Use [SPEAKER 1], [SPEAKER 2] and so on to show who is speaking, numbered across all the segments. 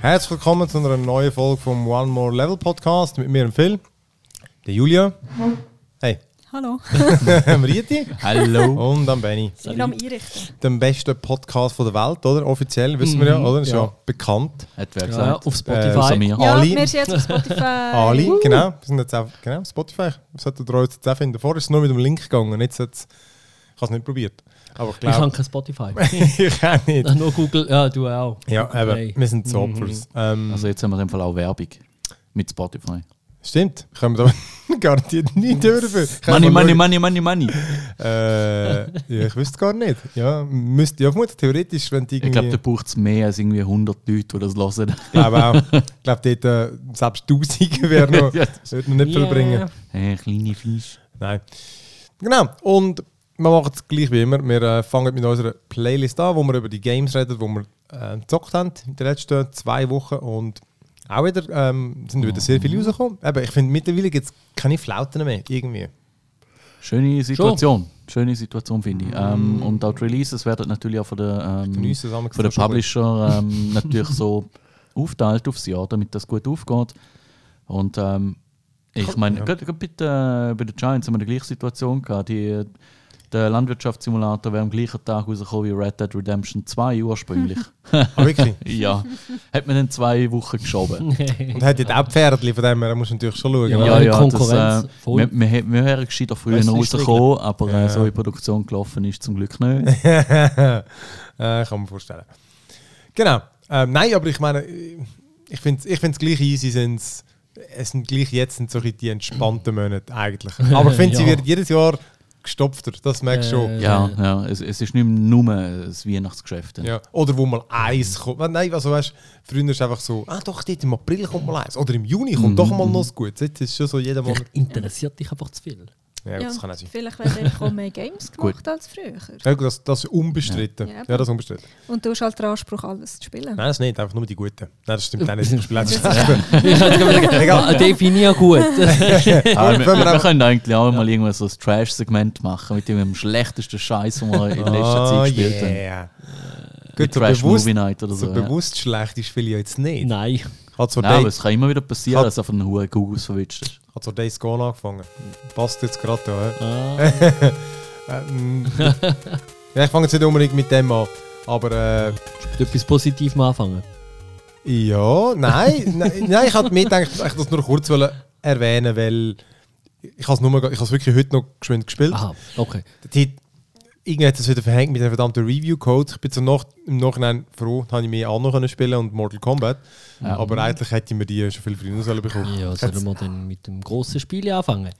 [SPEAKER 1] Herzlich willkommen zu einer neuen Folge vom One More Level Podcast mit mir und Phil, der Julia, hey,
[SPEAKER 2] Hallo.
[SPEAKER 1] dem Rieti
[SPEAKER 3] Hallo.
[SPEAKER 1] und dem Benny.
[SPEAKER 2] Sind wir am Einrichten?
[SPEAKER 1] Dem besten Podcast von der Welt, oder? Offiziell wissen wir ja, oder? Ist Mhm. ja,
[SPEAKER 3] Ja.
[SPEAKER 1] bekannt.
[SPEAKER 3] Hat wer
[SPEAKER 4] Ja,
[SPEAKER 3] gesagt?
[SPEAKER 4] auf
[SPEAKER 1] Äh,
[SPEAKER 4] Spotify.
[SPEAKER 3] Samir.
[SPEAKER 2] Ja,
[SPEAKER 1] Ali.
[SPEAKER 2] wir sind jetzt auf Spotify.
[SPEAKER 1] Ali, genau. Wir sind jetzt auf genau, Spotify. Solltet ihr uns jetzt auch finden. Vorher ist es nur mit dem Link gegangen. Jetzt hat's, ich habe es nicht probiert. Aber ich
[SPEAKER 4] ich habe
[SPEAKER 1] glaube,
[SPEAKER 4] kein Spotify.
[SPEAKER 1] ich auch nicht.
[SPEAKER 4] Nur Google, ja, du auch.
[SPEAKER 1] Ja,
[SPEAKER 4] Google
[SPEAKER 1] eben,
[SPEAKER 4] Play.
[SPEAKER 1] wir sind so Opfers. Ähm,
[SPEAKER 3] Also jetzt haben wir im Fall auch Werbung mit Spotify.
[SPEAKER 1] stimmt, können wir da garantiert nicht dürfen. Ich
[SPEAKER 3] Money,
[SPEAKER 1] kann mal
[SPEAKER 3] money,
[SPEAKER 1] schauen.
[SPEAKER 3] money, money, money.
[SPEAKER 1] Äh, ja, ich wüsste gar nicht. Ja, müsste ja vermuten, theoretisch, wenn die
[SPEAKER 3] Ich glaube,
[SPEAKER 1] irgendwie...
[SPEAKER 3] da braucht es mehr als irgendwie 100 Leute, die das hören.
[SPEAKER 1] Ich glaube auch. Ich glaube, dort äh, selbst 1000 wäre noch,
[SPEAKER 3] Ja.
[SPEAKER 1] würde noch nicht viel
[SPEAKER 4] Yeah.
[SPEAKER 1] bringen.
[SPEAKER 3] Hey, kleine Fisch.
[SPEAKER 1] Nein. Genau, und wir machen es gleich wie immer. Wir äh, fangen mit unserer Playlist an, wo wir über die Games reden, die wir äh, gezockt haben in den letzten zwei Wochen. Und auch wieder ähm, sind wieder sehr viele rausgekommen. Eben, ich finde, mittlerweile gibt es keine Flauten mehr, irgendwie.
[SPEAKER 3] Schöne Situation. Schöne Situation, finde ich. Ähm, und auch die Releases werden natürlich auch von der, ähm,
[SPEAKER 1] Geniessen, haben wir
[SPEAKER 3] von der
[SPEAKER 1] gesagt, schon gut.
[SPEAKER 3] Publisher ähm, natürlich so aufteilt aufs Jahr, damit das gut aufgeht. Und ähm, ich meine, gerade gerade bei, den- äh, bei den Giants haben wir die gleiche Situation gehabt. Die, äh, der Landwirtschaftssimulator wäre am gleichen Tag rausgekommen wie Red Dead Redemption 2 ursprünglich.
[SPEAKER 1] Ah, wirklich?
[SPEAKER 3] ja. Hat man dann zwei Wochen geschoben.
[SPEAKER 1] Und hat jetzt auch Pferdli, von dem her, da musst du natürlich schon schauen.
[SPEAKER 4] Ja.
[SPEAKER 1] oder?
[SPEAKER 3] Ja, ja,
[SPEAKER 4] Konkurrenz,
[SPEAKER 3] Das, äh,
[SPEAKER 4] voll.
[SPEAKER 3] wir, wir, hä- wir wären gescheiter früher
[SPEAKER 4] Weiss nicht,
[SPEAKER 3] rausgekommen, aber
[SPEAKER 1] Ja.
[SPEAKER 3] äh, so in Produktion gelaufen ist zum Glück nicht.
[SPEAKER 1] äh, kann man vorstellen. Genau. Ähm, nein, aber ich meine, ich finde es ich find's gleich easy, sind's, es sind gleich jetzt sind so ein bisschen die entspannten Monate eigentlich. Aber ich finde, sie
[SPEAKER 4] Ja.
[SPEAKER 1] wird jedes Jahr gestopfter, das merkst du schon.
[SPEAKER 4] Äh,
[SPEAKER 3] Eh, ja, ja es, es ist nicht mehr nur das Weihnachtsgeschäft.
[SPEAKER 1] Ja. Oder wo mal eins kommt. Wenn- Nein, also weißt, früher ist es einfach so, ah doch, dort im April kommt mal eins. Oder im Juni kommt
[SPEAKER 3] Mhm.
[SPEAKER 1] doch mal noch gut. Jetzt ist es schon so jeder Monat.
[SPEAKER 4] Vielleicht interessiert dich einfach zu viel.
[SPEAKER 1] Ja, gut, das kann auch sein.
[SPEAKER 2] Vielleicht werden auch mehr Games gemacht als früher.
[SPEAKER 1] Ja, gut, das, das ist unbestritten.
[SPEAKER 2] Ja.
[SPEAKER 1] Ja, das ist unbestritten.
[SPEAKER 2] Und du hast halt den Anspruch, alles zu
[SPEAKER 1] Nein,
[SPEAKER 2] spielen.
[SPEAKER 1] das nicht, einfach nur die Guten. Nein, das stimmt auch nicht. Ich spiele auch nicht.
[SPEAKER 4] Ah, Definier gut.
[SPEAKER 3] Aber wir,
[SPEAKER 1] Wenn wir
[SPEAKER 3] wir,
[SPEAKER 1] auch-
[SPEAKER 3] können eigentlich auch mal irgendwas so ein Trash-Segment machen mit dem schlechtesten Scheiß, den wir in letzter
[SPEAKER 1] Ah,
[SPEAKER 3] Zeit gespielt haben.
[SPEAKER 1] yeah. Gut,
[SPEAKER 3] Mit
[SPEAKER 1] so
[SPEAKER 3] Trash
[SPEAKER 1] bewusst,
[SPEAKER 3] Movie eh. Night oder
[SPEAKER 1] so
[SPEAKER 3] so. ja.
[SPEAKER 1] bewusst schlecht ist Philly ja jetzt nicht.
[SPEAKER 4] Nein.
[SPEAKER 1] Hat so
[SPEAKER 3] Nein, aber
[SPEAKER 1] Days
[SPEAKER 3] es kann immer wieder passieren,
[SPEAKER 1] Hat-
[SPEAKER 3] dass du auf einen hohen Google verwitscht ist.
[SPEAKER 1] hat so Days Gone angefangen. Passt jetzt gerade da. hä?
[SPEAKER 4] Ah,
[SPEAKER 1] Ähm, ja, ich fange jetzt nicht unbedingt mit dem an. Aber
[SPEAKER 4] mit etwas positiv mal anfangen.
[SPEAKER 1] äh, ja, nein, nein, nein, ich hatte mir gedacht, ich wollte das nur kurz wollen erwähnen, weil ich habe es nur, ich habe es wirklich heute noch geschwind gespielt.
[SPEAKER 4] Aha, okay.
[SPEAKER 1] Die, irgendwie hat es wieder verhängt mit den verdammten Review-Codes. Ich bin so nach, im Nachhinein froh, dass ich mir auch noch können spielen und Mortal Kombat.
[SPEAKER 3] Ja.
[SPEAKER 1] Aber eigentlich hätte ich mir die eh, schon viel früher sollen bekommen.
[SPEAKER 4] Ja,
[SPEAKER 1] ich, hätte,
[SPEAKER 4] sollen wir dann mit dem grossen Spiel anfangen?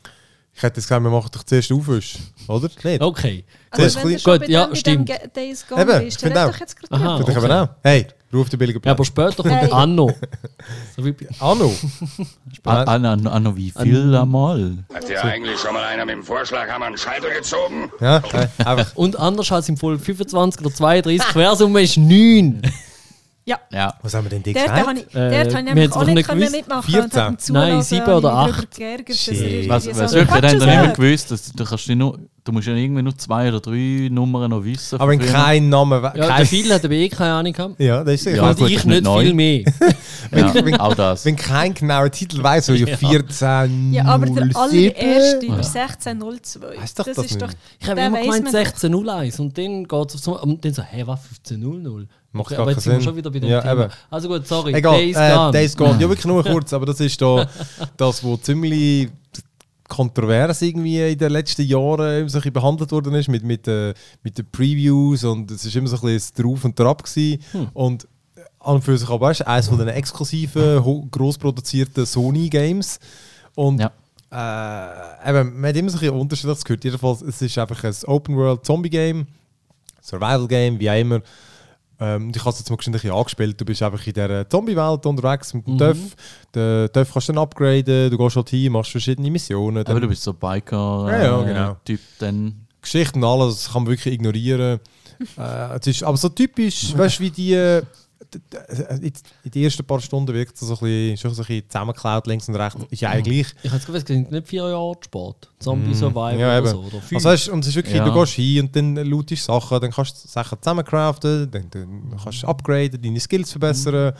[SPEAKER 1] ich hätte jetzt gesagt, wir machen doch zuerst Aufwisch, oder? Nicht?
[SPEAKER 4] Okay.
[SPEAKER 1] Das
[SPEAKER 2] Also
[SPEAKER 1] ist
[SPEAKER 2] wenn du
[SPEAKER 1] gut.
[SPEAKER 2] schon
[SPEAKER 4] Gut,
[SPEAKER 2] bei
[SPEAKER 4] ja,
[SPEAKER 2] dem, mit dem
[SPEAKER 4] stimmt.
[SPEAKER 2] Ga- Days Gone
[SPEAKER 1] Eben, ich
[SPEAKER 2] bist,
[SPEAKER 1] find
[SPEAKER 2] dann red
[SPEAKER 1] auch.
[SPEAKER 2] doch jetzt gerade
[SPEAKER 4] Aha.
[SPEAKER 2] drüber.
[SPEAKER 1] Finde ich
[SPEAKER 4] okay.
[SPEAKER 1] aber auch. Hey, ruf den billigen
[SPEAKER 4] Ja,
[SPEAKER 1] Platz.
[SPEAKER 4] aber später kommt
[SPEAKER 2] Nein.
[SPEAKER 4] Anno. So wie bei-
[SPEAKER 1] Anno!
[SPEAKER 3] Ah, ah, ah, ah, noch wie viel einmal?
[SPEAKER 5] Hat ja eigentlich schon mal einer mit dem Vorschlaghammer einen Scheitel gezogen?
[SPEAKER 1] ja, eh, ah, nein, einfach.
[SPEAKER 4] Und anders als im Folge 25 oder 32, Quersumme ist 9.
[SPEAKER 3] Ja.
[SPEAKER 1] Was haben wir denn dir
[SPEAKER 2] Dort habe
[SPEAKER 1] gesagt?
[SPEAKER 2] ich, dort habe ich
[SPEAKER 4] wir
[SPEAKER 2] nämlich
[SPEAKER 4] haben's
[SPEAKER 2] auch
[SPEAKER 4] doch
[SPEAKER 2] nicht
[SPEAKER 4] nicht
[SPEAKER 2] können
[SPEAKER 4] gewusst.
[SPEAKER 2] mitmachen
[SPEAKER 1] 14.
[SPEAKER 2] und Zuhören
[SPEAKER 4] Nein, sieben
[SPEAKER 2] habe ich
[SPEAKER 4] oder
[SPEAKER 2] mich darüber
[SPEAKER 4] acht.
[SPEAKER 2] geärgert, dass
[SPEAKER 1] Shit.
[SPEAKER 2] er irgendwie
[SPEAKER 3] Was,
[SPEAKER 2] so
[SPEAKER 3] was
[SPEAKER 2] einen
[SPEAKER 3] wirklich, dann haben
[SPEAKER 2] Quatsch
[SPEAKER 3] wir nicht mehr
[SPEAKER 2] sagt.
[SPEAKER 3] gewusst. Dass, du, kannst dich nur, du musst ja irgendwie nur zwei oder drei Nummern noch wissen.
[SPEAKER 1] Aber wenn
[SPEAKER 3] von früher.
[SPEAKER 1] kein Name. Oh, we-
[SPEAKER 4] Ja,
[SPEAKER 1] kein,
[SPEAKER 4] der Phil hat aber eh keine Ahnung gehabt.
[SPEAKER 1] ja, das ist
[SPEAKER 3] Ja,
[SPEAKER 1] sicher.
[SPEAKER 4] und
[SPEAKER 3] gut,
[SPEAKER 4] ich
[SPEAKER 3] ist
[SPEAKER 4] nicht
[SPEAKER 3] nicht neu.
[SPEAKER 4] viel mehr.
[SPEAKER 1] wenn-
[SPEAKER 3] ja, auch das.
[SPEAKER 1] Wenn kein genauer nou, Titel weiß, so ja.
[SPEAKER 4] Ja.
[SPEAKER 1] 14.
[SPEAKER 2] Ja, aber der
[SPEAKER 1] 07.
[SPEAKER 2] allererste über 1602.
[SPEAKER 1] Weiss doch
[SPEAKER 2] das
[SPEAKER 1] das
[SPEAKER 2] ist doch.
[SPEAKER 1] nicht.
[SPEAKER 4] Ich habe
[SPEAKER 2] den
[SPEAKER 4] immer
[SPEAKER 2] weiss
[SPEAKER 4] gemeint
[SPEAKER 2] man
[SPEAKER 4] 1601 und dann geht es auf so, und dann so, hä, was 1500?
[SPEAKER 1] Macht
[SPEAKER 4] Okay,
[SPEAKER 1] gar
[SPEAKER 4] aber
[SPEAKER 1] keinen
[SPEAKER 4] jetzt sind wir
[SPEAKER 1] Sinn.
[SPEAKER 4] schon wieder bei dem
[SPEAKER 1] Ja,
[SPEAKER 4] Thema.
[SPEAKER 1] eben.
[SPEAKER 4] Also gut, sorry,
[SPEAKER 1] Egal,
[SPEAKER 4] Days
[SPEAKER 1] äh,
[SPEAKER 4] Gone.
[SPEAKER 1] Days Gone. Ja, wirklich nur kurz, aber das ist da das, wo ziemlich kontrovers irgendwie in den letzten Jahren immer so ein bisschen behandelt worden ist mit, mit, äh, mit den Previews und es ist immer so ein bisschen das drauf und drauf gewesen.
[SPEAKER 4] Hm.
[SPEAKER 1] und an und für sich aber weißt, eines von den exklusiven, ho- gross produzierten Sony-Games und
[SPEAKER 3] Ja.
[SPEAKER 1] äh, eben, man hat immer so ein bisschen unterschiedliches gehört. Jedenfalls, es ist einfach ein Open-World-Zombie-Game, Survival-Game, wie auch immer. Ähm, und ich habe es jetzt mal geschwind ein bisschen angespielt. Du bist einfach in dieser Zombie-Welt unterwegs
[SPEAKER 3] Mhm.
[SPEAKER 1] mit dem Töff. Den Töff kannst du dann upgraden, du gehst halt hin, machst verschiedene Missionen.
[SPEAKER 3] Aber
[SPEAKER 1] Dann
[SPEAKER 3] du bist so Biker-Typ
[SPEAKER 1] Ja, ja, genau.
[SPEAKER 3] dann.
[SPEAKER 1] Geschichten, alles, das kann man wirklich ignorieren. äh, es ist aber so typisch, weißt du, wie die. äh, d- d- In in den ersten paar Stunden wirkt es so ein bisschen, schon so ein bisschen zusammengeklaut, links und rechts. Ist ja
[SPEAKER 3] Mhm.
[SPEAKER 1] eigentlich
[SPEAKER 4] Ich habe das Gefühl, es sind nicht vier Jahre Sport. Zombie Survival
[SPEAKER 1] Mm, Ja, eben.
[SPEAKER 4] oder so. Oder fünf.
[SPEAKER 1] also weißt, und es ist wirklich,
[SPEAKER 3] Ja.
[SPEAKER 1] du gehst hin und dann lootest du Sachen, dann kannst du Sachen zusammencraften, dann, dann kannst du upgraden, deine Skills verbessern.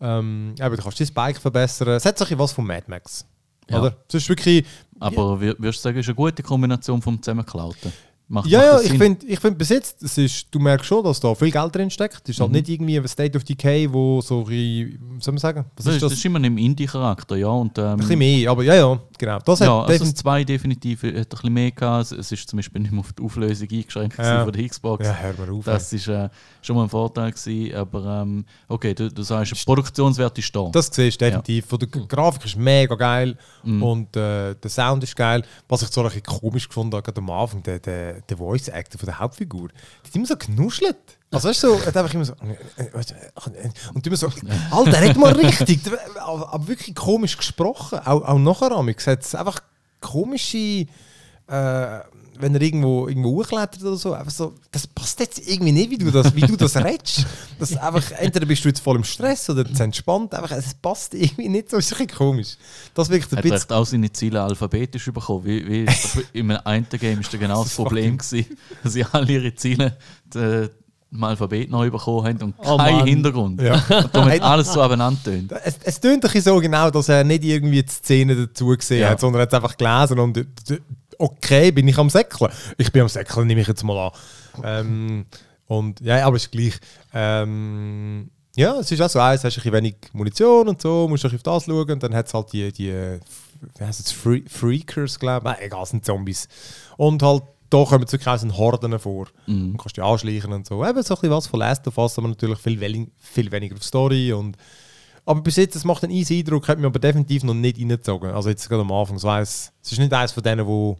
[SPEAKER 1] Ähm, eben, du kannst dein Bike verbessern. Es hat so ein bisschen was von Mad Max.
[SPEAKER 3] Ja.
[SPEAKER 1] Oder? Es ist wirklich.
[SPEAKER 3] Aber wür- würdest du sagen, es ist eine gute Kombination vom Zusammenklauten? Macht,
[SPEAKER 1] Ja,
[SPEAKER 3] macht
[SPEAKER 1] ja,
[SPEAKER 3] das
[SPEAKER 1] ich
[SPEAKER 3] Sinn?
[SPEAKER 1] finde ich find bis jetzt, es ist, du merkst schon, dass da viel Geld drin steckt. Es ist
[SPEAKER 3] Mhm.
[SPEAKER 1] halt nicht irgendwie ein State of Decay, wo so ein bisschen, wie soll man sagen, was
[SPEAKER 3] Also Das
[SPEAKER 1] ist
[SPEAKER 3] ist,
[SPEAKER 1] das?
[SPEAKER 3] das ist immer im Indie-Charakter, ja. Und, ähm,
[SPEAKER 1] ein bisschen mehr, aber ja, ja, genau. Das
[SPEAKER 3] ja,
[SPEAKER 1] hat
[SPEAKER 3] also
[SPEAKER 1] definitiv
[SPEAKER 3] das 2 definitiv äh, hat ein bisschen mehr gehabt. Es- Es ist zum Beispiel nicht mehr auf die Auflösung eingeschränkt
[SPEAKER 1] Ja.
[SPEAKER 3] gewesen von der Xbox.
[SPEAKER 1] Ja, hör mal auf. Das,
[SPEAKER 3] Das ist äh, schon mal ein Vorteil gewesen, aber ähm, okay, du, du sagst, der Produktionswert ist da.
[SPEAKER 1] das siehst du definitiv. Von der G- Grafik ist mega geil und äh, der Sound ist geil. Was ich so ein bisschen komisch gefunden habe, gerade am Anfang, der, der, der Voice Actor von der Hauptfigur, der hat immer so genuschelt. Also weißt du, so, er hat einfach immer so. äh, äh, weißt du, äh, Und immer so, Alter, red mal richtig. Aber aber wirklich komisch gesprochen. Auch, auch nachher, Amix, hat es einfach komische. äh, wenn er irgendwo irgendwo hochklettert oder so, einfach so, das passt jetzt irgendwie nicht, wie du das, wie du das redest. Das einfach, entweder bist du jetzt voll im Stress oder zu entspannt, einfach, es passt irgendwie nicht so, ist ein bisschen komisch. Das wirkt ein
[SPEAKER 3] hat
[SPEAKER 1] bisschen,
[SPEAKER 3] recht auch seine Ziele alphabetisch bekommen. Wie, wie im einen Game ist da genau das Problem gewesen, dass sie alle ihre Ziele äh, im Alphabet neu bekommen haben und
[SPEAKER 4] Oh
[SPEAKER 3] keinen
[SPEAKER 4] Mann.
[SPEAKER 3] Hintergrund.
[SPEAKER 1] Ja.
[SPEAKER 3] Und damit alles so abeinander tönt.
[SPEAKER 1] es, es tönt ein bisschen so genau, dass er nicht irgendwie die Szene dazu gesehen
[SPEAKER 3] Ja.
[SPEAKER 1] hat, sondern er hat es einfach gelesen und d- d- okay, bin ich am Säckeln. Ich bin am Säckeln, nehme ich jetzt mal an. Ähm, und ja, aber es ist gleich. Ähm, ja, es ist auch so eins, hast ein bisschen wenig Munition und so, musst ein bisschen auf das schauen und dann hat es halt die, die äh, wie heisst es, Free Freakers, glaube ich. Nein, egal, es sind Zombies. Und halt, da kommen wirklich auch so Horden vor. Und kannst dich anschleichen und so. Eben so ein bisschen was von Last of Us, aber natürlich viel, wel- viel weniger auf Story und aber bis jetzt, es macht einen easy Eindruck, hat mich aber definitiv noch nicht reingezogen. Also jetzt gerade am Anfang, ich weiss, es ist nicht eines von denen, wo,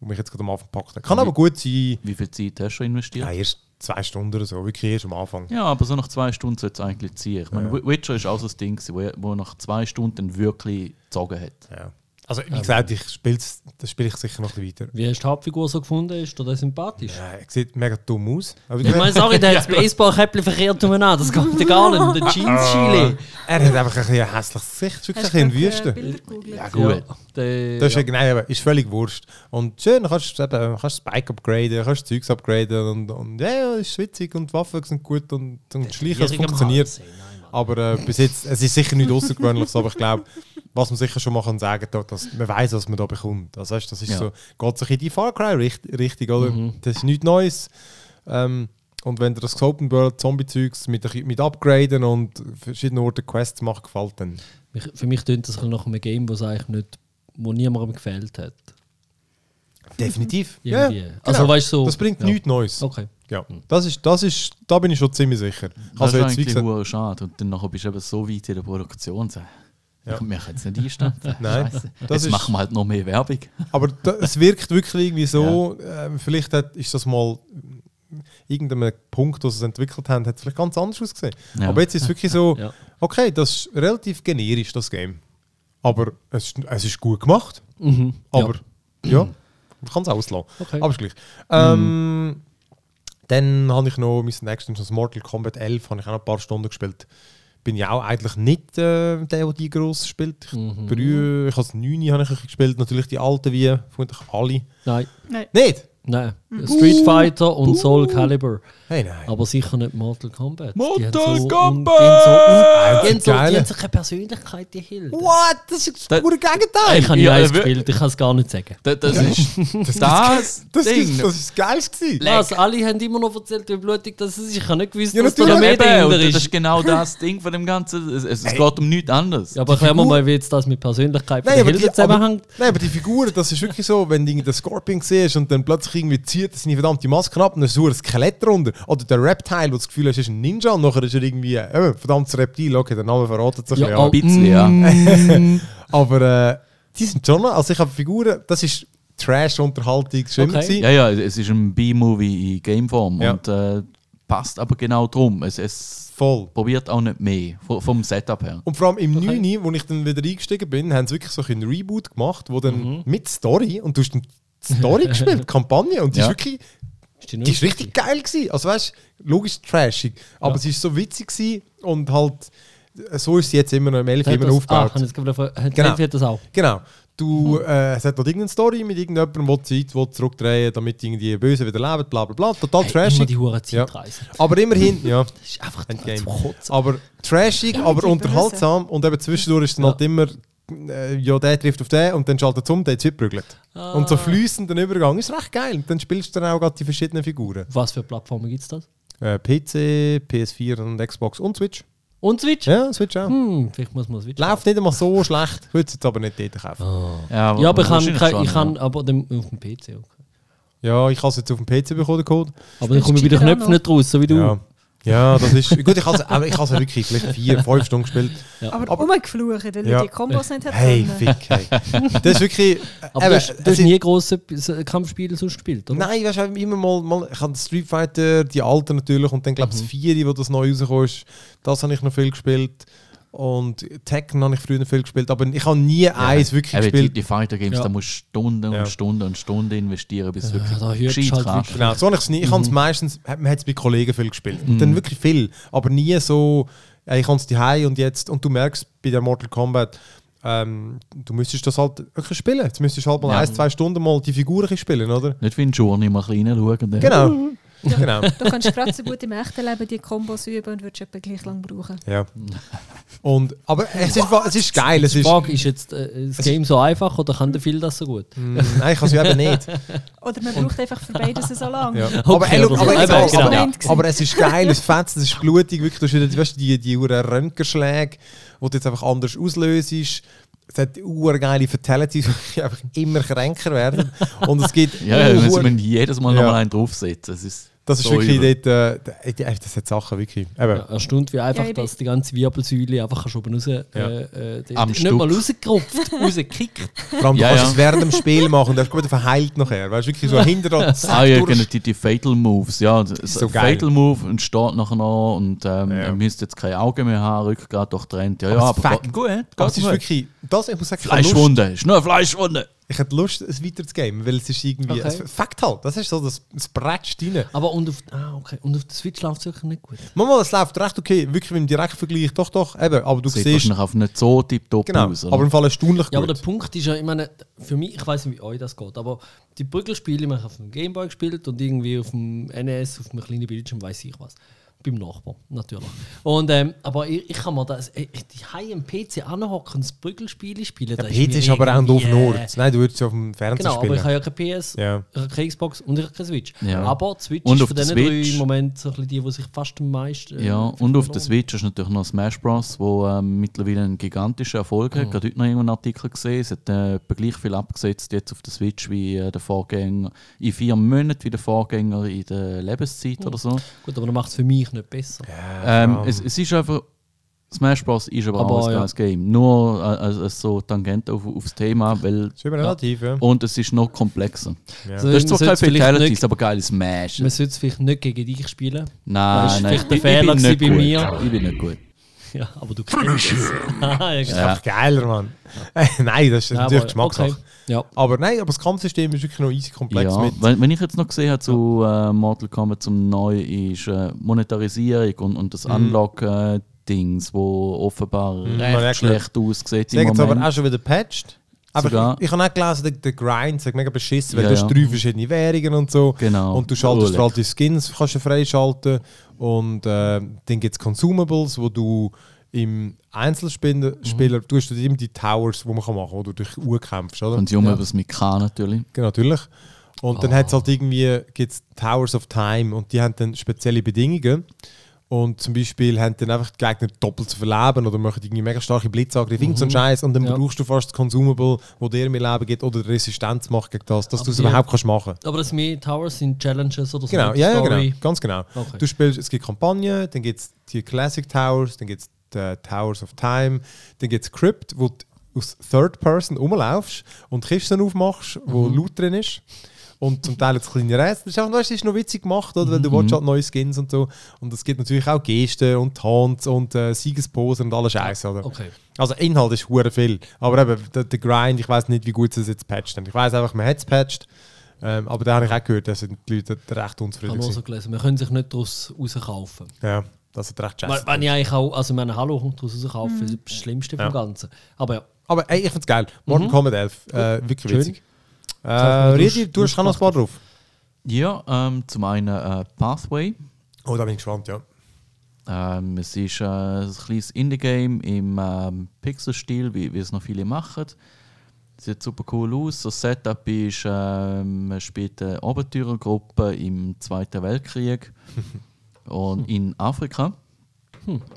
[SPEAKER 1] wo mich jetzt gerade am Anfang gepackt hat. Kann aber gut sein,
[SPEAKER 3] Wie viel Zeit hast du schon investiert?
[SPEAKER 1] ja, erst zwei Stunden oder so, wirklich erst am Anfang.
[SPEAKER 3] Ja, aber so nach zwei Stunden sollte es eigentlich ziehen. Ich meine, Witcher ist auch so ein Ding, gewesen, wo, wo nach zwei Stunden wirklich gezogen hat.
[SPEAKER 1] Ja. Also wie gesagt, ich spiel's, das spiele ich sicher noch ein bisschen weiter.
[SPEAKER 4] Wie hast du die Hauptfigur so gefunden? Ist dir das sympathisch?
[SPEAKER 1] Ja, er sieht mega dumm aus. Aber
[SPEAKER 4] Ich meine, sorry, der hat das Baseballkäppchen verkehrt umeinander. Das kommt dir gar nicht.
[SPEAKER 1] Ah,
[SPEAKER 4] Der Jeans-Chili.
[SPEAKER 1] er hat einfach ein, bisschen ein hässliches Gesicht, ist wirklich
[SPEAKER 2] Hast
[SPEAKER 1] ein
[SPEAKER 2] du
[SPEAKER 1] bisschen
[SPEAKER 2] gerade, äh,
[SPEAKER 1] Wüste.
[SPEAKER 2] Bilder gegoogelt?
[SPEAKER 3] Ja, gut.
[SPEAKER 4] der,
[SPEAKER 1] Das ist, ja. nein, eben, ist völlig wurscht. Und schön, dann kannst du eben, kannst Spike upgraden, kannst Zeugs upgraden und, und ja, ja, ist witzig und die Waffen sind gut und, und das Schleichen das
[SPEAKER 4] Jährige
[SPEAKER 1] funktioniert.
[SPEAKER 4] Mann. Nein, Mann.
[SPEAKER 1] Aber äh, bis jetzt, es ist sicher nicht außergewöhnliches, aber ich glaube, was man sicher schon mal kann sagen kann, dass man weiß, was man da bekommt. Also, weißt, du, das ist
[SPEAKER 3] Ja.
[SPEAKER 1] so, geht sich in die Far Cry richt- richtig, oder?
[SPEAKER 4] Mhm.
[SPEAKER 1] Das ist nichts Neues. Ähm, und wenn dir das Open World Zombie-Zeugs mit, ein bisschen- mit Upgraden und verschiedenen Orten Quests macht, gefällt dann.
[SPEAKER 4] Mich- Für mich tönt das ein bisschen nach einem Game, das eigentlich nicht, wo niemandem gefällt hat.
[SPEAKER 1] Definitiv. Genau.
[SPEAKER 4] Irgendwie. Also, weißt du, so-
[SPEAKER 1] Das bringt
[SPEAKER 4] ja.
[SPEAKER 1] nichts Neues.
[SPEAKER 4] Okay.
[SPEAKER 1] Ja, das ist, das ist, da bin ich schon ziemlich sicher.
[SPEAKER 3] Das
[SPEAKER 1] Also jetzt,
[SPEAKER 3] ist
[SPEAKER 1] wie
[SPEAKER 3] eigentlich
[SPEAKER 1] gesagt,
[SPEAKER 3] hure schade. Und dann nachher bist du eben so weit in der Produktion. So.
[SPEAKER 1] Ja.
[SPEAKER 3] Ja. Wir können es nicht einstampfen.
[SPEAKER 1] Nein,
[SPEAKER 3] Scheiße.
[SPEAKER 1] das
[SPEAKER 3] Jetzt
[SPEAKER 1] ist-
[SPEAKER 3] machen wir halt noch mehr Werbung.
[SPEAKER 1] aber da, es wirkt wirklich irgendwie so, ähm, vielleicht hat, ist das mal irgendeinem Punkt, wo sie es entwickelt haben, hat es vielleicht ganz anders ausgesehen.
[SPEAKER 3] Ja.
[SPEAKER 1] Aber jetzt ist es wirklich so,
[SPEAKER 4] Ja.
[SPEAKER 1] okay, das ist relativ generisch, das Game. Aber es, ist- es ist gut gemacht,
[SPEAKER 4] Mhm.
[SPEAKER 1] aber ja, man kann es auslassen.
[SPEAKER 4] Okay.
[SPEAKER 1] Aber ist gleich. Ähm, Dann habe ich noch mein nächstes das Mortal Kombat 11 habe ich auch noch ein paar Stunden gespielt. Bin ich auch eigentlich nicht äh, der, der die gross spielt. Ich, berühre, ich habe das 9 habe ich ein bisschen gespielt, natürlich die alten wie, vermutlich alle.
[SPEAKER 4] Nein,
[SPEAKER 2] Nein.
[SPEAKER 1] Nicht!
[SPEAKER 4] nein.
[SPEAKER 1] Mhm.
[SPEAKER 4] Street Fighter und Soul Calibur.
[SPEAKER 1] Hey, nein.
[SPEAKER 4] Aber sicher nicht Mortal Kombat.
[SPEAKER 3] Mortal
[SPEAKER 4] die haben so un-
[SPEAKER 1] Ah,
[SPEAKER 4] Die haben so, un- die haben so, die
[SPEAKER 1] geil.
[SPEAKER 4] haben so keine Persönlichkeit, die Hilde.
[SPEAKER 1] What? Das ist
[SPEAKER 3] Da-
[SPEAKER 1] das pure Gegenteil!
[SPEAKER 4] Ich habe
[SPEAKER 3] Ja,
[SPEAKER 4] ja eins
[SPEAKER 3] wir-
[SPEAKER 4] gespielt, ich kann es gar nicht sagen.
[SPEAKER 3] Das, das ist das, das,
[SPEAKER 1] Das
[SPEAKER 3] Ding.
[SPEAKER 1] ist das, ist das Geilste gewesen.
[SPEAKER 4] Was? Alle haben immer noch erzählt, wie blutig das ist. Ich habe nicht gewusst,
[SPEAKER 1] Ja,
[SPEAKER 4] dass da noch
[SPEAKER 1] natürlich.
[SPEAKER 4] mehr
[SPEAKER 3] Eben,
[SPEAKER 4] dahinter
[SPEAKER 3] und das
[SPEAKER 4] ist.
[SPEAKER 3] ist genau das Ding von dem Ganzen. Es, es, es geht um nichts anderes.
[SPEAKER 4] Ja, aber erklären wir
[SPEAKER 1] Figur-
[SPEAKER 4] mal, wie jetzt das mit Persönlichkeit von
[SPEAKER 1] Nein,
[SPEAKER 4] der
[SPEAKER 1] aber
[SPEAKER 4] Hilde
[SPEAKER 1] die, aber,
[SPEAKER 4] zusammenhängt.
[SPEAKER 1] nein, aber die Figuren, das ist wirklich so, wenn du den Scorpion siehst und dann plötzlich irgendwie zieht seine verdammte Maske ab und dann ist so ein Skelett drunter. Oder der Reptile, wo du das Gefühl hast, ist ein Ninja und nachher ist er irgendwie äh, ein verdammtes Reptil. Okay, der Name verratet sich
[SPEAKER 4] Ja,
[SPEAKER 1] ja.
[SPEAKER 3] Ein bisschen, ja.
[SPEAKER 1] Aber äh, die sind schon noch, also ich habe Figuren, das ist Trash-Unterhaltung schon immer
[SPEAKER 4] Okay.
[SPEAKER 1] gewesen.
[SPEAKER 3] Ja, ja, es ist ein B-Movie in Gameform
[SPEAKER 1] Ja.
[SPEAKER 3] und äh, passt aber genau drum. Es, es
[SPEAKER 1] Voll.
[SPEAKER 3] probiert auch nicht mehr vom, vom Setup her.
[SPEAKER 1] Und vor allem im 9., wo ich dann wieder eingestiegen bin, haben sie wirklich so ein Reboot gemacht, wo dann
[SPEAKER 4] Mhm.
[SPEAKER 1] mit Story, und du hast dann die Story gespielt, die Kampagne, und die
[SPEAKER 3] Ja.
[SPEAKER 1] ist wirklich
[SPEAKER 4] Ist die
[SPEAKER 1] Die ist
[SPEAKER 4] neu?
[SPEAKER 1] richtig geil gewesen. Also weißt du, logisch trashig, aber sie ist so witzig gewesen und halt so ist sie jetzt immer noch im Elf
[SPEAKER 4] Hat
[SPEAKER 1] immer
[SPEAKER 4] das-
[SPEAKER 1] noch aufgebaut.
[SPEAKER 4] Ah, haben jetzt gerade gefragt, hat
[SPEAKER 1] Genau.
[SPEAKER 4] genau. das auch?
[SPEAKER 1] genau. Du, äh, es hat dort irgendeine Story mit irgendjemandem, der die Zeit will zurückdrehen will, damit irgendwie die Bösen wieder leben, bla bla bla. Total
[SPEAKER 4] Hey, immer
[SPEAKER 1] trashig.
[SPEAKER 4] die Huren
[SPEAKER 1] Ja.
[SPEAKER 4] Zeitreisen.
[SPEAKER 1] Aber immerhin, ja.
[SPEAKER 4] Das ist einfach
[SPEAKER 1] Endgame.
[SPEAKER 4] zu kurz.
[SPEAKER 1] Aber trashig,
[SPEAKER 2] Ja,
[SPEAKER 1] aber
[SPEAKER 2] die
[SPEAKER 1] unterhaltsam. Und eben zwischendurch ist dann
[SPEAKER 3] Ja.
[SPEAKER 1] halt immer, äh, ja, der trifft auf den und dann schaltet es um, der zurückprügelt.
[SPEAKER 4] Ah.
[SPEAKER 1] Und so fließenden Übergang ist recht geil. Und dann spielst du dann auch gerade die verschiedenen Figuren.
[SPEAKER 4] Auf Was für Plattformen gibt es das?
[SPEAKER 1] Äh, PC, PS4 und Xbox und Switch.
[SPEAKER 4] Und Switch?
[SPEAKER 1] Ja, Switch auch.
[SPEAKER 4] Hm, vielleicht muss man Switch
[SPEAKER 1] Läuft nicht einmal so schlecht. Ich würde es jetzt aber nicht dort kaufen.
[SPEAKER 4] Ah.
[SPEAKER 3] Ja,
[SPEAKER 4] Ja, aber ich kann,
[SPEAKER 3] wahrscheinlich
[SPEAKER 4] ich kann,
[SPEAKER 3] schon,
[SPEAKER 4] ich
[SPEAKER 3] ja.
[SPEAKER 4] kann aber dem, auf dem PC. Okay.
[SPEAKER 1] Ja, ich habe es jetzt auf dem PC bekommen, den Code.
[SPEAKER 4] Aber dann komme
[SPEAKER 2] Spielst
[SPEAKER 4] ich bei den
[SPEAKER 2] du
[SPEAKER 4] Knöpfen
[SPEAKER 2] auch
[SPEAKER 4] nicht raus, so wie du.
[SPEAKER 1] Ja. ja, das ist. Gut, ich habe es aber ich habe es wirklich vielleicht vier, fünf Stunden gespielt.
[SPEAKER 2] Aber,
[SPEAKER 1] Aber-
[SPEAKER 2] rumgeflucht, weil
[SPEAKER 1] Ja.
[SPEAKER 2] du die Kombos nicht hat
[SPEAKER 1] Hey,
[SPEAKER 2] können.
[SPEAKER 1] Fick, hey. Das ist wirklich.
[SPEAKER 4] Aber
[SPEAKER 1] eben,
[SPEAKER 4] du hast, du
[SPEAKER 1] es
[SPEAKER 4] hast
[SPEAKER 1] ist-
[SPEAKER 4] nie grosse P- Kampfspiele sonst gespielt, oder?
[SPEAKER 1] Nein, weißt du, immer mal, mal ich habe Street Fighter, die alten natürlich, und dann glaube
[SPEAKER 4] Mhm.
[SPEAKER 1] ich das Vieri, wo das neu rausgekommen ist, das habe ich noch viel gespielt. Und Tekken habe ich früher noch viel gespielt, aber ich habe nie eins wirklich
[SPEAKER 3] Eben, die,
[SPEAKER 1] gespielt.
[SPEAKER 3] die Fighter Games,
[SPEAKER 4] Ja.
[SPEAKER 3] da musst du Stunden
[SPEAKER 1] Ja.
[SPEAKER 3] und Stunden und Stunden investieren, bis du
[SPEAKER 4] Ja, da
[SPEAKER 3] wirklich
[SPEAKER 4] hörst du halt
[SPEAKER 3] kannst.
[SPEAKER 1] Genau, so habe ich es nie. Ich habe es meistens, hat- man hat es bei Kollegen viel gespielt. Und dann wirklich viel, aber nie so, ja, ich habe es daheim und jetzt, und du merkst bei der Mortal Kombat, ähm, du müsstest das halt wirklich spielen. Jetzt müsstest du halt mal
[SPEAKER 3] Ja.
[SPEAKER 1] ein, zwei Stunden mal die Figuren ein bisschen spielen, oder?
[SPEAKER 3] Nicht wie ein Journey mal reinschauen. und dann-
[SPEAKER 1] Genau. genau.
[SPEAKER 2] Du kannst gerade so gut im echten Leben die Kombos üben und würdest etwa gleich lang brauchen.
[SPEAKER 1] Ja. Und, aber es ist, es ist geil. Es
[SPEAKER 4] Die
[SPEAKER 1] ist,
[SPEAKER 4] Frage ist jetzt, äh, das Game so einfach oder kann der Phil das so gut?
[SPEAKER 1] Mm, Nein, ich kann es ja eben nicht.
[SPEAKER 2] Oder man braucht einfach für beides so lange.
[SPEAKER 1] Ja. aber, ey, look,
[SPEAKER 4] oder so.
[SPEAKER 1] aber,
[SPEAKER 4] Eben,
[SPEAKER 1] egal,
[SPEAKER 4] genau.
[SPEAKER 1] aber,
[SPEAKER 2] Ja.
[SPEAKER 1] aber es ist geil, es fetzt, es ist blutig, wirklich. Du hast wieder, weißt, du, die, die Uhren Röntgenschläge, die du jetzt einfach anders auslöst. Es hat urgeile Fatalities, die einfach immer kränker werden. Und es gibt.
[SPEAKER 3] Ja, ja, wir
[SPEAKER 1] ur-
[SPEAKER 3] müssen jedes Mal
[SPEAKER 1] Ja.
[SPEAKER 3] nochmal einen draufsetzen. Das ist,
[SPEAKER 1] das ist
[SPEAKER 3] so
[SPEAKER 1] wirklich
[SPEAKER 3] übel.
[SPEAKER 1] dort. Äh, d- ey, das hat Sachen, wirklich. Eben.
[SPEAKER 4] Ja, erstaunt, wie einfach
[SPEAKER 2] Ja, ich bin-
[SPEAKER 4] dass die ganze Wirbelsäule einfach schon oben raus.
[SPEAKER 1] Ja.
[SPEAKER 4] Äh, äh, die-
[SPEAKER 3] Am
[SPEAKER 4] nicht
[SPEAKER 3] Stück.
[SPEAKER 4] mal rausgerupft, rausgekickt.
[SPEAKER 1] Vor allem, du
[SPEAKER 3] Ja,
[SPEAKER 1] kannst
[SPEAKER 3] ja.
[SPEAKER 1] es während dem Spiel machen und er ist gut verheilt nachher. Weißt du, wirklich so hinterher.
[SPEAKER 3] Ah ja, genau, die, die Fatal Moves, ja. Das-
[SPEAKER 1] So geil.
[SPEAKER 3] Fatal Move und steht nachher noch und ähm,
[SPEAKER 1] Ja.
[SPEAKER 3] er müsste jetzt keine Augen mehr haben, Rückgrat durchtrennt. Ja, ja,
[SPEAKER 1] Aber es
[SPEAKER 3] aber, Ah,
[SPEAKER 1] fängt-
[SPEAKER 3] geht, gut, geht
[SPEAKER 1] Das ist
[SPEAKER 3] gut.
[SPEAKER 1] wirklich. Das, ich muss sagen, ich habe Lust-
[SPEAKER 3] Fleischwunde, ist nur eine Fleischwunde.
[SPEAKER 1] Ich hätte Lust, es weiterzugeben, weil es ist irgendwie.
[SPEAKER 4] Okay.
[SPEAKER 1] Es Fakt halt, das ist so, das, das bretscht rein.
[SPEAKER 4] Aber und auf, ah, okay. und auf der Switch läuft es wirklich nicht gut.
[SPEAKER 1] Manchmal, es läuft recht okay, wirklich im Direktvergleich, doch, doch, eben, aber du
[SPEAKER 3] Sieht
[SPEAKER 1] siehst.
[SPEAKER 3] wahrscheinlich auf einen Zoo tiptop
[SPEAKER 1] Genau,
[SPEAKER 3] aus. oder?
[SPEAKER 1] aber im Fall erstaunlich
[SPEAKER 4] Ja, aber
[SPEAKER 1] gut.
[SPEAKER 4] der Punkt ist ja, ich meine, für mich, ich weiß nicht, wie euch das geht, aber die Brüggelspiele, ich habe auf dem Gameboy gespielt und irgendwie auf dem NES, auf einem kleinen Bildschirm, weiß ich was. Beim Nachbarn, natürlich. Und, ähm, aber ich, ich kann mir das, ich, ich- die High am PC anhocken, das Brüggelspiele spielen. das
[SPEAKER 1] Der PC
[SPEAKER 4] mir
[SPEAKER 1] ist aber auch ein doof
[SPEAKER 4] irgendwie- äh,
[SPEAKER 1] Nord. Nein, du würdest ja auf dem Fernseher
[SPEAKER 4] Genau, aber
[SPEAKER 1] spielen.
[SPEAKER 4] ich habe ja kein PS,
[SPEAKER 1] Ja.
[SPEAKER 4] ich habe keine Xbox und ich habe keine Switch.
[SPEAKER 3] Ja.
[SPEAKER 4] Aber die Switch
[SPEAKER 3] Und
[SPEAKER 4] ist
[SPEAKER 3] auf
[SPEAKER 4] von
[SPEAKER 3] der
[SPEAKER 4] diesen drei
[SPEAKER 3] Switch-
[SPEAKER 4] im Moment so ein bisschen die, die sich fast am meisten. äh,
[SPEAKER 3] Ja, und auf der
[SPEAKER 4] verloren.
[SPEAKER 3] Switch ist natürlich noch Smash Bros., wo ähm, mittlerweile einen gigantischen Erfolg
[SPEAKER 1] Oh.
[SPEAKER 3] hat. Gerade heute noch irgendeinen Artikel gesehen. Es hat äh, etwa gleich viel abgesetzt jetzt auf der Switch wie äh, der Vorgänger in vier Monaten wie der Vorgänger in der Lebenszeit
[SPEAKER 1] Oh.
[SPEAKER 3] oder so.
[SPEAKER 4] Gut, aber dann macht es für mich nicht besser.
[SPEAKER 3] Ähm, es, es ist einfach. Smash Bros. ist aber,
[SPEAKER 4] Aber,
[SPEAKER 3] auch ein
[SPEAKER 4] ja.
[SPEAKER 3] geiles Game. Nur äh, also so Tangent auf, aufs Thema, weil.
[SPEAKER 1] ist immer relativ,
[SPEAKER 4] Oh,
[SPEAKER 1] ja.
[SPEAKER 3] Und es ist noch komplexer.
[SPEAKER 1] Ja.
[SPEAKER 4] Also,
[SPEAKER 3] Das ist
[SPEAKER 4] man
[SPEAKER 3] zwar keine
[SPEAKER 4] sollte vielleicht
[SPEAKER 3] Fatalities,
[SPEAKER 4] nicht-
[SPEAKER 3] aber geiles Smash.
[SPEAKER 4] Man sollte es vielleicht nicht gegen dich spielen.
[SPEAKER 3] Nein,
[SPEAKER 4] Das ist
[SPEAKER 3] nein.
[SPEAKER 4] vielleicht der
[SPEAKER 3] ich- ich bin
[SPEAKER 4] Fehler
[SPEAKER 3] nicht
[SPEAKER 4] gewesen bei
[SPEAKER 3] gut.
[SPEAKER 4] mir.
[SPEAKER 3] Ich bin nicht gut.
[SPEAKER 4] Ja, aber du kennst es. Ah, ja, genau.
[SPEAKER 1] Das ist einfach geiler, Mann. nein, das ist
[SPEAKER 4] Ja,
[SPEAKER 1] natürlich
[SPEAKER 4] aber-
[SPEAKER 1] Geschmackssache.
[SPEAKER 4] okay. Ja.
[SPEAKER 1] Aber nein, aber das Kampfsystem ist wirklich noch easy komplex
[SPEAKER 3] Ja,
[SPEAKER 1] mit.
[SPEAKER 3] wenn, wenn ich jetzt noch gesehen habe zu äh, Mortal Kombat zum Neu ist äh, Monetarisierung und, und
[SPEAKER 4] Mhm.
[SPEAKER 3] das Unlock-Dings, wo offenbar
[SPEAKER 1] man merkt
[SPEAKER 3] recht schlecht aussieht
[SPEAKER 1] Sie
[SPEAKER 3] im
[SPEAKER 1] haben es aber
[SPEAKER 3] Moment.
[SPEAKER 1] auch schon wieder patched. Aber
[SPEAKER 3] Sogar.
[SPEAKER 1] ich, ich habe auch gelesen, der, der Grind sagt mega beschissen, weil
[SPEAKER 3] Ja,
[SPEAKER 1] du hast
[SPEAKER 3] ja.
[SPEAKER 1] drei verschiedene Währungen und so.
[SPEAKER 3] Genau.
[SPEAKER 1] Und du schaltest
[SPEAKER 3] Urleck.
[SPEAKER 1] vor allem die Skins, kannst du freischalten. Und äh, dann gibt es Consumables, wo du im Einzelspieler,
[SPEAKER 3] Mhm.
[SPEAKER 1] Spieler, du hast dort immer die Towers, die man kann machen kann, wo du durch Uhr kämpfst, oder?
[SPEAKER 3] Und sie um etwas mit K natürlich.
[SPEAKER 1] Genau, natürlich. Und
[SPEAKER 4] Ah.
[SPEAKER 1] dann hat es halt irgendwie gibt's Towers of Time und die haben dann spezielle Bedingungen. Und zum Beispiel haben dann einfach die Gegner doppelt zu verleben oder machen irgendwie mega starke Blitzangriffe, mhm. so einen Scheiß. Und dann
[SPEAKER 4] Ja.
[SPEAKER 1] brauchst du fast das Consumable, wo dir mehr Leben gibt oder die Resistenz macht gegen das, dass du es
[SPEAKER 4] die-
[SPEAKER 1] überhaupt kannst machen
[SPEAKER 4] Aber das mehr Towers sind Challenges oder so.
[SPEAKER 1] Genau,
[SPEAKER 4] die
[SPEAKER 1] ja, ja,
[SPEAKER 4] Story.
[SPEAKER 1] genau. Ganz genau.
[SPEAKER 4] Okay.
[SPEAKER 1] Du spielst, es gibt Kampagne, dann gibt es die Classic Towers, dann gibt es die Towers of Time, dann gibt es Crypt, wo du aus Third Person rumlaufst und Kisten aufmachst, wo
[SPEAKER 4] Mhm.
[SPEAKER 1] Loot drin ist. Und zum Teil jetzt kleine Rätsel. Das ist, einfach, weißt, das ist noch witzig gemacht, oder?
[SPEAKER 4] Mhm.
[SPEAKER 1] weil du willst halt neue Skins und so. Und es gibt natürlich auch Gesten und Tanz und äh, Siegesposen und alles Scheiße. Oder?
[SPEAKER 4] Okay.
[SPEAKER 1] Also Inhalt ist hure viel. Aber eben, der, der Grind, ich weiß nicht, wie gut sie es jetzt patcht haben. Ich weiß einfach, man hat es patcht. Ähm, aber da habe ich auch gehört, dass die Leute recht
[SPEAKER 4] Ich
[SPEAKER 1] unzufrieden
[SPEAKER 4] habe nur
[SPEAKER 1] sind.
[SPEAKER 4] so gelesen, wir können sich nicht daraus rauskaufen.
[SPEAKER 1] Ja, das hat recht
[SPEAKER 4] Weil,
[SPEAKER 1] scheiße.
[SPEAKER 4] wenn ich eigentlich auch, also ich meine, Hallo kommt daraus rauskaufen, das ist das Schlimmste
[SPEAKER 1] Ja.
[SPEAKER 4] vom Ganzen. Aber ja,
[SPEAKER 1] Aber ey, ich find's geil. Morgen kommen 11. Äh, wirklich
[SPEAKER 4] Mhm. Schön.
[SPEAKER 1] witzig. Äh,
[SPEAKER 4] Das heißt, du
[SPEAKER 1] Redi,
[SPEAKER 4] hast-
[SPEAKER 1] du hast auch noch ein paar drauf.
[SPEAKER 3] Ja, ähm, zum einen äh, Pathway.
[SPEAKER 1] Oh, da bin ich gespannt, ja.
[SPEAKER 3] Ähm, es ist äh, ein kleines Indie-Game im ähm, Pixel-Stil, wie, wie es noch viele machen. Sieht super cool aus. Das Setup ist, ähm, man spielt eine Abenteurergruppe im Zweiten Weltkrieg und in Afrika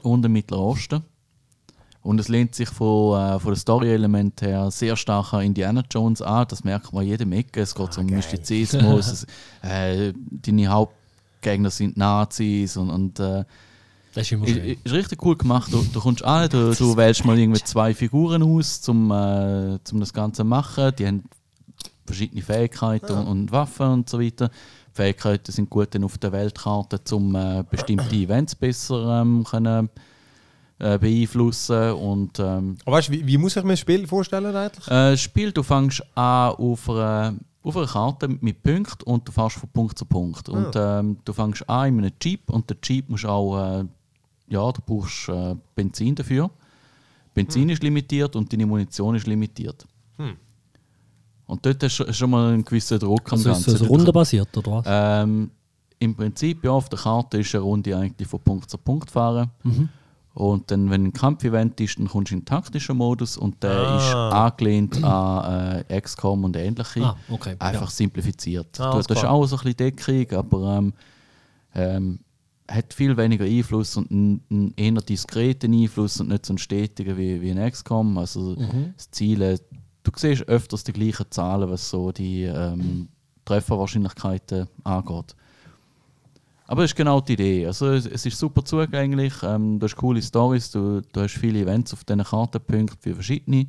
[SPEAKER 3] und im Mittleren Osten. Und es lehnt sich von, äh, von den Story-Element her sehr stark an Indiana Jones an. Das merkt man jedem Ecke. Es geht um Mystizismus. es, äh, deine Hauptgegner sind Nazis und, und äh,
[SPEAKER 4] Das ist immer
[SPEAKER 3] ist,
[SPEAKER 4] schön.
[SPEAKER 3] ist richtig cool gemacht. Du, du kommst an, du, du wählst mal irgendwie zwei Figuren aus, zum, äh, zum das Ganze zu machen. Die haben verschiedene Fähigkeiten und, und Waffen und so weiter. Die Fähigkeiten sind gut dann auf der Weltkarte, um äh, bestimmte Events besser ähm, können, äh, beeinflussen und ähm,
[SPEAKER 1] Aber weißt du, wie, wie muss ich mir das Spiel vorstellen eigentlich?
[SPEAKER 3] äh, Spiel, du fängst an auf einer, auf einer Karte mit Punkten und du fährst von Punkt zu Punkt. Und ähm, du fängst an in einem Jeep und der Jeep musst auch, äh, ja, du brauchst äh, Benzin dafür. Benzin ist limitiert und deine Munition ist limitiert. Und dort hast du schon mal einen gewissen Druck
[SPEAKER 4] Also ist das
[SPEAKER 3] Dort-
[SPEAKER 4] rundenbasiert oder was?
[SPEAKER 3] ähm, Im Prinzip, ja, auf der Karte ist eine Runde eigentlich von Punkt zu Punkt fahren. Und dann, wenn ein Kampfevent ist, dann kommst du in den taktischen Modus und der ist angelehnt an äh, XCOM und ähnliche.
[SPEAKER 4] Ah, okay,
[SPEAKER 3] Einfach
[SPEAKER 4] ja.
[SPEAKER 3] simplifiziert.
[SPEAKER 1] Ah,
[SPEAKER 3] du,
[SPEAKER 1] alles
[SPEAKER 3] das ist
[SPEAKER 1] klar.
[SPEAKER 3] auch so ein bisschen Deckung, aber ähm, ähm, hat viel weniger Einfluss und einen, einen eher diskreten Einfluss und nicht so einen stetigen wie, wie ein XCOM. Also das Ziel, äh, du siehst öfters die gleichen Zahlen, was so die ähm, Trefferwahrscheinlichkeiten angeht. Aber das ist genau die Idee. Also es, es ist super zugänglich, ähm, du hast coole Stories, du, du hast viele Events auf diesen Kartenpunkten für verschiedene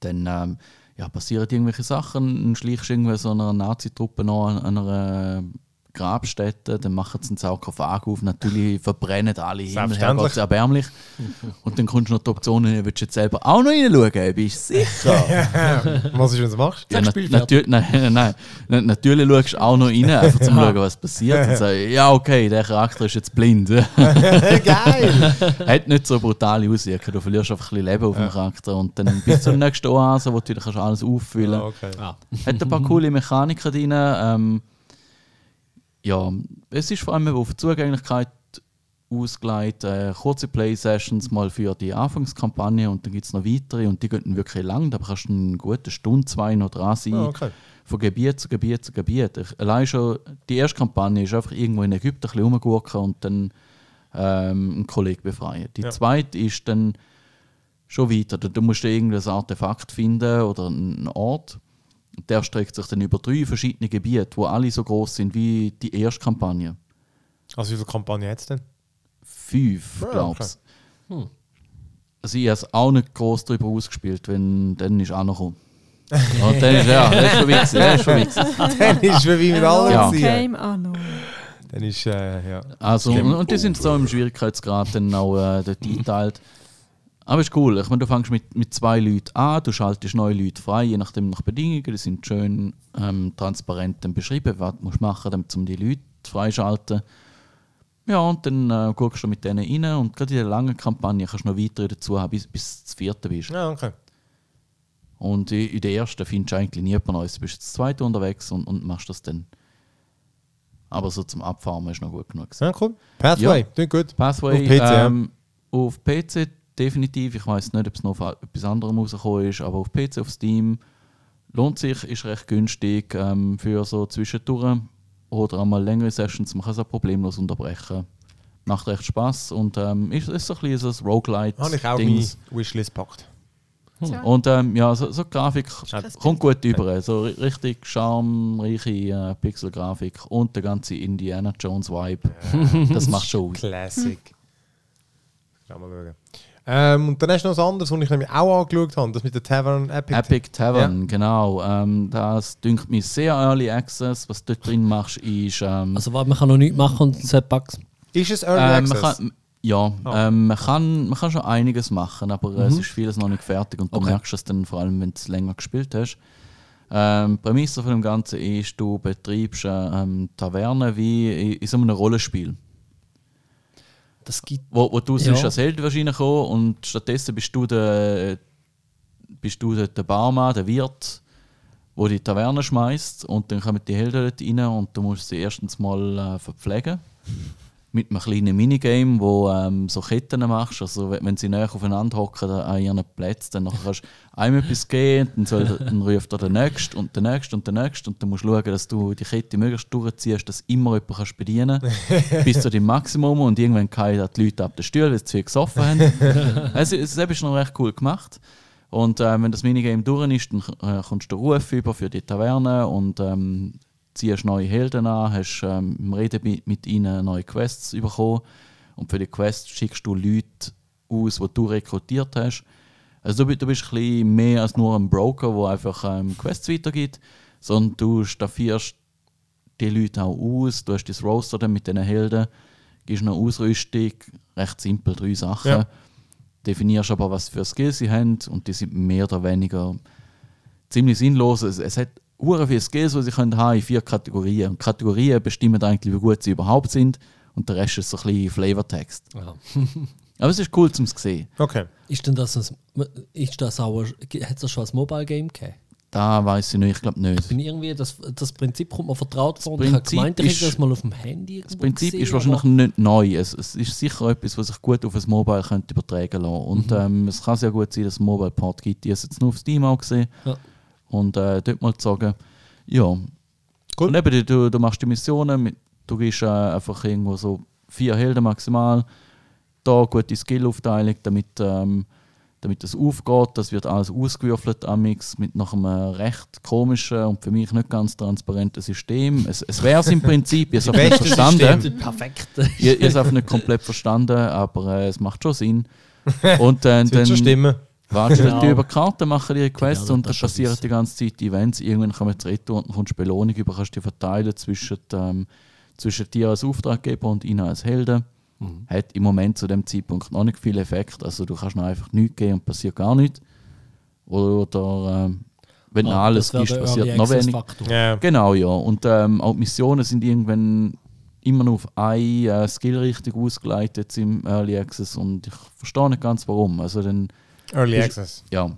[SPEAKER 3] dann ähm, ja, passieren irgendwelche Sachen, dann schleichst du irgendwie so einer Nazi-Truppe noch an, an einer Grabstätte, dann machen sie einen Sarkophag auf, natürlich verbrennen alle Himmel,
[SPEAKER 1] Selbstverständlich.
[SPEAKER 3] Herrgott, erbärmlich. Und dann kommst du noch die Option, du willst du jetzt selber auch noch reinschauen, bist du sicher?
[SPEAKER 1] Was ist, wenn du es machst?
[SPEAKER 3] ja, nat natür nein, nein, Na- natürlich schaust du auch noch rein, einfach zum schauen, was passiert. Und sagst, ja okay, der Charakter ist jetzt blind.
[SPEAKER 1] Geil!
[SPEAKER 3] Hat nicht so brutale Auswirkungen, du verlierst einfach ein bisschen Leben auf dem Charakter und dann bis zur nächsten Oase, wo du wieder kannst alles auffüllen kannst.
[SPEAKER 1] okay.
[SPEAKER 4] Ah,
[SPEAKER 3] Hat ein paar coole Mechaniken drin. Ähm, ja, es ist vor allem eben auf Zugänglichkeit ausgelegt. Äh, kurze Play-Sessions mal für die Anfangskampagne und dann gibt es noch weitere und die gehen dann wirklich lang. Da kannst du eine gute Stunde, zwei noch dran sein.
[SPEAKER 1] Ah, okay.
[SPEAKER 3] Von Gebiet zu Gebiet zu Gebiet. Ich, allein schon die erste Kampagne ist einfach irgendwo in Ägypten ein bisschen rumgurken und dann ähm, einen Kollegen befreien. Die zweite ist dann schon weiter. Du, du musst irgendein Artefakt finden oder einen Ort. Der streckt sich dann über drei verschiedene Gebiete, wo alle so groß sind wie die erste Kampagne.
[SPEAKER 1] Also wie viele Kampagnen hat es denn?
[SPEAKER 3] Fünf,
[SPEAKER 1] Ah,
[SPEAKER 3] glaubst Also ich habe es auch nicht groß darüber ausgespielt, wenn dann ist auch noch gekommen. Und dann ist ja, das ist vorbei, gewesen, das ist vorbei. gewesen.
[SPEAKER 1] Dann ist wie mit allem
[SPEAKER 3] Ja.
[SPEAKER 1] gewesen.
[SPEAKER 2] Game Anno.
[SPEAKER 1] Dann ist, äh, ja.
[SPEAKER 3] Also, und, und die sind so im Schwierigkeitsgrad dann auch äh, dort eingeteilt. Aber ist cool. Ich meine, du fängst mit, mit zwei Leuten an, du schaltest neue Leute frei, je nachdem nach Bedingungen. Die sind schön ähm, transparent dann beschrieben, was du musst machen musst, um die Leute freischalten. Ja, und dann äh, guckst du mit denen rein und gerade in der langen Kampagne kannst du noch weitere dazu haben, bis, bis du vierte bist.
[SPEAKER 1] Ja, Ah, okay.
[SPEAKER 3] Und i- in der ersten findest du eigentlich niemand Neues. Du bist jetzt zweite unterwegs und, und machst das dann. Aber so zum Abfarmen ist noch gut genug. gewesen.
[SPEAKER 1] Ja, cool. Pathway,
[SPEAKER 3] Ja.
[SPEAKER 1] klingt gut.
[SPEAKER 3] Pathway
[SPEAKER 1] Auf PC, ja.
[SPEAKER 3] ähm, auf PC definitiv. Ich weiß nicht, ob es noch auf etwas anderem rausgekommen ist, aber auf PC, auf Steam lohnt sich, ist recht günstig ähm, für so Zwischentouren oder einmal längere Sessions. Man kann es auch problemlos unterbrechen. Macht recht Spaß und ähm, ist, ist so ein bisschen so ein
[SPEAKER 1] Habe ich auch meine
[SPEAKER 3] Roguelite-Dings.
[SPEAKER 1] Wishlist gepackt.
[SPEAKER 3] Und ähm, ja, so, so die Grafik
[SPEAKER 2] Hat-
[SPEAKER 3] kommt gut über. So ri- richtig charmreiche äh, Pixel-Grafik und der ganze Indiana Jones-Vibe. Das macht schon aus.
[SPEAKER 1] Classic. Hm. Mal schauen. Ähm, und dann hast du noch was anderes, was ich nämlich auch angeschaut habe, das mit der Tavern Epic.
[SPEAKER 3] Epic Tavern, genau. Ähm, das dünkt mich sehr Early Access. Was du dort drin machst, ist. Ähm,
[SPEAKER 4] Also warte, man kann noch nichts machen und es hat Bugs.
[SPEAKER 1] Ist es Early
[SPEAKER 3] ähm, man
[SPEAKER 1] Access? Oh.
[SPEAKER 3] kann, ja, ähm, man, kann, man kann schon einiges machen, aber äh,
[SPEAKER 1] Mhm.
[SPEAKER 3] es ist vieles noch nicht fertig und du merkst es dann vor allem, wenn du es länger gespielt hast. Ähm, die Prämisse von dem Ganzen ist, du betreibst eine ähm, Taverne wie in, in so einem Rollenspiel.
[SPEAKER 4] Das gibt
[SPEAKER 3] Wo, wo du
[SPEAKER 4] Ja.
[SPEAKER 3] sonst als Held wahrscheinlich kommst und stattdessen bist du der, äh, bist du dort der Barmann, der Wirt, wo die Taverne schmeißt und dann kommen die Helden dort rein und du musst sie erstens mal äh, verpflegen. Mit einem kleinen Minigame, wo ähm, so Ketten machst. Also, wenn wenn sie näher aufeinander hocken da an ihren Plätzen, dann nachher kannst du einem etwas geben, und dann, soll, dann ruft er den Nächsten und den Nächsten und den Nächsten. Und dann musst du schauen, dass du die Kette möglichst durchziehst, dass immer jemand kannst bedienen bis zu dem Maximum. Und irgendwann fallen die Leute ab den Stuhl, weil sie zu viel gesoffen haben. also, es ist noch recht cool gemacht. Und äh, wenn das Minigame durch ist, dann äh, kommst du Ruf über für die Taverne und ähm, ziehst neue Helden an, hast ähm, im Reden bi- mit ihnen neue Quests bekommen. Und für die Quests schickst du Leute aus, die du rekrutiert hast. Also du, bi- du bist ein bisschen mehr als nur ein Broker, der einfach ähm, Quests weitergibt, sondern du staffierst die Leute auch aus, du hast das Roster dann mit diesen Helden, gibst ihnen Ausrüstung, recht simpel, drei Sachen
[SPEAKER 1] Ja.
[SPEAKER 3] definierst aber, was für Skills sie haben und die sind mehr oder weniger ziemlich sinnlos. Es, es hat hure viele Skills, die sie können haben in vier Kategorien. Und Kategorien bestimmen eigentlich, wie gut sie überhaupt sind und der Rest ist so ein bisschen Flavortext.
[SPEAKER 4] Ja.
[SPEAKER 3] Aber es ist cool zum zu sehen.
[SPEAKER 1] Okay.
[SPEAKER 4] Ist denn das ein, ist das auch, hat das schon als Mobile Game gegeben?
[SPEAKER 3] Da weiß ich nicht, ich glaube nicht.
[SPEAKER 4] Bin irgendwie, das, das Prinzip kommt mir vertraut vor und ich habe
[SPEAKER 3] Prinzip
[SPEAKER 4] gemeint, ich
[SPEAKER 3] ist-
[SPEAKER 4] hätte das mal auf dem Handy
[SPEAKER 3] Das Prinzip ist wahrscheinlich nicht neu. Es, es ist sicher etwas, was sich gut auf ein Mobile könnte übertragen lassen Und ähm, es kann sehr gut sein, dass es einen Mobile-Part gibt. Ich habe es jetzt nur auf Steam auch gesehen
[SPEAKER 4] Ja.
[SPEAKER 3] und äh, dort mal zu sagen, ja.
[SPEAKER 1] Gut.
[SPEAKER 3] Und eben, du, du machst die Missionen, mit, du gibst äh, einfach irgendwo so vier Helden maximal, da gute Skill-Aufteilung, damit, ähm, damit das aufgeht. Das wird alles ausgewürfelt amix mit nach einem äh, recht komischen und für mich nicht ganz transparenten System. Es, es wäre es im Prinzip, ich habe es nicht
[SPEAKER 1] besten
[SPEAKER 3] verstanden.
[SPEAKER 1] System.
[SPEAKER 4] perfekt.
[SPEAKER 3] Ich, ich habe es einfach nicht komplett verstanden, aber äh, es macht schon Sinn. Und äh,
[SPEAKER 1] Das wird schon
[SPEAKER 3] dann
[SPEAKER 1] stimmen.
[SPEAKER 3] wartest du
[SPEAKER 4] Genau.
[SPEAKER 3] natürlich über Karten, machen ihre Quests
[SPEAKER 4] werden
[SPEAKER 3] und dann
[SPEAKER 4] das schon
[SPEAKER 3] passieren
[SPEAKER 4] wissen.
[SPEAKER 3] die ganze Zeit Events. Irgendwann kommen sie retour und dann kommst du Belohnung über, kannst die verteilen zwischen, ähm, zwischen dir als Auftraggeber und ihnen als Helden.
[SPEAKER 4] Mhm.
[SPEAKER 3] Hat im Moment zu dem Zeitpunkt noch nicht viel Effekt. Also du kannst ihnen einfach nichts geben und passiert gar nichts. Oder, oder ähm, wenn
[SPEAKER 4] Ah,
[SPEAKER 3] alles
[SPEAKER 4] das wär
[SPEAKER 3] ist,
[SPEAKER 4] der
[SPEAKER 3] passiert
[SPEAKER 4] Early
[SPEAKER 3] noch
[SPEAKER 4] Access
[SPEAKER 3] wenig.
[SPEAKER 4] Faktor.
[SPEAKER 1] Ja.
[SPEAKER 3] Genau, ja. Und ähm, auch die Missionen sind irgendwann immer nur auf eine äh, Skillrichtung ausgeleitet im Early Access und ich verstehe nicht ganz warum. Also dann,
[SPEAKER 1] Early
[SPEAKER 3] Ist-
[SPEAKER 1] Access.
[SPEAKER 3] ja.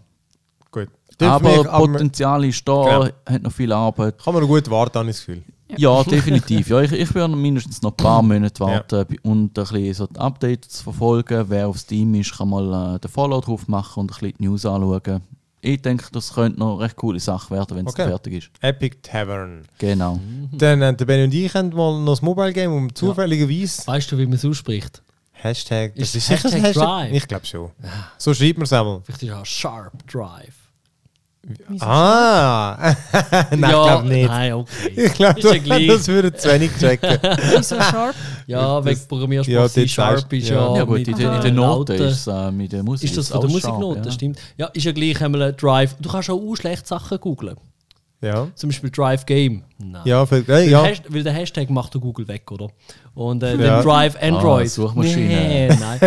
[SPEAKER 1] Gut.
[SPEAKER 3] aber
[SPEAKER 1] Dürfen wir-
[SPEAKER 3] Potenzial ist da,
[SPEAKER 1] Genau.
[SPEAKER 3] hat noch viel Arbeit.
[SPEAKER 1] kann man noch gut warten, habe ich das Gefühl.
[SPEAKER 3] Ja, definitiv. Ja, ich, ich würde mindestens noch ein paar Monate warten bi- und ein bisschen so die Updates zu verfolgen. Wer auf Steam ist, kann mal äh, den Follow drauf machen und ein bisschen die News anschauen. Ich denke, das könnte noch eine recht coole Sache werden, wenn es
[SPEAKER 1] Okay.
[SPEAKER 3] dann fertig ist.
[SPEAKER 1] Epic Tavern.
[SPEAKER 3] Genau.
[SPEAKER 1] Dann haben der Benny und ich haben mal noch das Mobile Game und zufälligerweise
[SPEAKER 4] Weißt du, wie man es ausspricht?
[SPEAKER 1] Hashtag.
[SPEAKER 4] Ist
[SPEAKER 1] das
[SPEAKER 4] Hashtag
[SPEAKER 1] sicher ein
[SPEAKER 4] Drive?
[SPEAKER 1] Ich glaube schon. So schreibt man es einmal.
[SPEAKER 4] Vielleicht ist es auch Sharp Drive.
[SPEAKER 1] Ah! nein, ich glaube nicht.
[SPEAKER 4] Nein, okay.
[SPEAKER 1] Ich glaube,
[SPEAKER 4] Ist ja gleich.
[SPEAKER 1] das würde zu wenig checken.
[SPEAKER 2] Wieso sharp?
[SPEAKER 4] Ja,
[SPEAKER 1] Das-
[SPEAKER 4] wegen Programmiersprache
[SPEAKER 1] ja,
[SPEAKER 4] sind
[SPEAKER 1] dort weisst-
[SPEAKER 4] Sharp ist
[SPEAKER 1] ja.
[SPEAKER 4] ja.
[SPEAKER 3] Ja gut, in,
[SPEAKER 4] mit
[SPEAKER 3] der- in
[SPEAKER 4] den
[SPEAKER 3] der Note
[SPEAKER 4] Lauten.
[SPEAKER 3] ist es äh, mit der Musik.
[SPEAKER 4] Ist das
[SPEAKER 3] ist
[SPEAKER 4] von der
[SPEAKER 3] alles scharf,
[SPEAKER 4] Musiknote,
[SPEAKER 3] ja.
[SPEAKER 4] stimmt. Ja, ist ja gleich einmal ein Drive. Du kannst auch schlecht Sachen googlen.
[SPEAKER 1] Ja,
[SPEAKER 4] Zum Beispiel Drive Game. Nein.
[SPEAKER 1] ja, vielleicht. Äh,
[SPEAKER 4] Ja.
[SPEAKER 1] ja.
[SPEAKER 4] Hasht- weil der Hashtag macht der Google weg, oder? Und äh,
[SPEAKER 1] Ja.
[SPEAKER 4] dann Drive Android.
[SPEAKER 3] Ah, Suchmaschine.
[SPEAKER 4] Nee, nein.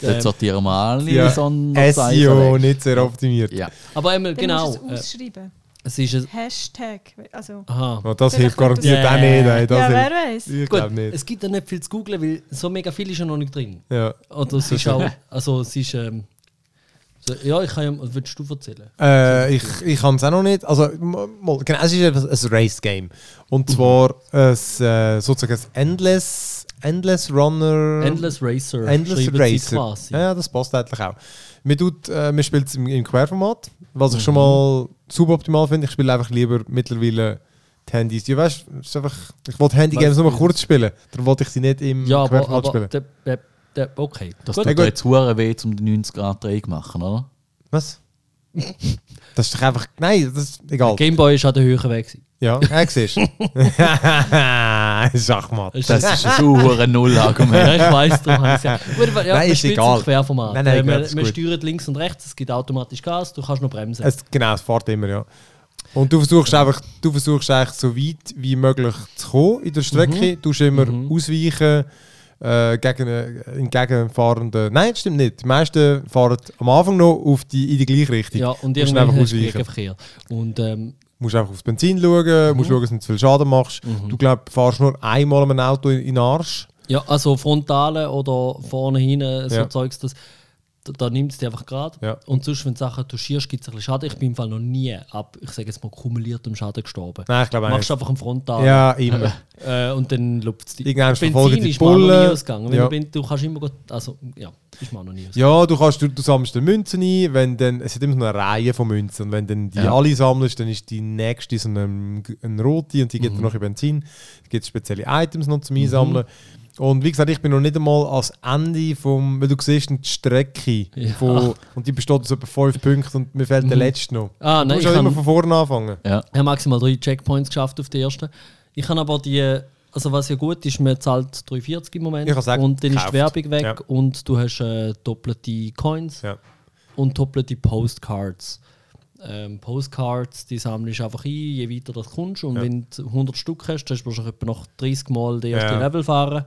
[SPEAKER 3] Dort sortieren wir alle
[SPEAKER 1] ja.
[SPEAKER 3] Sonderzeichen
[SPEAKER 1] SEO
[SPEAKER 3] weg.
[SPEAKER 1] nicht sehr optimiert.
[SPEAKER 3] Ja.
[SPEAKER 4] Aber eben,
[SPEAKER 2] Dann
[SPEAKER 4] genau.
[SPEAKER 2] musst du
[SPEAKER 4] äh,
[SPEAKER 2] es ausschreiben.
[SPEAKER 4] Es ist ein.
[SPEAKER 2] Hashtag. Also,
[SPEAKER 4] Aha.
[SPEAKER 1] Und das
[SPEAKER 2] Vielleicht
[SPEAKER 1] hilft garantiert
[SPEAKER 4] kommt das-
[SPEAKER 1] auch nicht. Nein, das
[SPEAKER 2] ja, wer
[SPEAKER 1] hilft.
[SPEAKER 2] weiß.
[SPEAKER 1] Ich
[SPEAKER 4] Gut,
[SPEAKER 1] glaube nicht.
[SPEAKER 4] es gibt ja nicht viel zu googeln, weil so mega viel ist ja noch nicht drin.
[SPEAKER 1] Ja.
[SPEAKER 4] Oder es ist auch. Also, es ist. Ähm, so, ja, ich kann ja. Würdest du erzählen?
[SPEAKER 1] Äh, ich ich kann es auch noch nicht. Also, m- mal, genau, es ist eben ein Race-Game. Und zwar ein, äh, sozusagen ein Endless, Endless Runner.
[SPEAKER 4] Endless Racer.
[SPEAKER 1] Ähm, Endless
[SPEAKER 4] schreiben sie
[SPEAKER 1] Racer. Ähm,
[SPEAKER 4] quasi.
[SPEAKER 1] Ja, ja, das passt eigentlich auch. Man, tut, äh, man spielt es im, im Querformat, was ich schon mal suboptimal finde. Ich spiele einfach lieber mittlerweile die Handys. Ja, weißt, es ist einfach, ich wollte Handygames
[SPEAKER 4] Weißt
[SPEAKER 1] nur mal
[SPEAKER 4] du-
[SPEAKER 1] kurz spielen. Darum wollte ich sie nicht im
[SPEAKER 4] Ja, aber,
[SPEAKER 1] Querformat
[SPEAKER 4] aber
[SPEAKER 1] spielen.
[SPEAKER 4] der, der, der, okay.
[SPEAKER 3] Das
[SPEAKER 4] Gut.
[SPEAKER 3] tut
[SPEAKER 1] gut.
[SPEAKER 3] dir jetzt hure weh, um den 90 Grad Dreh zu machen, oder?
[SPEAKER 1] Was? das ist doch einfach. Nein, das ist egal.
[SPEAKER 4] Gameboy ist an der Höhe weg. gewesen.
[SPEAKER 1] Ja, er siehst du. Schachmatt.
[SPEAKER 4] Ist
[SPEAKER 3] Das ist ein sauer Null-Argument.
[SPEAKER 4] Ja, ich weiß, darum habe ich gesagt. Gut, aber, ja,
[SPEAKER 1] Nein,
[SPEAKER 4] man
[SPEAKER 1] ist
[SPEAKER 4] spielt's
[SPEAKER 1] egal.
[SPEAKER 4] im Querformat.
[SPEAKER 1] Nein, nein, ich
[SPEAKER 4] Äh,
[SPEAKER 1] glaub,
[SPEAKER 4] man,
[SPEAKER 1] das ist
[SPEAKER 4] man
[SPEAKER 1] gut.
[SPEAKER 4] steuert links und rechts, es gibt automatisch Gas, du kannst noch bremsen.
[SPEAKER 1] Es, genau, es fährt immer, ja. Und du versuchst einfach, du versuchst eigentlich so weit wie möglich zu kommen in der Strecke. Du immer ausweichen äh, gegen einen entgegenfahrenden. Nein, das stimmt nicht. Die meisten fahren am Anfang noch auf die, in die gleiche Richtung.
[SPEAKER 4] ja, und
[SPEAKER 1] Du musst
[SPEAKER 4] irgendwann
[SPEAKER 1] einfach
[SPEAKER 4] hast du
[SPEAKER 1] ausweichen.
[SPEAKER 4] Gegenverkehr. Und ähm,
[SPEAKER 1] Du musst einfach aufs Benzin schauen, musst schauen, dass du nicht zu viel Schaden machst. Du glaub, fährst nur einmal mit einem Auto in, in den Arsch.
[SPEAKER 4] ja, also Frontale oder vorne, hinten, so
[SPEAKER 1] Ja.
[SPEAKER 4] Zeugs, das, Da, da nimmt es dir einfach gerade.
[SPEAKER 1] Ja.
[SPEAKER 4] Und sonst, wenn du Sachen touchierst, gibt es ein bisschen Schaden. Ich bin im Fall noch nie ab, ich sage jetzt mal, kumuliertem Schaden gestorben.
[SPEAKER 1] Nein, ich glaube auch
[SPEAKER 4] Machst
[SPEAKER 1] nicht.
[SPEAKER 4] einfach einen Frontal
[SPEAKER 1] Ja, immer.
[SPEAKER 4] äh, und dann lupft es dich.
[SPEAKER 1] Irgendwann
[SPEAKER 4] Benzin
[SPEAKER 1] verfolgen die
[SPEAKER 4] ist mir auch noch nie
[SPEAKER 1] Bullen.
[SPEAKER 4] ausgegangen. Wenn
[SPEAKER 1] Ja.
[SPEAKER 4] du, bin- du kannst immer gut, also ja, ist mir auch noch nie ausgegangen.
[SPEAKER 1] Ja, du, kannst, du, du sammelst dann Münzen ein, wenn dann, es hat immer so eine Reihe von Münzen und wenn dann die
[SPEAKER 3] Ja.
[SPEAKER 1] alle sammelst, dann ist die nächste so eine, eine rote und die
[SPEAKER 4] Mhm.
[SPEAKER 1] gibt dir noch Benzin. Da gibt es spezielle Items noch zum Einsammeln.
[SPEAKER 4] Mhm.
[SPEAKER 1] Und wie gesagt, ich bin noch nicht einmal als Ende vom, weil du siehst die Strecke
[SPEAKER 4] Ja.
[SPEAKER 1] von, und die besteht aus etwa fünf Punkten und mir fehlt der letzte noch.
[SPEAKER 4] Ah, nein,
[SPEAKER 1] du musst
[SPEAKER 4] ich
[SPEAKER 1] halt immer
[SPEAKER 4] kann-
[SPEAKER 1] von vorne anfangen.
[SPEAKER 3] Ja.
[SPEAKER 4] Ich habe maximal drei Checkpoints geschafft auf der ersten. Ich habe aber die, also was ja gut ist, man zahlt 3,40 im Moment
[SPEAKER 1] Ich habe gesagt,
[SPEAKER 4] und dann ist die
[SPEAKER 1] gekauft.
[SPEAKER 4] Werbung weg
[SPEAKER 1] Ja.
[SPEAKER 4] und du hast äh, doppelte Coins
[SPEAKER 1] Ja.
[SPEAKER 4] und doppelte Postcards. Ähm, Postcards, die sammelst du einfach ein, je weiter das kommst. Und
[SPEAKER 1] Ja.
[SPEAKER 4] wenn du 100 Stück hast, dann hast du wahrscheinlich etwa noch 30 Mal den ersten
[SPEAKER 1] Ja.
[SPEAKER 4] Level fahren,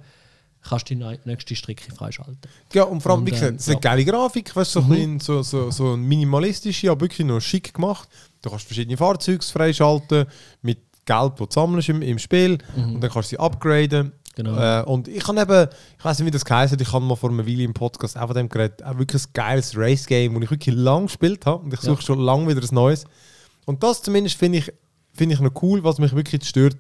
[SPEAKER 4] kannst du die neu- nächste Strecke freischalten.
[SPEAKER 1] Ja, und vor allem,
[SPEAKER 4] Und,
[SPEAKER 1] wie
[SPEAKER 4] ähm,
[SPEAKER 1] gesagt, es ist eine
[SPEAKER 4] ja. Mhm.
[SPEAKER 1] geile Grafik, weißt, du, so, ein bisschen, so, so, so eine minimalistische, aber wirklich noch schick gemacht. Du kannst verschiedene Fahrzeuge freischalten mit Geld, das du sammelst im, im Spiel und dann kannst du sie upgraden.
[SPEAKER 4] Mhm. Genau.
[SPEAKER 1] Äh, und ich habe eben, ich weiß nicht, wie das geheißen hat, ich habe mal vor einer Weile im Podcast auch von dem geredet, auch wirklich ein geiles Race-Game, das ich wirklich lang gespielt habe und ich
[SPEAKER 4] Ja.
[SPEAKER 1] suche schon lange wieder ein neues. Und das zumindest finde ich, finde ich noch cool, was mich wirklich stört.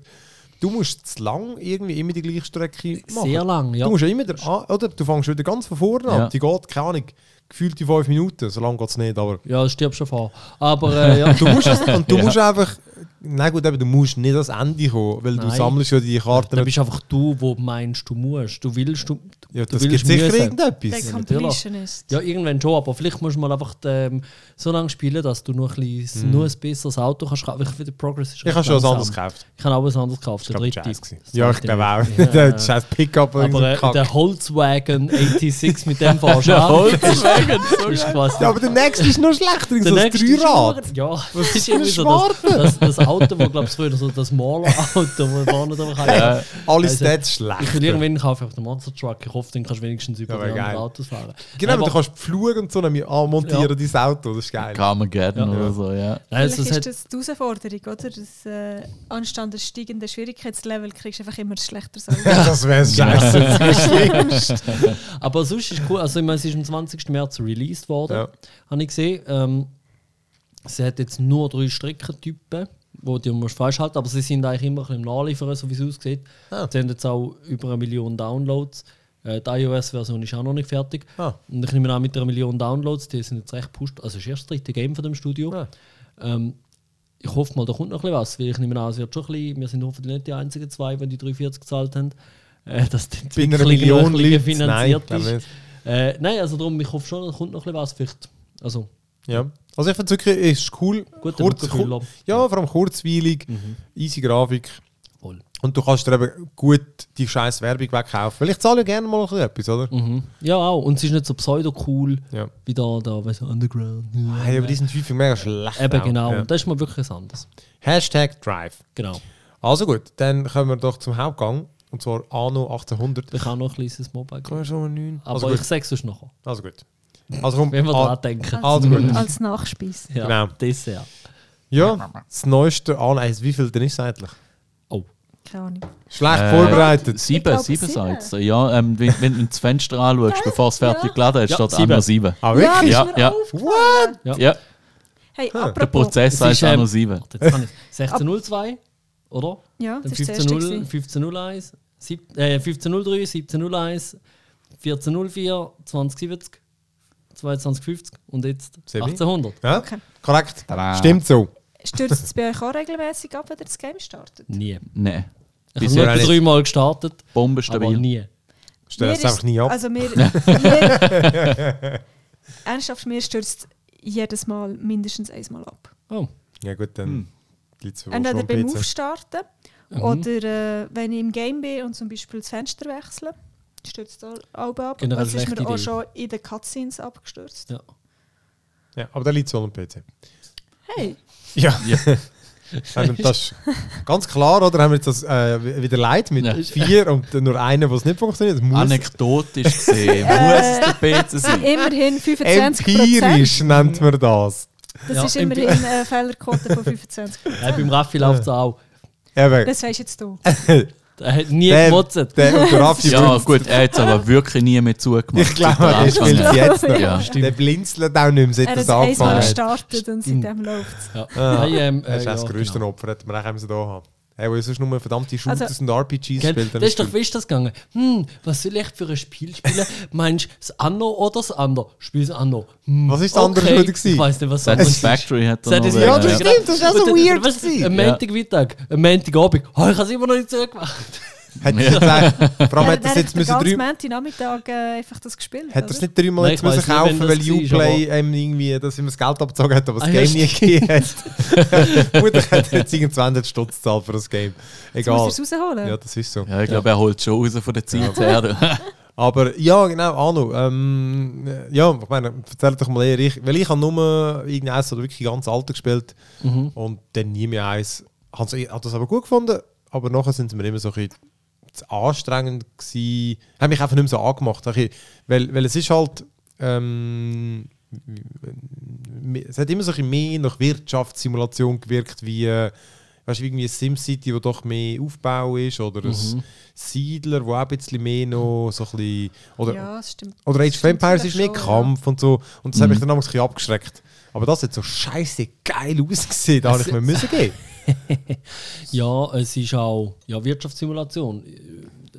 [SPEAKER 1] Du musst zu lang irgendwie immer die gleiche Strecke machen.
[SPEAKER 4] Sehr lang, ja.
[SPEAKER 1] Du musst ja immer, der, ah, oder? Du fängst wieder ganz von vorne
[SPEAKER 3] Ja.
[SPEAKER 1] an. Die geht, keine Ahnung, gefühlte fünf Minuten, so lange geht es nicht, aber...
[SPEAKER 4] Ja, das stirbst du vor. Aber äh, ja.
[SPEAKER 1] Du musst, es, und du musst einfach... Nein gut, eben, du musst nicht ans Ende kommen, weil du
[SPEAKER 4] Nein.
[SPEAKER 1] sammelst ja die Karten...
[SPEAKER 4] Dann bist einfach du, wo meinst, du musst. Du willst, du,
[SPEAKER 1] ja,
[SPEAKER 4] du
[SPEAKER 1] das gibt
[SPEAKER 4] willst
[SPEAKER 1] sicher
[SPEAKER 4] müssen.
[SPEAKER 2] Der
[SPEAKER 1] irgendetwas.
[SPEAKER 2] Completionist.
[SPEAKER 4] Ja, irgendwann schon, aber vielleicht musst du mal einfach ähm, so lange spielen, dass du nur ein, bisschen, nur ein besseres Auto kannst kaufen. Ich finde, der Progress ist
[SPEAKER 1] Mhm. Ich habe
[SPEAKER 4] recht
[SPEAKER 1] schon was
[SPEAKER 4] langsam.
[SPEAKER 1] anderes gekauft.
[SPEAKER 4] Ich habe auch was anderes gekauft,
[SPEAKER 1] Ich
[SPEAKER 4] der
[SPEAKER 1] glaube,
[SPEAKER 4] dritte.
[SPEAKER 1] Jazz gewesen.
[SPEAKER 4] Das
[SPEAKER 1] Ja, ich
[SPEAKER 4] zweite.
[SPEAKER 1] glaube auch.
[SPEAKER 4] Ja.
[SPEAKER 1] Der scheiß Pickup war
[SPEAKER 4] Aber
[SPEAKER 1] irgendwie
[SPEAKER 4] äh, der
[SPEAKER 1] kacke.
[SPEAKER 4] Volkswagen 86 mit dem fährst du
[SPEAKER 3] Der
[SPEAKER 4] an.
[SPEAKER 3] Volkswagen,
[SPEAKER 4] ist quasi
[SPEAKER 1] Ja, aber der nächste ist noch schlechter, irgendwie
[SPEAKER 4] der
[SPEAKER 1] so ein
[SPEAKER 4] nächste ist
[SPEAKER 1] Dreirad.
[SPEAKER 4] schon- Ja, das ist
[SPEAKER 1] für
[SPEAKER 4] irgendwie
[SPEAKER 1] ein
[SPEAKER 4] so das, das, das Auto, wo glaube ich früher so das Maler-Auto, wo vorne drauf kann.
[SPEAKER 1] Alle
[SPEAKER 4] Also,
[SPEAKER 1] Stats
[SPEAKER 4] Ich will
[SPEAKER 1] schlecht.
[SPEAKER 4] irgendwann kaufe ich auf den Monster Truck. Ich hoffe, dann kannst du wenigstens über
[SPEAKER 1] Ja,
[SPEAKER 4] die
[SPEAKER 1] wäre
[SPEAKER 4] anderen
[SPEAKER 1] geil.
[SPEAKER 4] Autos fahren.
[SPEAKER 1] Genau,
[SPEAKER 4] Aber-
[SPEAKER 1] du kannst die Flüge und so nämlich anmontieren,
[SPEAKER 4] Ja.
[SPEAKER 1] dein Auto, das ist geil.
[SPEAKER 3] Carmageddon
[SPEAKER 4] Ja.
[SPEAKER 3] oder so, ja.
[SPEAKER 4] Nein, also, es
[SPEAKER 2] Vielleicht
[SPEAKER 4] hat,
[SPEAKER 2] ist das die Herausforderung, oder? Dass, äh, anstatt des steigenden Schwierigkeitslevel kriegst du einfach immer ein schlechteres Auto.
[SPEAKER 1] Ja, das wäre scheiße.
[SPEAKER 4] Aber sonst ist cool. Also, ich meine, es ist am 20. März released worden.
[SPEAKER 1] Ja.
[SPEAKER 4] Habe ich gesehen. Ähm, sie hat jetzt nur drei Streckentypen, wo die musst du freischalten aber sie sind eigentlich immer ein bisschen im Nachliefern, so wie es aussieht.
[SPEAKER 1] Ah.
[SPEAKER 4] Sie haben jetzt auch über eine Million Downloads. Äh, Die iOS-Version ist auch noch nicht fertig.
[SPEAKER 1] Ah.
[SPEAKER 4] Und ich nehme an, mit einer Million Downloads, die sind jetzt recht pusht. Also, es ist erst das dritte Game von dem Studio.
[SPEAKER 1] Ja.
[SPEAKER 4] Ähm, ich hoffe mal, da kommt noch ein bisschen was, weil ich nehme an, es wird schon ein bisschen, wir sind hoffentlich nicht die einzigen zwei, wenn die 3,40 gezahlt haben, äh, dass die
[SPEAKER 1] Bei einer
[SPEAKER 4] Entwicklung
[SPEAKER 1] Million
[SPEAKER 4] noch ein bisschen
[SPEAKER 1] Leute.
[SPEAKER 4] finanziert
[SPEAKER 1] Nein, glaube
[SPEAKER 4] ist. Äh, nein, also darum, ich hoffe schon, da kommt noch ein bisschen was, vielleicht, also
[SPEAKER 1] Ja. Also ich finde es wirklich ist cool. kurz,
[SPEAKER 4] Gut, der Luca Füller.
[SPEAKER 1] kur ja, vor allem kurzweilig,
[SPEAKER 4] Mhm.
[SPEAKER 1] easy Grafik.
[SPEAKER 4] voll.
[SPEAKER 1] Und du kannst dir eben gut die scheiß Werbung wegkaufen. Weil ich zahle ja gerne mal ein bisschen etwas, oder?
[SPEAKER 4] Ja, auch, und es ist nicht so pseudo-cool,
[SPEAKER 1] Ja.
[SPEAKER 4] wie da, da, weißt du, Underground.
[SPEAKER 1] Hey, aber die sind häufig mega schlecht.
[SPEAKER 4] Eben,
[SPEAKER 1] auch.
[SPEAKER 4] genau,
[SPEAKER 1] Ja.
[SPEAKER 4] und das ist mal wirklich was anderes.
[SPEAKER 1] Hashtag Drive.
[SPEAKER 4] Genau.
[SPEAKER 1] Also gut, dann kommen wir doch zum Hauptgang. Und zwar Anno 1800.
[SPEAKER 4] Ich habe noch ein kleines Mobile.
[SPEAKER 1] Komm schon mal 9.
[SPEAKER 4] Aber
[SPEAKER 1] Also
[SPEAKER 4] ich
[SPEAKER 1] gut.
[SPEAKER 4] sag's sonst noch,
[SPEAKER 1] Also gut. Also komm,
[SPEAKER 4] wenn wir
[SPEAKER 1] ah,
[SPEAKER 4] dran denken.
[SPEAKER 1] also gut.
[SPEAKER 2] Als Nachspeis.
[SPEAKER 4] Ja,
[SPEAKER 1] genau.
[SPEAKER 4] Dessert.
[SPEAKER 1] Ja, das neueste Anno. Hey, Wie viel denn ist es eigentlich?
[SPEAKER 4] Oh.
[SPEAKER 2] Keine Ahnung.
[SPEAKER 1] Schlecht
[SPEAKER 3] Äh,
[SPEAKER 1] vorbereitet.
[SPEAKER 3] Sieben,
[SPEAKER 2] glaube,
[SPEAKER 3] sieben
[SPEAKER 2] sieben.
[SPEAKER 3] Seiten. Ja, ähm, wenn, wenn du ins Fenster anschaust, bevor es fertig
[SPEAKER 2] Ja.
[SPEAKER 3] geladen ist,
[SPEAKER 4] Ja,
[SPEAKER 3] steht auch
[SPEAKER 4] sieben.
[SPEAKER 3] noch sieben.
[SPEAKER 1] Ah,
[SPEAKER 2] Ja,
[SPEAKER 1] wirklich? Ah.
[SPEAKER 2] bist
[SPEAKER 3] Ja,
[SPEAKER 2] mir
[SPEAKER 3] ja.
[SPEAKER 2] aufgefallen?
[SPEAKER 4] Ja.
[SPEAKER 3] Ja,
[SPEAKER 2] Hey,
[SPEAKER 1] Der
[SPEAKER 3] der
[SPEAKER 2] apropos.
[SPEAKER 3] Prozess
[SPEAKER 4] Es
[SPEAKER 3] heißt
[SPEAKER 4] ist,
[SPEAKER 3] auch
[SPEAKER 4] ähm,
[SPEAKER 3] noch sieben.
[SPEAKER 4] Warte, jetzt kann ich. 1602, oder?
[SPEAKER 2] Ja,
[SPEAKER 4] Dann
[SPEAKER 2] das ist das erste.
[SPEAKER 4] 15.0,
[SPEAKER 2] gewesen.
[SPEAKER 4] 15.01, sieb- äh, 15.03, 17.01, 14.04, 2070, 22.50 und jetzt
[SPEAKER 1] Sebi?
[SPEAKER 4] 1800.
[SPEAKER 1] Ja?
[SPEAKER 2] Okay.
[SPEAKER 1] Korrekt.
[SPEAKER 3] Tada.
[SPEAKER 1] Stimmt so.
[SPEAKER 2] Stürzt es bei euch auch regelmäßig ab, wenn ihr das Game startet?
[SPEAKER 4] Nie.
[SPEAKER 3] Nein.
[SPEAKER 4] Ich
[SPEAKER 1] Bisher
[SPEAKER 4] habe nur
[SPEAKER 1] nicht.
[SPEAKER 4] dreimal gestartet, aber
[SPEAKER 3] Bombenstabil.
[SPEAKER 4] nie.
[SPEAKER 1] Stell
[SPEAKER 2] Mir
[SPEAKER 1] es einfach
[SPEAKER 2] ist-
[SPEAKER 1] nie ab.
[SPEAKER 2] Also mir, mir, ernsthaft, mir stürzt jedes Mal mindestens einmal ab.
[SPEAKER 4] Oh.
[SPEAKER 1] ja gut, dann liegt es
[SPEAKER 2] Entweder beim Aufstarten
[SPEAKER 4] Mhm.
[SPEAKER 2] oder äh, wenn ich im Game bin und zum Beispiel das Fenster wechsle, stürzt es auch ab.
[SPEAKER 4] Generell
[SPEAKER 2] Das ist mir
[SPEAKER 4] schlechte
[SPEAKER 2] auch
[SPEAKER 4] Idee.
[SPEAKER 2] schon in den Cutscenes abgestürzt.
[SPEAKER 4] Ja.
[SPEAKER 1] Ja, aber dann liegt es wohl am PC.
[SPEAKER 2] Hey,
[SPEAKER 1] Ja.
[SPEAKER 3] Ja.
[SPEAKER 1] Haben wir das ganz klar, oder? Haben wir jetzt das äh, wieder leid mit
[SPEAKER 3] Ja.
[SPEAKER 1] vier und nur einer, was nicht funktioniert? Das muss
[SPEAKER 3] Anekdotisch gesehen,
[SPEAKER 2] Äh,
[SPEAKER 3] muss es der PC sein.
[SPEAKER 2] immerhin 25 Prozent.
[SPEAKER 1] empirisch nennt man das.
[SPEAKER 2] Das
[SPEAKER 4] Ja,
[SPEAKER 2] ist immerhin eine Fehlerquote von 25
[SPEAKER 4] Nein, beim Raffi läuft es auch.
[SPEAKER 2] Dus-
[SPEAKER 1] Eben,
[SPEAKER 2] Das weisst jetzt du.
[SPEAKER 4] Er hat nie
[SPEAKER 1] Der,
[SPEAKER 4] gemotzt.
[SPEAKER 1] der, und der Raffi
[SPEAKER 3] Ja,
[SPEAKER 1] blinzelt.
[SPEAKER 3] gut, er hat es aber wirklich nie mehr zugemacht.
[SPEAKER 1] Ich glaube, er
[SPEAKER 3] Seit der
[SPEAKER 1] spielt es
[SPEAKER 3] Anfang.
[SPEAKER 1] jetzt noch.
[SPEAKER 3] Ja,
[SPEAKER 1] der blinzelt auch nicht mehr, seit
[SPEAKER 2] Er
[SPEAKER 1] das
[SPEAKER 2] hat einmal
[SPEAKER 1] angefangen hat.
[SPEAKER 2] gestartet und seitdem läuft es.
[SPEAKER 4] Ja. Hey, ähm,
[SPEAKER 1] Ah. Das
[SPEAKER 4] äh,
[SPEAKER 1] ist
[SPEAKER 4] ja,
[SPEAKER 1] das größte
[SPEAKER 4] genau.
[SPEAKER 1] Opfer, hätten wir auch müssen hier haben Hey, weil sonst nur verdammte Shooters
[SPEAKER 2] Also-
[SPEAKER 1] und RPGs
[SPEAKER 4] Gell?
[SPEAKER 1] spielt.
[SPEAKER 4] Das ist doch, wie ist das gegangen? Hm, was soll ich für ein Spiel spielen? Meinst du das Anno oder das Anno? Spiel das Anno. Hm,
[SPEAKER 1] Was ist das andere schon wieder gewesen?
[SPEAKER 4] Ich weiß nicht, was
[SPEAKER 3] Satisfactory hat er noch.
[SPEAKER 1] Ja, das
[SPEAKER 3] äh,
[SPEAKER 1] stimmt, das ist auch so weird gewesen.
[SPEAKER 4] Am Montagmittag, am Montagabend. Oh, ich habe es immer noch nicht zugemacht.
[SPEAKER 1] Hat er gesagt, vor allem
[SPEAKER 2] Er
[SPEAKER 1] hat er
[SPEAKER 2] hat
[SPEAKER 1] es jetzt
[SPEAKER 2] den
[SPEAKER 1] müssen
[SPEAKER 2] ganzen
[SPEAKER 1] drei,
[SPEAKER 2] Montagnachmittag äh, einfach das gespielt.
[SPEAKER 1] hat er es
[SPEAKER 2] oder?
[SPEAKER 1] nicht dreimal
[SPEAKER 4] Nein,
[SPEAKER 1] jetzt
[SPEAKER 4] ich weiss
[SPEAKER 1] müssen
[SPEAKER 4] nicht,
[SPEAKER 1] kaufen,
[SPEAKER 4] wenn
[SPEAKER 1] weil
[SPEAKER 4] das war,
[SPEAKER 1] Uplay ihm irgendwie, dass ihm das Geld abgezogen hat, aber das
[SPEAKER 4] Ah, ja,
[SPEAKER 1] Game nie gegeben hat. Gut, er hat jetzt irgendwie 20 Stutz gezahlt für das Game.
[SPEAKER 2] Jetzt
[SPEAKER 1] Egal.
[SPEAKER 2] muss er es rausholen.
[SPEAKER 1] Ja, das ist so.
[SPEAKER 3] Ja, ich glaube, er holt schon raus von der Zeit her.
[SPEAKER 1] Aber ja, genau, Arno. Ähm, ja, ich meine, erzähl doch mal eher ich. Weil ich habe nur irgendeins oder wirklich ganz alte gespielt
[SPEAKER 4] Mhm.
[SPEAKER 1] und dann nie mehr eins. Hat das aber gut gefunden, aber nachher sind sie mir immer so ein bisschen zu anstrengend gewesen. Haben mich einfach nicht mehr so angemacht. Ein bisschen- Weil, weil es ist halt. Ähm, es hat immer so ein bisschen mehr nach Wirtschaftssimulation gewirkt, wie, äh, weißt, du, wie irgendwie ein SimCity, wo doch mehr Aufbau ist, oder ein Siedler, wo auch ein bisschen mehr noch so ein bisschen, oder,
[SPEAKER 2] ja, das stimmt.
[SPEAKER 1] oder Age of
[SPEAKER 2] stimmt
[SPEAKER 1] Empires ist
[SPEAKER 2] vielleicht
[SPEAKER 1] mehr
[SPEAKER 2] schon,
[SPEAKER 1] Kampf und so, und das hat mich dann damals ein bisschen abgeschreckt. Aber das hat so scheiße geil ausgesehen, da habe ich mir müssen gehen.
[SPEAKER 4] Ja, es ist auch ja, Wirtschaftssimulation.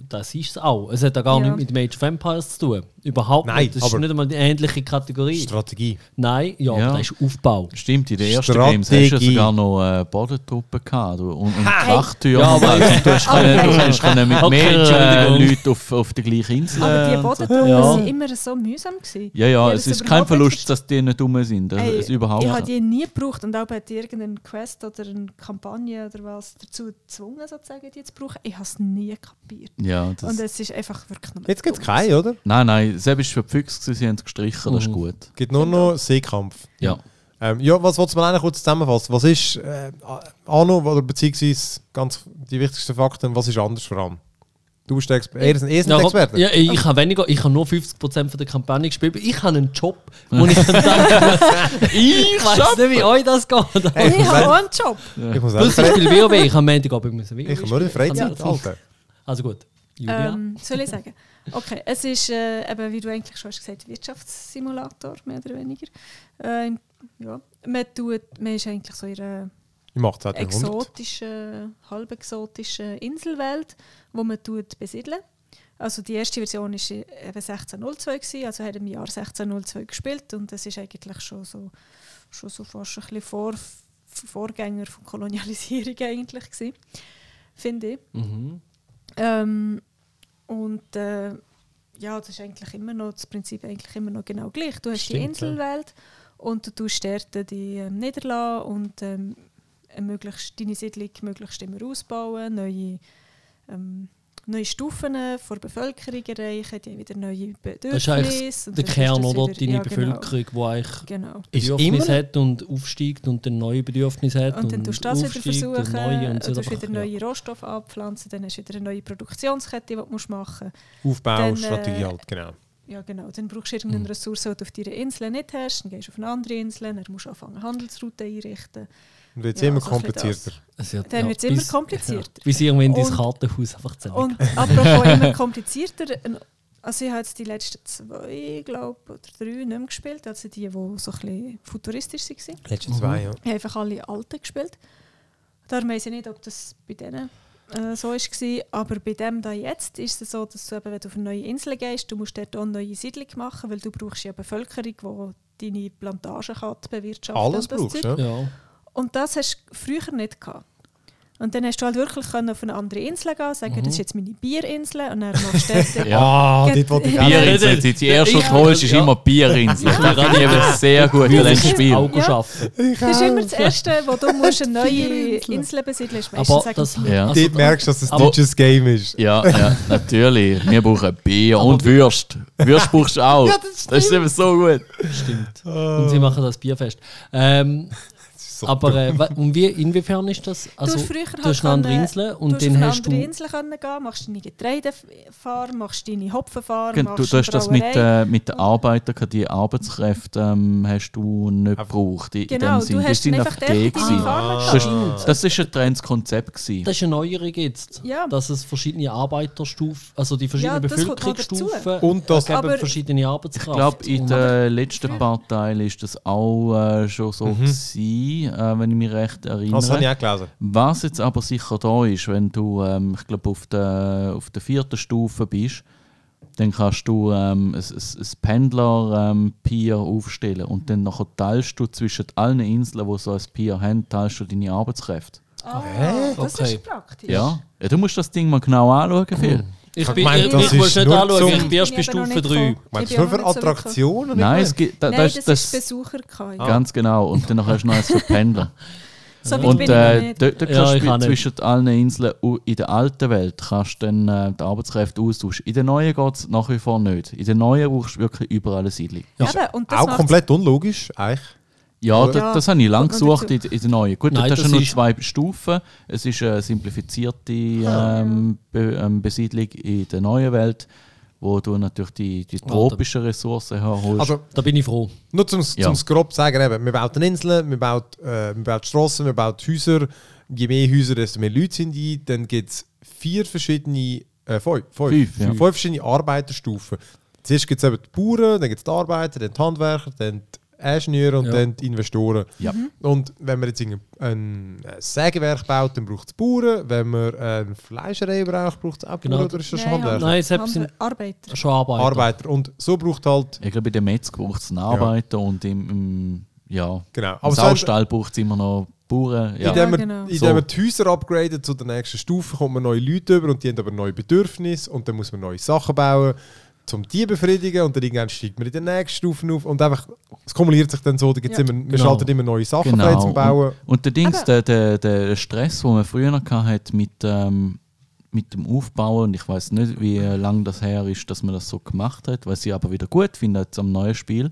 [SPEAKER 4] Das ist es auch. Es hat auch gar
[SPEAKER 2] Ja.
[SPEAKER 4] nichts mit Mage of Empires zu tun. Überhaupt
[SPEAKER 1] Nein,
[SPEAKER 4] nicht. Das ist
[SPEAKER 1] aber-
[SPEAKER 4] nicht einmal die ähnliche Kategorie.
[SPEAKER 1] Strategie.
[SPEAKER 4] Nein, ja,
[SPEAKER 3] Ja.
[SPEAKER 4] das ist Aufbau.
[SPEAKER 3] Stimmt, in den ersten
[SPEAKER 1] Strategie.
[SPEAKER 3] Games hast du ja sogar noch äh, Bodentruppen gehabt und, und Wachtürme.
[SPEAKER 4] Ja, aber-
[SPEAKER 3] du hast, können, du hast können mit
[SPEAKER 4] Okay,
[SPEAKER 3] mehreren
[SPEAKER 4] Entschuldigung.
[SPEAKER 3] Leuten auf, auf der gleichen Insel. äh,
[SPEAKER 2] Aber die
[SPEAKER 3] und so.
[SPEAKER 2] Bodentruppen
[SPEAKER 4] Ja.
[SPEAKER 2] waren immer so mühsam. Gewesen.
[SPEAKER 3] Ähm, Ja,
[SPEAKER 2] Ich
[SPEAKER 3] ja,
[SPEAKER 2] hab
[SPEAKER 3] es
[SPEAKER 2] das
[SPEAKER 3] ist kein
[SPEAKER 2] überhaupt nicht
[SPEAKER 3] Verlust, dass die nicht dumm sind. Das
[SPEAKER 2] Ey,
[SPEAKER 3] ist überhaupt
[SPEAKER 2] ich habe
[SPEAKER 3] nicht.
[SPEAKER 2] die nie gebraucht und auch hat irgendeine Quest oder eine Kampagne oder was dazu gezwungen, sozusagen, die zu brauchen. Ich habe es nie kapiert.
[SPEAKER 3] Ja, das,
[SPEAKER 2] und äh, es ist einfach wirklich nur
[SPEAKER 1] Jetzt gibt es
[SPEAKER 2] dumm.
[SPEAKER 1] keinen, oder?
[SPEAKER 3] nein, nein, selbst für die Füchse, gewesen, sie haben es gestrichen,
[SPEAKER 2] Mhm.
[SPEAKER 3] das ist gut.
[SPEAKER 1] Es gibt nur noch Seekampf.
[SPEAKER 3] Ja.
[SPEAKER 1] Ähm, ja, was wolltest du mir eigentlich kurz zusammenfassen? Was ist äh, Anno, oder beziehungsweise ganz die wichtigsten Fakten, was ist anders vor allem? Du bist der Experte. Er ist ein, er ist
[SPEAKER 4] Ja,
[SPEAKER 1] ein
[SPEAKER 4] komm,
[SPEAKER 1] Experte.
[SPEAKER 4] Ja, ich habe weniger, ich habe nur 50% von der Kampagne gespielt. Ich habe einen Job, wo ich dann denke, ich weiß nicht, wie euch das geht.
[SPEAKER 1] Hey, ich,
[SPEAKER 2] Ich
[SPEAKER 1] muss
[SPEAKER 2] habe auch
[SPEAKER 1] sagen,
[SPEAKER 2] einen Job.
[SPEAKER 1] ich muss
[SPEAKER 4] Plus
[SPEAKER 1] sagen,
[SPEAKER 4] ich spiele WoW, ich am Montagabend müssen WoW
[SPEAKER 1] ich habe nur in
[SPEAKER 4] spielen.
[SPEAKER 1] Freizeit. Alter.
[SPEAKER 4] Also gut, Julia.
[SPEAKER 2] Ähm, soll ich sagen? Okay, es ist, äh, eben, wie du eigentlich schon hast gesagt Wirtschaftssimulator, mehr oder weniger. Äh, ja. man, tut, man ist eigentlich so in einer
[SPEAKER 1] Ich mache 200.
[SPEAKER 2] exotischen, halb exotischen Inselwelt, wo man tut besiedeln. Also die erste Version war eben 1602, gewesen, also hat im Jahr 1602 gespielt und das ist eigentlich schon so, schon so fast ein bisschen Vor, Vorgänger von Kolonialisierung eigentlich gewesen, finde ich. Ähm, und äh, ja, das ist eigentlich immer noch das Prinzip eigentlich immer noch genau gleich. Du hast die
[SPEAKER 1] Stimmt, ja.
[SPEAKER 2] Inselwelt und du tust dort die ähm, niederlassen und ähm, äh, möglichst, deine Siedlung möglichst immer ausbauen, neue, ähm, neue Stufen vor der Bevölkerung erreichen, die haben wieder neue Bedürfnisse.
[SPEAKER 4] das ist eigentlich
[SPEAKER 2] und
[SPEAKER 4] der
[SPEAKER 2] dann
[SPEAKER 4] Kern,
[SPEAKER 2] ist das
[SPEAKER 4] oder?
[SPEAKER 2] wieder-
[SPEAKER 4] Deine
[SPEAKER 2] ja,
[SPEAKER 4] Bevölkerung, die eigentlich
[SPEAKER 2] Genau. genau.
[SPEAKER 1] Ist
[SPEAKER 4] Bedürfnis
[SPEAKER 1] immer-
[SPEAKER 4] hat und aufsteigt und dann neue Bedürfnisse hat.
[SPEAKER 2] Und dann tust du das wieder
[SPEAKER 4] aufsteigt und
[SPEAKER 2] versuchen,
[SPEAKER 4] neue und
[SPEAKER 2] du
[SPEAKER 4] so.
[SPEAKER 2] tust wieder
[SPEAKER 4] Ja.
[SPEAKER 2] neue Rohstoffe abpflanzen, dann hast du wieder eine neue Produktionskette, die du musst machen musst.
[SPEAKER 1] Aufbau,
[SPEAKER 2] Dann, äh,
[SPEAKER 1] Strategie halt, genau.
[SPEAKER 2] Ja, genau. Dann brauchst du irgendeine
[SPEAKER 1] Hm.
[SPEAKER 2] Ressource, die du auf deiner Insel nicht hast. Dann gehst du auf eine andere Insel, dann musst du anfangen, Handelsrouten einrichten.
[SPEAKER 1] Und wird
[SPEAKER 2] ja,
[SPEAKER 1] immer
[SPEAKER 2] so ein bisschen
[SPEAKER 1] komplizierter.
[SPEAKER 4] Also, ja,
[SPEAKER 2] Dann wird's
[SPEAKER 4] bis-
[SPEAKER 2] immer komplizierter.
[SPEAKER 4] Ja, bis irgendwann dein
[SPEAKER 2] Und-
[SPEAKER 4] Kartenhaus einfach zusammen.
[SPEAKER 2] Und
[SPEAKER 1] Hm.
[SPEAKER 2] apropos immer komplizierter, ein- also ich habe jetzt die letzten zwei, glaube oder drei nicht mehr gespielt, also die, die so ein bisschen futuristisch waren.
[SPEAKER 1] Letzte zwei, ja.
[SPEAKER 2] Ich habe einfach alle alten gespielt. Darum weiss ich nicht, ob das bei denen äh, so war. Aber bei dem da jetzt ist es so, dass du eben, wenn du auf eine neue Insel gehst, du musst dort auch eine neue Siedlung machen, weil du brauchst ja eine Bevölkerung, die deine Plantagen kann bewirtschaften
[SPEAKER 1] Alles
[SPEAKER 2] und das
[SPEAKER 1] brauchst
[SPEAKER 2] Zeug.
[SPEAKER 1] du, ja.
[SPEAKER 4] Ja.
[SPEAKER 2] Und das hast du früher nicht gehabt. Und dann hast du halt wirklich können auf eine andere Insel gehen, sagen, das
[SPEAKER 3] Mhm.
[SPEAKER 2] ist jetzt meine Bierinsel und dann machst du dort
[SPEAKER 3] Ja.
[SPEAKER 1] Ah,
[SPEAKER 2] Ge-
[SPEAKER 1] dort wollte ich auch.
[SPEAKER 3] Bierinsel, die, die erste, die du holst, ist immer Bierinsel. Das finde ich aber sehr gut für das Spiel.
[SPEAKER 4] Auch
[SPEAKER 2] Ja.
[SPEAKER 4] schaffen.
[SPEAKER 2] Das ist immer das Erste, wo du musst eine neue Insel besiedeln musst. Meistens
[SPEAKER 4] Aber
[SPEAKER 2] sagen
[SPEAKER 4] das- also
[SPEAKER 2] sie,
[SPEAKER 3] Ja.
[SPEAKER 1] Dort merkst du, dass es ein
[SPEAKER 4] Aber-
[SPEAKER 1] deutsches Game ist.
[SPEAKER 3] Ja, ja, natürlich. Wir brauchen Bier und Würst. Würst brauchst du auch. das, ist eben so gut.
[SPEAKER 4] Stimmt. Und sie machen das Bierfest. Ähm,
[SPEAKER 1] so
[SPEAKER 4] Aber äh, wa- und wie, inwiefern ist das? Also,
[SPEAKER 2] du hast früher halt
[SPEAKER 4] du hast eine andere
[SPEAKER 2] können-
[SPEAKER 4] Insel
[SPEAKER 2] du
[SPEAKER 4] und
[SPEAKER 2] hast auf
[SPEAKER 4] dann
[SPEAKER 2] eine
[SPEAKER 4] hast
[SPEAKER 2] andere
[SPEAKER 4] du.
[SPEAKER 2] Insel können gehen, machst deine Getreidefarm, machst deine Hopfenfarm,
[SPEAKER 3] Du,
[SPEAKER 2] machst
[SPEAKER 3] du hast das mit,
[SPEAKER 2] Brauerei.
[SPEAKER 3] äh, mit den Arbeitern, gehabt, die Arbeitskräfte ähm, hast du nicht gebraucht. In,
[SPEAKER 2] Genau,
[SPEAKER 3] in dem Sinn.
[SPEAKER 2] du hast
[SPEAKER 3] die
[SPEAKER 2] dann
[SPEAKER 3] sind
[SPEAKER 2] einfach
[SPEAKER 3] einfach die
[SPEAKER 2] dort deine
[SPEAKER 3] gewesen.
[SPEAKER 2] Farm
[SPEAKER 3] Das,
[SPEAKER 2] gehabt.
[SPEAKER 3] ist- das ist ein trendes Konzept. Gewesen.
[SPEAKER 4] Das ist eine Neuerung jetzt,
[SPEAKER 2] Ja.
[SPEAKER 4] dass es verschiedene Arbeiterstufen, also die verschiedenen
[SPEAKER 2] Ja, das kommt noch dazu.
[SPEAKER 4] Bevölkerungsstufen
[SPEAKER 1] Und das-
[SPEAKER 4] es gäbe
[SPEAKER 2] Aber-
[SPEAKER 4] verschiedene
[SPEAKER 3] Ich
[SPEAKER 4] Arbeitskraft.
[SPEAKER 3] glaube, in
[SPEAKER 4] Und-
[SPEAKER 3] den letzten paar Teilen ist das auch äh, schon so gewesen, äh, wenn ich mich recht erinnere.
[SPEAKER 1] Mhm. Das habe ich auch gelesen.
[SPEAKER 3] Was jetzt aber sicher da ist, wenn du, ähm, ich glaube, auf der, auf der vierten Stufe bist, dann kannst du ähm, ein, ein, ein Pendler-Pier ähm, aufstellen und dann nachher teilst du zwischen allen Inseln, die so ein Pier haben, teilst du deine Arbeitskräfte.
[SPEAKER 2] Ah, Das
[SPEAKER 4] Okay.
[SPEAKER 2] ist praktisch.
[SPEAKER 3] Ja. ja, du musst das Ding mal genau anschauen, Phil.
[SPEAKER 4] Ich,
[SPEAKER 1] hab
[SPEAKER 4] bin,
[SPEAKER 1] gemeint,
[SPEAKER 4] ich,
[SPEAKER 1] das
[SPEAKER 4] ich muss
[SPEAKER 1] ist
[SPEAKER 4] nicht
[SPEAKER 1] nur
[SPEAKER 4] anschauen,
[SPEAKER 1] zum-
[SPEAKER 4] ich bin erst
[SPEAKER 2] Ich
[SPEAKER 4] bei
[SPEAKER 2] bin aber noch nicht
[SPEAKER 4] Stufe 3.
[SPEAKER 2] gekommen.
[SPEAKER 1] Meinst du,
[SPEAKER 2] Ich bin
[SPEAKER 1] nur für
[SPEAKER 2] auch nicht so
[SPEAKER 1] Attraktionen?
[SPEAKER 3] Nein, es gibt, da,
[SPEAKER 2] Nein,
[SPEAKER 3] das,
[SPEAKER 2] das,
[SPEAKER 3] das,
[SPEAKER 2] ist Besucher gehabt. Ja.
[SPEAKER 3] ganz genau. Und dann nachher hast du noch eins für Pendler.
[SPEAKER 2] So weit
[SPEAKER 3] Und
[SPEAKER 2] bin ich noch
[SPEAKER 3] äh,
[SPEAKER 2] nicht.
[SPEAKER 3] dort, dort
[SPEAKER 4] Ja,
[SPEAKER 3] kannst
[SPEAKER 4] ich
[SPEAKER 3] du
[SPEAKER 4] auch nicht.
[SPEAKER 3] zwischen allen Inseln u- in der alten Welt kannst du dann äh, die Arbeitskräfte austauschen. In der neuen geht es nach wie vor nicht. In der neuen brauchst du wirklich überall eine Siedlung.
[SPEAKER 2] Eben, und das
[SPEAKER 1] Auch
[SPEAKER 2] macht's-
[SPEAKER 1] komplett unlogisch, eigentlich.
[SPEAKER 3] Ja,
[SPEAKER 1] Ja.
[SPEAKER 3] das, das habe ich lange
[SPEAKER 2] Kommt noch
[SPEAKER 3] gesucht in,
[SPEAKER 2] dazu.
[SPEAKER 3] in der neuen. Gut,
[SPEAKER 4] Nein,
[SPEAKER 3] dort hast du
[SPEAKER 4] das
[SPEAKER 3] nur
[SPEAKER 4] ist-
[SPEAKER 3] zwei Stufen. Es ist eine simplifizierte
[SPEAKER 2] Oh,
[SPEAKER 3] ähm, Be ähm, Besiedlung in der neuen Welt, wo du natürlich die, die tropischen Ressourcen herholst.
[SPEAKER 1] Also,
[SPEAKER 4] Da bin ich froh.
[SPEAKER 1] Nur zum,
[SPEAKER 3] Ja.
[SPEAKER 1] zum grob sagen, eben, wir bauen Inseln, wir bauen, äh, wir bauen Strassen, wir bauen Häuser. Je mehr Häuser, desto mehr Leute sind die. Dann gibt es vier verschiedene, äh, fünf, fünf,
[SPEAKER 3] Fünf, ja.
[SPEAKER 1] fünf verschiedene Arbeiterstufen. Zuerst gibt es eben die Bauern, dann gibt es die Arbeiter, dann die Handwerker, dann die Ingenieure und
[SPEAKER 4] Ja.
[SPEAKER 1] dann die Investoren.
[SPEAKER 3] Ja.
[SPEAKER 2] Mhm.
[SPEAKER 1] Und wenn man jetzt irgendein- ein äh, Sägewerk baut, dann braucht es Bauern. Wenn man eine Fleischerei braucht, braucht es auch Bauern
[SPEAKER 4] Genau.
[SPEAKER 1] oder ist das
[SPEAKER 2] Nein,
[SPEAKER 1] schon Handwerker?
[SPEAKER 4] Nein, es
[SPEAKER 2] Handel-
[SPEAKER 4] sind
[SPEAKER 2] Arbeiter.
[SPEAKER 4] schon Arbeiter.
[SPEAKER 1] Arbeiter. Und so braucht halt
[SPEAKER 3] ich glaube, in der Metz braucht es Arbeiten und im, im, ja,
[SPEAKER 1] Genau.
[SPEAKER 3] im
[SPEAKER 1] Aber so-
[SPEAKER 3] Saustall braucht es immer noch Bauern. Ja.
[SPEAKER 2] Ja,
[SPEAKER 1] Indem,
[SPEAKER 2] genau.
[SPEAKER 1] man, indem
[SPEAKER 3] So.
[SPEAKER 1] man die Häuser upgradet zu der nächsten Stufe, kommt man neue Leute über und die haben aber neue Bedürfnisse und dann muss man neue Sachen bauen, um die befriedigen und dann irgendwann steigt man in der nächsten Stufe auf und einfach, es kumuliert sich dann so, da gibt's
[SPEAKER 2] Ja.
[SPEAKER 1] immer, man
[SPEAKER 4] Genau.
[SPEAKER 1] schaltet immer neue Sachen frei zum Bauen.
[SPEAKER 3] Genau, Und, und der Dings, der, der, der Stress, den man früher noch hatte mit, ähm, mit dem Aufbauen, und ich weiß nicht, wie lange das her ist, dass man das so gemacht hat, was ich aber wieder gut finde jetzt am neuen Spiel,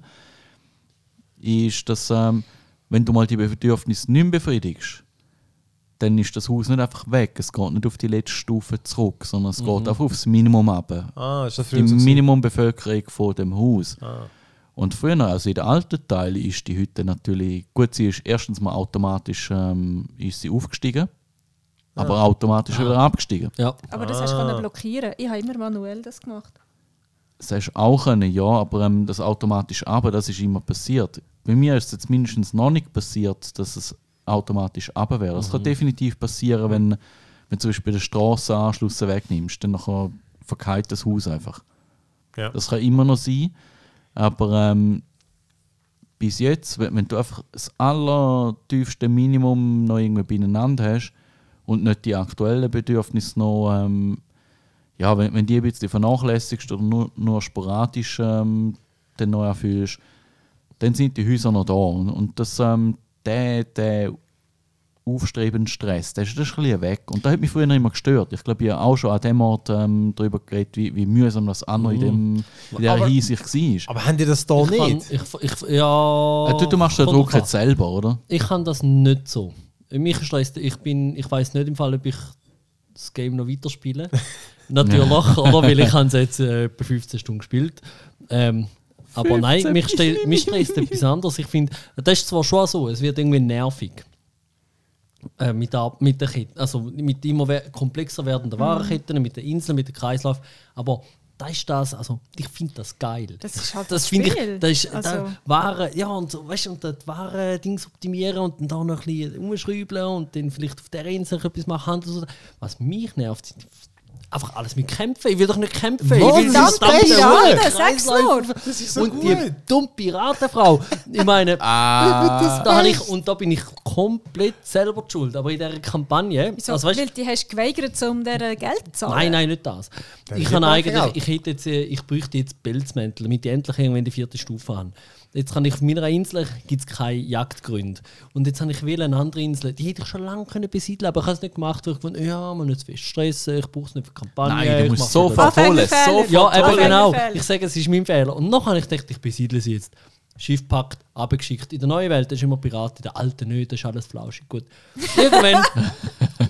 [SPEAKER 3] ist, dass ähm, wenn du mal die Bedürfnisse nicht mehr befriedigst, dann ist das Haus nicht einfach weg. Es geht nicht auf die letzte Stufe zurück, sondern es geht einfach aufs Minimum runter
[SPEAKER 1] Ah, ist das
[SPEAKER 3] die Minimumbevölkerung von dem Haus. Und früher, also in den alten Teilen, ist die Hütte natürlich gut. Sie ist erstens mal automatisch ähm, ist sie aufgestiegen, aber automatisch wieder abgestiegen.
[SPEAKER 4] Ja.
[SPEAKER 2] Aber das hast du können blockieren. Ich habe immer manuell das gemacht.
[SPEAKER 3] Das hast du auch können, ja, aber ähm, das automatisch aber das ist immer passiert. Bei mir ist es jetzt mindestens noch nicht passiert, dass es automatisch aber wäre. Das kann definitiv passieren, wenn, wenn du zum Beispiel den Strassenanschluss wegnimmst, dann nachher verkeilt das Haus einfach.
[SPEAKER 1] Ja.
[SPEAKER 3] Das kann immer noch sein, aber ähm, bis jetzt, wenn, wenn du einfach das allertiefste Minimum noch irgendwie beieinander hast und nicht die aktuellen Bedürfnisse noch ähm, ja, wenn, wenn die ein bisschen vernachlässigst oder nur, nur sporadisch ähm, dann neu erfüllst, dann sind die Häuser noch da. Und, und das, ähm, der, der aufstrebende Stress, der ist, das ist ein bisschen weg. Und das hat mich früher immer gestört. Ich glaube, ich habe auch schon an dem Ort ähm, darüber geredet, wie, wie mühsam das andere in, dem, in dieser
[SPEAKER 1] Aber-
[SPEAKER 3] Hinsicht war.
[SPEAKER 1] Aber haben die das da
[SPEAKER 4] Ich kann,
[SPEAKER 1] Oh, nicht?
[SPEAKER 4] ich, ich, ja,
[SPEAKER 3] Äh, du, du machst den
[SPEAKER 4] kommt
[SPEAKER 3] Druck
[SPEAKER 4] drauf
[SPEAKER 3] jetzt
[SPEAKER 4] an.
[SPEAKER 3] selber, oder?
[SPEAKER 4] Ich kann das nicht so. Äh, Mich schleust, ich bin, ich weiß nicht im Fall, ob ich das Game noch weiterspiele. Natürlich, oder? Weil ich habe es jetzt äh, etwa 15 Stunden gespielt. Ähm, aber nein, mich, ste mich stresst etwas anderes. Ich finde, das ist zwar schon so, es wird irgendwie nervig. Äh, mit, der, Ab- mit der Kette, also mit immer we- komplexer
[SPEAKER 2] Mhm.
[SPEAKER 4] werdenden Warenketten, mit der Insel, mit dem Kreislauf. Aber das ist das, also ich finde das geil.
[SPEAKER 2] Das ist halt
[SPEAKER 4] Das
[SPEAKER 2] das
[SPEAKER 4] finde
[SPEAKER 2] Spiel.
[SPEAKER 4] ich, das ist
[SPEAKER 2] Also-
[SPEAKER 4] da, Waren, ja und so, weißt du, und dann die Waren Dings optimieren und dann da noch ein bisschen umschrauben und dann vielleicht auf der Insel etwas machen. Handel und so. Was mich nervt, sind einfach alles mit Kämpfen. Ich will doch nicht kämpfen. ich will
[SPEAKER 2] das
[SPEAKER 4] dieses verdammte
[SPEAKER 2] Beste,
[SPEAKER 4] Huren-
[SPEAKER 2] Alter, sag's
[SPEAKER 4] Kreisläufe-
[SPEAKER 2] nur.
[SPEAKER 1] Das ist so
[SPEAKER 4] und
[SPEAKER 1] gut.
[SPEAKER 4] die dumme Piratenfrau. Ich meine, da habe ich, und da bin ich komplett selber die schuld. Aber in dieser Kampagne,
[SPEAKER 2] Wieso?
[SPEAKER 4] also weißt,
[SPEAKER 2] Weil die hast geweigert, um dieser Geld zu zahlen.
[SPEAKER 4] Nein, nein, nicht das. Ich,
[SPEAKER 1] ist
[SPEAKER 4] kann
[SPEAKER 1] ja
[SPEAKER 4] eigentlich,
[SPEAKER 1] Parkgeld.
[SPEAKER 4] ich, hätte jetzt, äh, ich bräuchte jetzt Pelzmäntel, damit ich endlich irgendwann die vierte Stufe habe. Jetzt kann ich auf meiner Insel gibt's keine Jagdgründe. Und jetzt habe ich will eine andere Insel, die hätte ich schon lange können besiedeln, aber ich habe es nicht gemacht, weil ich gefunden, ja, man nicht zu viel stressen, ich brauche es nicht für die Kampagne.
[SPEAKER 3] Nein, du
[SPEAKER 4] ich
[SPEAKER 3] musst
[SPEAKER 4] mache
[SPEAKER 3] sofort
[SPEAKER 2] Ah, Anfängerfehler.
[SPEAKER 3] holen. Sofort
[SPEAKER 2] Ah,
[SPEAKER 4] das. Ja, eben
[SPEAKER 2] Anfängerfehler.
[SPEAKER 4] genau. Ich sage, es ist mein Fehler. Und nachher habe ich gedacht, ich besiedle sie jetzt. Schiff gepackt, abgeschickt. In der neuen Welt ist immer Pirat, in der alten nicht, das ist alles flauschig. Gut. Irgendwann,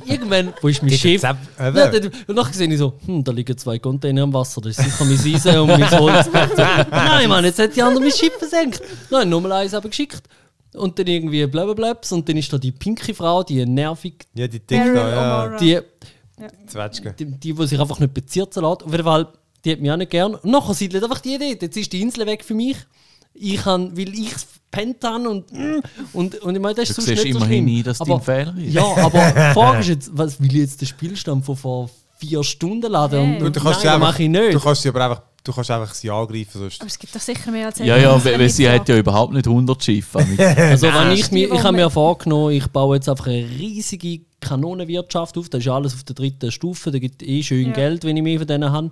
[SPEAKER 4] irgendwann, wo ist mein
[SPEAKER 1] Geht
[SPEAKER 4] Schiff?
[SPEAKER 1] jetzt ab,
[SPEAKER 4] Ja,
[SPEAKER 1] oder?
[SPEAKER 4] dann- und nachher sehe ich so, hm, da liegen zwei Container im Wasser, das ist sicher mein Eisen und mein Holz. Nein, Mann, jetzt hat die andere mein Schiff versenkt. Nein, nochmal eins aber geschickt. Und dann irgendwie blablablaps und dann ist da die pinke Frau, die nervig,
[SPEAKER 1] Ja, die Dick
[SPEAKER 2] Daryl
[SPEAKER 1] da, ja.
[SPEAKER 2] O'Mara.
[SPEAKER 4] die...
[SPEAKER 1] Zwetschge.
[SPEAKER 4] die, die, die sich einfach nicht bezirzen lässt. Auf jeden Fall, die hat mich auch nicht gern. Und nachher siedelt einfach die Idee. Jetzt ist die Insel weg für mich. Ich kann, weil ich es verpennt habe und, mm, und, und ich meine, das
[SPEAKER 3] Du
[SPEAKER 4] ist sonst
[SPEAKER 3] siehst
[SPEAKER 4] nicht so
[SPEAKER 3] immerhin
[SPEAKER 4] schlimm.
[SPEAKER 3] ein, dass dein
[SPEAKER 4] aber,
[SPEAKER 3] Fehler ist.
[SPEAKER 4] Ja, aber die Frage ist jetzt, was will ich jetzt den Spielstand von vor vier Stunden laden?
[SPEAKER 2] Hey.
[SPEAKER 4] Und,
[SPEAKER 2] Gut,
[SPEAKER 4] und
[SPEAKER 1] Du kannst sie
[SPEAKER 4] nein,
[SPEAKER 1] einfach,
[SPEAKER 4] mache ich nicht.
[SPEAKER 1] Du kannst sie aber einfach, du kannst einfach sie angreifen, sonst.
[SPEAKER 2] Aber es gibt doch sicher mehr als
[SPEAKER 3] Ja,
[SPEAKER 2] eine
[SPEAKER 3] ja,
[SPEAKER 2] Insel
[SPEAKER 3] weil weil sie
[SPEAKER 2] mit
[SPEAKER 3] hat ja überhaupt nicht 100 Schiffe. Mit-
[SPEAKER 4] Also, wenn ich, mir, ich habe mir
[SPEAKER 2] Moment.
[SPEAKER 4] vorgenommen, ich baue jetzt einfach eine riesige Kanonenwirtschaft auf. Das ist alles auf der dritten Stufe. Da gibt es eh schön
[SPEAKER 2] Ja.
[SPEAKER 4] Geld, wenn ich mehr von denen habe.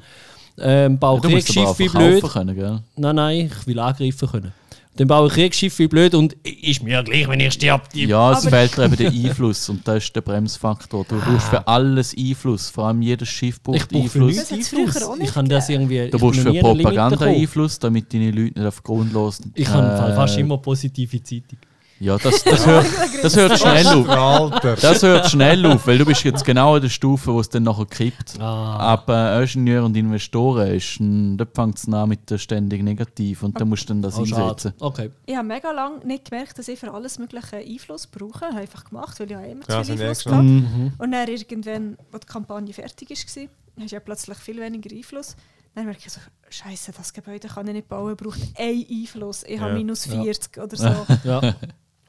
[SPEAKER 4] Ähm, baue
[SPEAKER 3] Du musst aber auch
[SPEAKER 4] Kriegsschiffe wie
[SPEAKER 3] verkaufen
[SPEAKER 4] blöd.
[SPEAKER 3] können, gell?
[SPEAKER 4] Nein, nein, ich will angreifen können. Dann baue ich Kriegsschiff wie blöd und ist mir gleich, wenn ich sterbe. Die-
[SPEAKER 3] Ja, es
[SPEAKER 2] Aber-
[SPEAKER 3] fehlt dir eben der Einfluss und das ist der Bremsfaktor. Du brauchst für alles Einfluss, vor allem jedes Schiff
[SPEAKER 4] Ah. Ich
[SPEAKER 3] braucht
[SPEAKER 4] brauche für
[SPEAKER 3] Einfluss.
[SPEAKER 4] nichts
[SPEAKER 2] Das hat's
[SPEAKER 4] Einfluss.
[SPEAKER 2] früher auch
[SPEAKER 4] Ich
[SPEAKER 2] nicht
[SPEAKER 4] kann das irgendwie.
[SPEAKER 3] Du
[SPEAKER 4] ich
[SPEAKER 3] brauchst
[SPEAKER 4] bin noch
[SPEAKER 3] für
[SPEAKER 4] nie an die Limite
[SPEAKER 3] Propaganda
[SPEAKER 4] gekommen.
[SPEAKER 3] Einfluss, damit deine Leute nicht auf grundlos.
[SPEAKER 4] Ich habe
[SPEAKER 3] äh,
[SPEAKER 4] fast immer positive Zeitung.
[SPEAKER 3] Ja, das, das, hört, das hört schnell auf.
[SPEAKER 1] Alter.
[SPEAKER 3] Das hört schnell auf, weil du bist jetzt genau an der Stufe, wo es dann nachher kippt.
[SPEAKER 4] Ah.
[SPEAKER 3] Ab äh, Ingenieur und Investoren ist ein, dort fängt es an mit der ständig negativ und dann musst du dann das
[SPEAKER 4] Oh,
[SPEAKER 3] einsetzen.
[SPEAKER 4] schade. Okay.
[SPEAKER 2] Ich habe mega lange nicht gemerkt, dass ich für alles mögliche Einfluss brauche. Habe ich einfach gemacht, weil ich habe immer
[SPEAKER 1] Ja, also
[SPEAKER 2] zu viel
[SPEAKER 1] das
[SPEAKER 2] Einfluss
[SPEAKER 1] habe
[SPEAKER 2] gehabt. Und dann irgendwann, als die Kampagne fertig war, hast du ja plötzlich viel weniger Einfluss. Dann merke ich so, Scheiße, das Gebäude kann ich nicht bauen, braucht einen Einfluss. Ich habe
[SPEAKER 1] Ja.
[SPEAKER 2] minus
[SPEAKER 4] Ja.
[SPEAKER 2] 40 oder so.
[SPEAKER 4] Ja.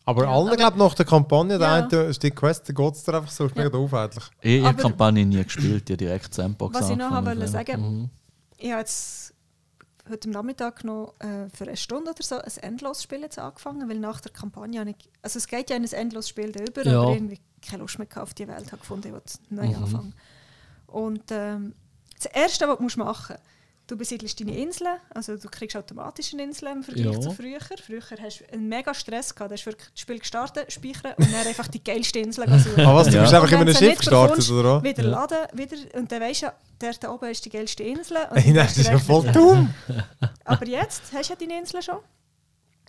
[SPEAKER 1] Aber
[SPEAKER 2] Ja,
[SPEAKER 1] alle, glaube nach der Kampagne, der
[SPEAKER 2] Ja.
[SPEAKER 1] eine, der- ist die Quest, der geht es dir einfach so, ist mega aufwendig.
[SPEAKER 3] Ich habe
[SPEAKER 2] Aber-
[SPEAKER 3] die Kampagne nie gespielt, die direkt Sandbox
[SPEAKER 2] Was ich noch
[SPEAKER 3] angefangen,
[SPEAKER 2] habe wollte
[SPEAKER 3] ja.
[SPEAKER 2] sagen, ich habe jetzt heute am Nachmittag noch äh, für eine Stunde oder so ein Endlosspiel jetzt angefangen, weil nach der Kampagne habe ich, also es geht ja in ein Endlosspiel da über,
[SPEAKER 4] Ja.
[SPEAKER 2] aber irgendwie keine Lust mehr gehabt auf die Welt, habe gefunden, ich wollte neu anfangen. Und ähm, das Erste, was du musst machen du besiedelst deine Inseln, also du kriegst automatisch eine Insel im Vergleich
[SPEAKER 4] Ja.
[SPEAKER 2] zu früher. Früher hast du einen mega Stress gehabt, da hast du wirklich das Spiel gestartet, speichern und dann einfach die geilste Insel suchen.
[SPEAKER 1] Ah, was, du
[SPEAKER 3] Ja.
[SPEAKER 1] bist einfach in
[SPEAKER 2] Und
[SPEAKER 1] einem
[SPEAKER 2] wenn's
[SPEAKER 1] Schiff
[SPEAKER 2] nicht
[SPEAKER 1] gestartet,
[SPEAKER 2] bekommst,
[SPEAKER 1] oder? was?
[SPEAKER 2] Wieder laden, wieder. Und dann weisst du ja, der da oben ist die geilste Insel. Und
[SPEAKER 1] Nein,
[SPEAKER 2] dann
[SPEAKER 1] das ist ja
[SPEAKER 2] direkt
[SPEAKER 1] voll
[SPEAKER 2] wieder-
[SPEAKER 1] dumm.
[SPEAKER 2] Aber jetzt hast du ja deine Insel schon.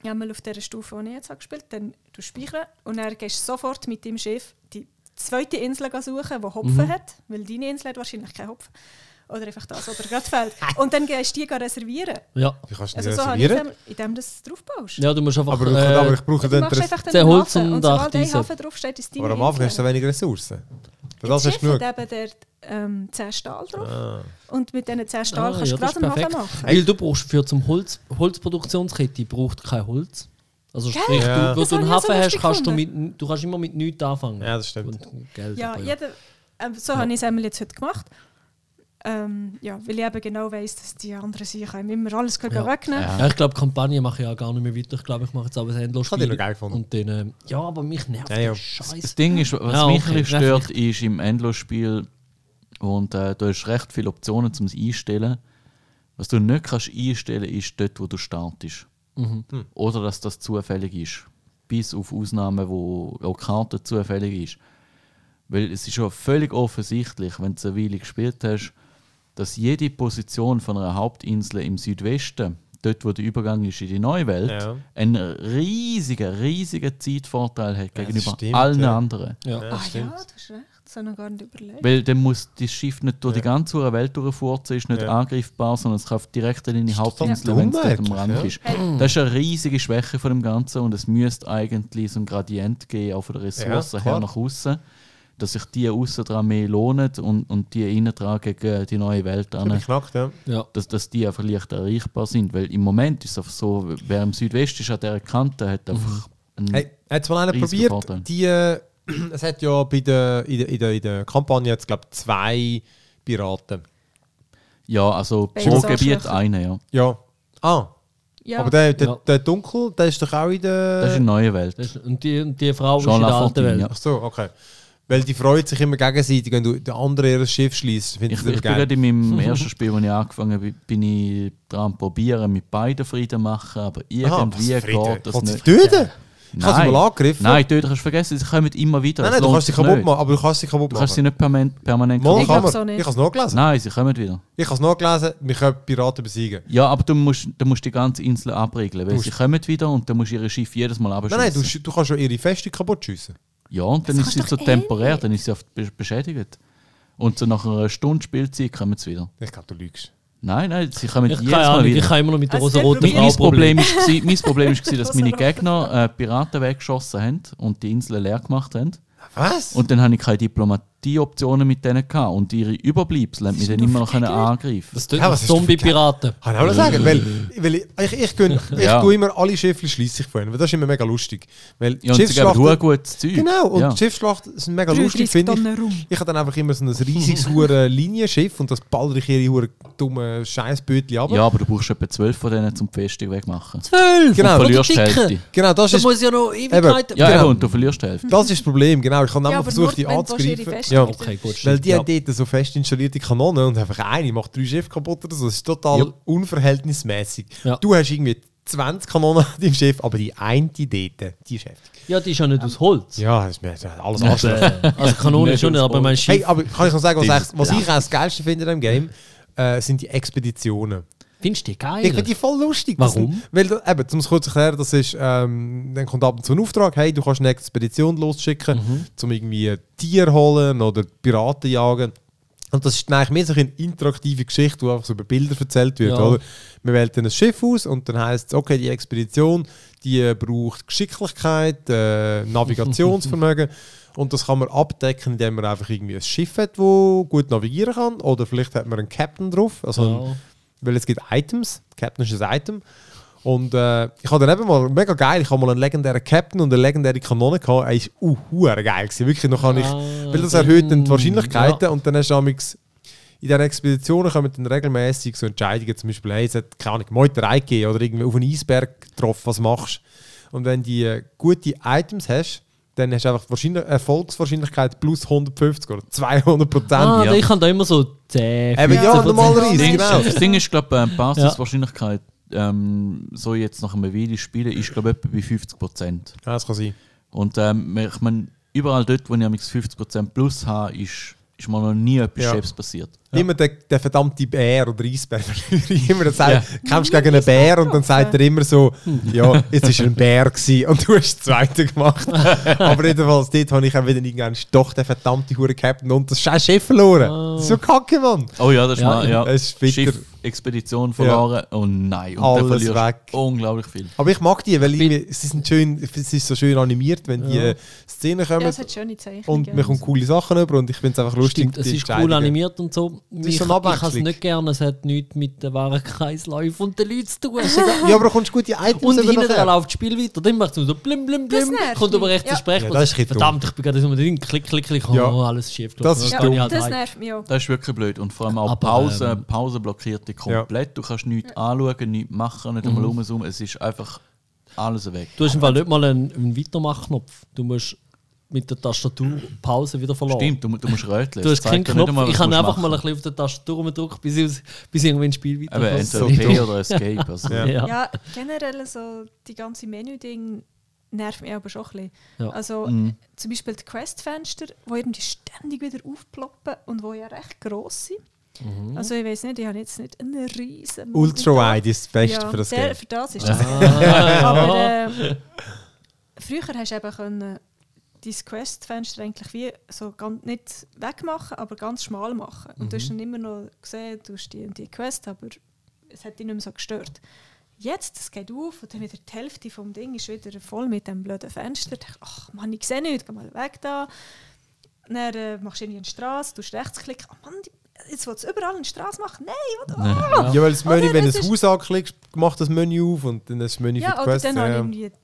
[SPEAKER 2] Ja, mal auf dieser Stufe, die ich jetzt habe gespielt dann du speichern und dann gehst du sofort mit deinem Schiff die zweite Insel gehen suchen, die Hopfen
[SPEAKER 1] Mhm.
[SPEAKER 2] hat, weil deine Insel hat wahrscheinlich keinen Hopfen. Oder einfach das, oder gerade fehlt. Und dann gehst du die gehen reservieren.
[SPEAKER 4] Ja.
[SPEAKER 1] Wie kannst du
[SPEAKER 2] Also
[SPEAKER 1] die
[SPEAKER 2] so habe ich
[SPEAKER 1] reservieren?
[SPEAKER 2] dem, in dem das draufbaust.
[SPEAKER 4] ja, du musst einfach.
[SPEAKER 1] Aber, ich-
[SPEAKER 4] äh,
[SPEAKER 1] aber ich brauche
[SPEAKER 2] Du
[SPEAKER 1] dann...
[SPEAKER 2] machst
[SPEAKER 1] die Res-
[SPEAKER 2] einfach
[SPEAKER 4] Der
[SPEAKER 2] den
[SPEAKER 4] Holz
[SPEAKER 2] Hafen und
[SPEAKER 4] und
[SPEAKER 2] sobald ein
[SPEAKER 4] Dachdiese.
[SPEAKER 2] Hafen draufsteht, ist deine
[SPEAKER 1] Aber am Anfang
[SPEAKER 2] Insel.
[SPEAKER 1] hast du wenig Ressourcen. Für
[SPEAKER 2] Das
[SPEAKER 1] das hast
[SPEAKER 2] Schiff
[SPEAKER 1] du genug.
[SPEAKER 2] hat eben der ähm, 10 Stahl drauf.
[SPEAKER 1] Ah.
[SPEAKER 2] Und mit diesen 10 Stahl
[SPEAKER 4] Ah,
[SPEAKER 2] kannst
[SPEAKER 4] ja,
[SPEAKER 2] du
[SPEAKER 4] das
[SPEAKER 2] gerade einen
[SPEAKER 4] ist
[SPEAKER 2] Hafen
[SPEAKER 4] perfekt.
[SPEAKER 2] machen.
[SPEAKER 4] Weil du brauchst für zum Holz, Holzproduktionskette braucht kein Holz. Also
[SPEAKER 2] Gell?
[SPEAKER 4] sprich,
[SPEAKER 1] Ja.
[SPEAKER 4] du, wenn
[SPEAKER 2] Das
[SPEAKER 4] du einen
[SPEAKER 2] habe ich auch so
[SPEAKER 4] Hafen hast,
[SPEAKER 2] lustig
[SPEAKER 4] kannst du, mit, du kannst immer mit nichts anfangen.
[SPEAKER 1] Ja, das stimmt.
[SPEAKER 4] Und Geld,
[SPEAKER 2] Ja,
[SPEAKER 4] aber
[SPEAKER 2] jeder, ähm, so habe ich es einmal jetzt heute gemacht. Ähm, ja, weil ich eben genau weiss, dass die anderen sich immer alles können
[SPEAKER 4] Ja.
[SPEAKER 2] wegnehmen
[SPEAKER 3] Ja.
[SPEAKER 4] Ja, ich glaube, Kampagne mache ich ja gar nicht mehr weiter. Ich glaube, ich mache jetzt aber ein endlos
[SPEAKER 1] Ich hab die noch geil gefunden.
[SPEAKER 4] Und dann, ähm, ja, aber mich nervt
[SPEAKER 1] Ja,
[SPEAKER 4] ja,
[SPEAKER 1] ja.
[SPEAKER 3] Das
[SPEAKER 4] Scheiße.
[SPEAKER 3] Ding ist, was
[SPEAKER 4] Ja,
[SPEAKER 3] mich
[SPEAKER 4] okay,
[SPEAKER 3] ein bisschen stört, ist im Endlosspiel und äh, du hast recht viele Optionen zum Einstellen. Was du nicht kannst einstellen, ist dort, wo du startest.
[SPEAKER 4] Mhm.
[SPEAKER 3] Oder dass das zufällig ist. Bis auf Ausnahmen, wo auch die Karte zufällig ist. Weil es ist ja völlig offensichtlich, wenn du eine Weile gespielt hast, dass jede Position von einer Hauptinsel im Südwesten, dort wo der Übergang ist in die neue Welt,
[SPEAKER 1] Ja.
[SPEAKER 3] einen riesigen, riesigen Zeitvorteil hat gegenüber
[SPEAKER 1] stimmt,
[SPEAKER 3] allen
[SPEAKER 1] ja.
[SPEAKER 3] anderen.
[SPEAKER 4] Ja.
[SPEAKER 2] Ah ja, du hast recht, das habe ich noch gar nicht überlegt.
[SPEAKER 3] Weil dann muss das Schiff nicht durch die ganze hohe Welt durchfurzen, ist nicht
[SPEAKER 1] Ja.
[SPEAKER 3] angreifbar, sondern es kann direkt in die
[SPEAKER 1] total
[SPEAKER 3] Hauptinsel,
[SPEAKER 1] dumm
[SPEAKER 3] wenn es dort am
[SPEAKER 1] eigentlich,
[SPEAKER 3] Rand
[SPEAKER 1] ja.
[SPEAKER 3] ist.
[SPEAKER 2] Hey.
[SPEAKER 3] Das ist eine riesige Schwäche von dem Ganzen und es müsste eigentlich so ein Gradient geben, auch von der Ressource
[SPEAKER 1] Ja, klar.
[SPEAKER 3] her nach außen, dass sich die außen dran mehr lohnen und, und die innen dran gegen die neue Welt
[SPEAKER 1] Ich bin
[SPEAKER 3] an.
[SPEAKER 1] knackt, ja.
[SPEAKER 4] Ja.
[SPEAKER 3] Dass, dass die einfach leicht erreichbar sind, weil im Moment ist es einfach so, wer im Südwesten ist, an dieser Kante hat einfach einen
[SPEAKER 1] Mhm. Hey, hat mal einer
[SPEAKER 3] Riesiger
[SPEAKER 1] probiert,
[SPEAKER 3] Vorteil.
[SPEAKER 1] die, äh, es hat ja bei der, in, der, in, der, in der Kampagne jetzt, glaube ich, zwei Piraten.
[SPEAKER 3] Ja, also
[SPEAKER 2] Bei
[SPEAKER 3] pro
[SPEAKER 2] uns auch
[SPEAKER 3] Gebiet
[SPEAKER 2] schlechter.
[SPEAKER 3] eine, ja.
[SPEAKER 1] Ja. Ah,
[SPEAKER 2] ja,
[SPEAKER 1] aber der, der,
[SPEAKER 4] Ja.
[SPEAKER 1] der Dunkel, der ist doch auch in der...
[SPEAKER 3] Das ist eine neue Welt.
[SPEAKER 4] Das, und, die, und die Frau ist
[SPEAKER 3] Jean
[SPEAKER 4] in der alten
[SPEAKER 3] Lafontaine,
[SPEAKER 4] Welt.
[SPEAKER 3] ja.
[SPEAKER 1] Ach so, okay. Weil die freut sich immer gegenseitig, wenn du den anderen ihr Schiff schließt.
[SPEAKER 3] Ich,
[SPEAKER 1] Findest du
[SPEAKER 3] ich
[SPEAKER 1] das
[SPEAKER 3] bin
[SPEAKER 1] geil?
[SPEAKER 3] gerade in meinem ersten Spiel, wo ich angefangen habe, bin ich dran probieren, mit beiden Frieden machen, aber
[SPEAKER 1] Aha, was
[SPEAKER 3] irgendwie
[SPEAKER 1] Friede?
[SPEAKER 3] geht das
[SPEAKER 1] Kannst du
[SPEAKER 3] nicht.
[SPEAKER 1] sie töten? Ich habe sie mal angegriffen.
[SPEAKER 3] Nein, töten kannst du vergessen, sie kommen immer wieder.
[SPEAKER 1] nein,
[SPEAKER 3] Es
[SPEAKER 1] nein du
[SPEAKER 3] lohnt
[SPEAKER 1] kannst sie
[SPEAKER 3] sich
[SPEAKER 1] kaputt
[SPEAKER 3] nicht.
[SPEAKER 1] machen, aber du kannst sie kaputt
[SPEAKER 3] Du
[SPEAKER 1] machen.
[SPEAKER 3] kannst sie nicht permanent, permanent
[SPEAKER 1] Mal
[SPEAKER 2] Ich
[SPEAKER 1] kann
[SPEAKER 2] glaub's
[SPEAKER 1] man.
[SPEAKER 2] auch nicht.
[SPEAKER 1] Ich habe es noch gelesen.
[SPEAKER 3] Nein, sie kommen wieder.
[SPEAKER 1] Ich habe es noch gelesen, wir können die Piraten besiegen.
[SPEAKER 3] Ja, aber du musst, du musst die ganze Insel abregeln, weil
[SPEAKER 1] Du
[SPEAKER 3] sie
[SPEAKER 1] musst-
[SPEAKER 3] kommen wieder und dann musst du ihre Schiff jedes Mal abschießen.
[SPEAKER 1] Nein, nein, du, sch- du kannst schon ihre Festung kaputt schiessen.
[SPEAKER 3] Ja, und dann
[SPEAKER 2] Das
[SPEAKER 3] ist sie
[SPEAKER 2] kannst
[SPEAKER 3] so
[SPEAKER 2] doch eh
[SPEAKER 3] temporär, dann ist sie oft besch- beschädigt. Und so nach einer Stunde Spielzeit kommen sie wieder.
[SPEAKER 1] Ich glaube, du lügst.
[SPEAKER 3] Nein, nein, sie kommen
[SPEAKER 4] Ich,
[SPEAKER 3] jedes
[SPEAKER 4] keine
[SPEAKER 3] Mal
[SPEAKER 4] Ahnung, ich
[SPEAKER 3] wieder.
[SPEAKER 4] kann immer noch mit der
[SPEAKER 2] Also,
[SPEAKER 4] rosa-roten
[SPEAKER 2] ich
[SPEAKER 4] Frau
[SPEAKER 3] Mein Problem,
[SPEAKER 4] Probleme.
[SPEAKER 3] ist, gewesen- mein Problem ist, gewesen, dass meine
[SPEAKER 2] Rosa-rote.
[SPEAKER 3] Gegner äh, Piraten weggeschossen haben und die Insel leer gemacht haben.
[SPEAKER 1] Was?
[SPEAKER 3] Und dann hatte ich keine Diplomatieoptionen mit denen gehabt. und ihre Überbleibsel haben mich dann immer noch können angreifen.
[SPEAKER 4] Das tut
[SPEAKER 1] Ja, was
[SPEAKER 4] ja,
[SPEAKER 1] ist das für
[SPEAKER 4] Zombie-Piraten.
[SPEAKER 1] Kann ich auch noch sagen, weil, weil ich, ich, ich, gönn- ich
[SPEAKER 3] Ja.
[SPEAKER 1] tue immer alle Schiffe schliesslich von ihnen, weil das ist immer mega lustig. Weil
[SPEAKER 3] Ja, und sie geben
[SPEAKER 1] Schiffsschlachten-
[SPEAKER 3] sehr gutes Zeug.
[SPEAKER 1] Genau, und
[SPEAKER 3] ja.
[SPEAKER 1] die Schiffsschlachten sind mega lustig,
[SPEAKER 2] 33
[SPEAKER 1] finde ich.
[SPEAKER 2] Tonnen rum.
[SPEAKER 1] Ich habe dann einfach immer so ein riesiges hure Linienschiff und das ballere ich ihre hure dumme Scheißbötli ab.
[SPEAKER 3] ja, aber du brauchst etwa zwölf von denen, um die Festung wegmachen.
[SPEAKER 4] Zwölf!
[SPEAKER 1] Genau. Oder
[SPEAKER 3] du verlierst die
[SPEAKER 4] Dicke.
[SPEAKER 3] Hälfte.
[SPEAKER 1] Genau, das
[SPEAKER 4] Da
[SPEAKER 1] ist,
[SPEAKER 4] muss ja noch Ewigkeiten...
[SPEAKER 3] Ja,
[SPEAKER 1] Genau.
[SPEAKER 3] eben, und du verlierst die Hälfte.
[SPEAKER 1] das ist das Problem, genau. Ich habe dann
[SPEAKER 2] Ja,
[SPEAKER 1] immer
[SPEAKER 2] aber
[SPEAKER 1] versucht, die
[SPEAKER 2] nur, wenn du ihre
[SPEAKER 1] anzugreifen.
[SPEAKER 2] Festung
[SPEAKER 1] Ja,
[SPEAKER 2] zerstörst.
[SPEAKER 4] Okay, gut,
[SPEAKER 1] weil
[SPEAKER 4] stimmt.
[SPEAKER 1] die
[SPEAKER 4] ja.
[SPEAKER 1] haben dort so fest installierte Kanonen und einfach eine macht drei Schiffe kaputt oder so. Das ist total
[SPEAKER 4] Ja.
[SPEAKER 1] unverhältnismäßig.
[SPEAKER 4] Ja.
[SPEAKER 1] Du hast irgendwie 20 Kanonen an deinem Schiff, aber die eine dort, die ist heftig.
[SPEAKER 4] ja, die ist ja nicht aus Holz.
[SPEAKER 1] Ja, das ist mir alles
[SPEAKER 4] Also,
[SPEAKER 1] Arschloch.
[SPEAKER 4] Also Kanone
[SPEAKER 3] Nicht
[SPEAKER 4] schon nicht,
[SPEAKER 3] aus
[SPEAKER 4] aber mein Schiff...
[SPEAKER 1] Hey, aber kann ich noch sagen, was,
[SPEAKER 3] Dieses
[SPEAKER 1] ich, was ich auch das Geilste finde in dem Game, äh, sind die Expeditionen.
[SPEAKER 4] Findest du die geil?
[SPEAKER 1] Ich finde die voll lustig. Das
[SPEAKER 4] Warum?
[SPEAKER 1] Sind, weil, da- eben, um es kurz zu erklären, das ist, ähm, dann kommt ab und zu ein Auftrag, hey, du kannst eine Expedition losschicken,
[SPEAKER 4] Mhm.
[SPEAKER 1] um irgendwie Tiere holen oder Piraten jagen. Und das ist dann eigentlich mehr so eine interaktive Geschichte, die einfach so über Bilder erzählt wird.
[SPEAKER 4] Ja.
[SPEAKER 1] Oder? Man wählt dann ein Schiff aus und dann heißt es, okay, die Expedition, die äh, braucht Geschicklichkeit, äh, Navigationsvermögen. Und das kann man abdecken, indem man einfach irgendwie ein Schiff hat, das gut navigieren kann. Oder vielleicht hat man einen Captain drauf, also einen,
[SPEAKER 4] Ja.
[SPEAKER 1] weil es gibt Items. Captain ist ein Item. Und äh, ich habe dann eben mal, mega geil, ich habe mal einen legendären Captain und eine legendäre Kanone gehabt. Er ist uh, huere geil gewesen. Wirklich, noch kann ich,
[SPEAKER 4] Ah,
[SPEAKER 1] weil das erhöht dann die
[SPEAKER 4] mm,
[SPEAKER 1] Wahrscheinlichkeiten und dann hast du amix in diesen Expeditionen kommen dann regelmäßig so Entscheidungen, zum Beispiel, hey, es hat keine Ahnung, Meuterei gegeben oder irgendwie auf einen Eisberg getroffen, was machst du? Und wenn du äh, gute Items hast, dann hast du einfach die Wahrscheinlich äh, Erfolgswahrscheinlichkeit plus 150 oder 200 Prozent.
[SPEAKER 4] Ah,
[SPEAKER 3] Ja.
[SPEAKER 4] ich habe da immer so 10,
[SPEAKER 1] Eben,
[SPEAKER 4] 15
[SPEAKER 1] ja, normalerweise,
[SPEAKER 3] Ding-
[SPEAKER 1] genau.
[SPEAKER 3] Das Ding ist, glaube ich, die
[SPEAKER 4] Ja.
[SPEAKER 3] Basiswahrscheinlichkeit, ähm, so jetzt nach einem Video spielen, ist, glaube ich, etwa bei 50 Prozent.
[SPEAKER 1] Ja, das kann sein.
[SPEAKER 3] Und ähm, ich meine, überall dort, wo ich am 50% plus habe, ist, ist mir noch nie etwas
[SPEAKER 1] Ja.
[SPEAKER 3] Schäbes passiert.
[SPEAKER 1] Immer der, der verdammte Bär oder Eisbär. immer dann sagt,
[SPEAKER 3] Ja.
[SPEAKER 1] kämpfst gegen einen Bär und dann sagt er immer so, ja, jetzt ist er ein Bär gewesen und du hast den zweiten gemacht. Aber jedenfalls, dort habe ich auch wieder irgendwann doch den verdammten Huren Captain und das scheiß Schiff verloren.
[SPEAKER 4] Ah.
[SPEAKER 1] Das ist So kacke, Mann.
[SPEAKER 3] Oh ja, das ist
[SPEAKER 4] Ja,
[SPEAKER 3] mal, ja.
[SPEAKER 1] das ist bitter.
[SPEAKER 3] Schiff, Expedition verloren. Oh nein, und
[SPEAKER 1] Alles
[SPEAKER 3] dann verlierst du
[SPEAKER 1] weg.
[SPEAKER 3] unglaublich viel.
[SPEAKER 1] Aber ich mag die, weil irgendwie, sie sind schön, es ist so schön animiert, wenn die
[SPEAKER 4] Ja.
[SPEAKER 1] äh, Szenen kommen
[SPEAKER 2] Ja, es hat schöne Zeichnungen.
[SPEAKER 1] und man kommt coole Sachen über und ich finde es einfach lustig.
[SPEAKER 4] Stimmt, es
[SPEAKER 1] die
[SPEAKER 4] ist cool
[SPEAKER 1] Entscheidungen.
[SPEAKER 4] animiert und so.
[SPEAKER 1] ist
[SPEAKER 4] ich
[SPEAKER 1] so
[SPEAKER 4] ich
[SPEAKER 1] eine
[SPEAKER 4] habe es
[SPEAKER 1] Abwechslung.
[SPEAKER 4] nicht gerne, es hat nichts mit den wahren Kreisläufen und den Leuten zu tun.
[SPEAKER 1] Ja, aber du kommst gute Items
[SPEAKER 4] Und
[SPEAKER 1] über
[SPEAKER 4] hinten
[SPEAKER 1] nachher.
[SPEAKER 4] läuft das Spiel weiter, dann macht es so blim blim
[SPEAKER 2] Das
[SPEAKER 4] blim,
[SPEAKER 2] nervt
[SPEAKER 4] kommt aber
[SPEAKER 2] mich.
[SPEAKER 4] rechts
[SPEAKER 2] Ja.
[SPEAKER 4] ja. Sprecher.
[SPEAKER 1] Ja, das ist ein bisschen
[SPEAKER 4] Verdammt, ich bin gerade so mit dem Klick, klick, klick, oh,
[SPEAKER 1] Ja.
[SPEAKER 4] alles schief.
[SPEAKER 1] Das ist
[SPEAKER 4] gelaufen.
[SPEAKER 1] dumm.
[SPEAKER 4] Dann
[SPEAKER 2] Ja,
[SPEAKER 4] gehe
[SPEAKER 2] das
[SPEAKER 4] ich halt heim.
[SPEAKER 2] nervt mich auch.
[SPEAKER 3] Das ist wirklich blöd. Und vor allem auch
[SPEAKER 4] Aber,
[SPEAKER 3] Pause,
[SPEAKER 4] ähm,
[SPEAKER 3] Pause blockiert dich komplett. Du kannst nichts anschauen, nichts machen, nicht
[SPEAKER 4] Mhm.
[SPEAKER 3] einmal rumzoomen. Es ist einfach alles weg.
[SPEAKER 4] Du hast im Fall nicht mal einen, einen Weitermachknopf. Du musst mit der Tastatur Pause wieder verloren.
[SPEAKER 3] Stimmt, du, du musst röteln.
[SPEAKER 4] Du
[SPEAKER 3] Es
[SPEAKER 4] hast
[SPEAKER 3] zeigt
[SPEAKER 4] keinen
[SPEAKER 3] dir
[SPEAKER 4] Knopf.
[SPEAKER 3] nicht einmal, was
[SPEAKER 4] ich
[SPEAKER 3] du
[SPEAKER 4] habe
[SPEAKER 3] musst
[SPEAKER 4] einfach mal ein
[SPEAKER 3] machen.
[SPEAKER 4] bisschen auf der Tastatur rumgedrückt, bis, ich- bis irgendwie ein Spiel
[SPEAKER 3] Eben,
[SPEAKER 4] weiterkommt.
[SPEAKER 3] entweder P oder Escape. Also.
[SPEAKER 1] Ja.
[SPEAKER 4] ja.
[SPEAKER 2] Ja, generell so die ganze Menü-Ding nervt mich aber schon ein bisschen.
[SPEAKER 4] Ja.
[SPEAKER 2] Also äh, zum Beispiel die Quest-Fenster, die irgendwie ständig wieder aufploppen und die ja recht gross sind. Also ich weiß nicht, ich habe jetzt nicht einen riesen...
[SPEAKER 1] Ultra-wide ist das Beste
[SPEAKER 2] ja,
[SPEAKER 1] für das
[SPEAKER 2] der,
[SPEAKER 1] Game.
[SPEAKER 2] Für das ist das. Aber ähm, früher hast du eben können äh, dein Quest-Fenster eigentlich wie so ganz, nicht wegmachen, aber ganz schmal machen. Und du hast dann immer noch gesehen, du hast die und die Quest, aber es hat dich nicht mehr so gestört. Jetzt, es geht auf und dann wieder die Hälfte vom Ding ist wieder voll mit dem blöden Fenster. Ich dachte, ach Mann, ich sehe nichts, geh mal weg da. Dann äh, machst du irgendwie eine Straße, tust rechtsklick, oh Mann, die- jetzt willst du überall eine Straße machen? Nein, oder? Ah!
[SPEAKER 1] Ja, weil das Menü,
[SPEAKER 2] Oder
[SPEAKER 1] wenn du
[SPEAKER 2] es
[SPEAKER 1] das
[SPEAKER 2] ist-
[SPEAKER 1] Haus anklickst, macht das Menü auf und dann ist das Menü
[SPEAKER 2] Ja,
[SPEAKER 1] für die
[SPEAKER 2] oder
[SPEAKER 1] Quest. ähm,
[SPEAKER 2] dann habe ich
[SPEAKER 1] ja.
[SPEAKER 2] irgendwie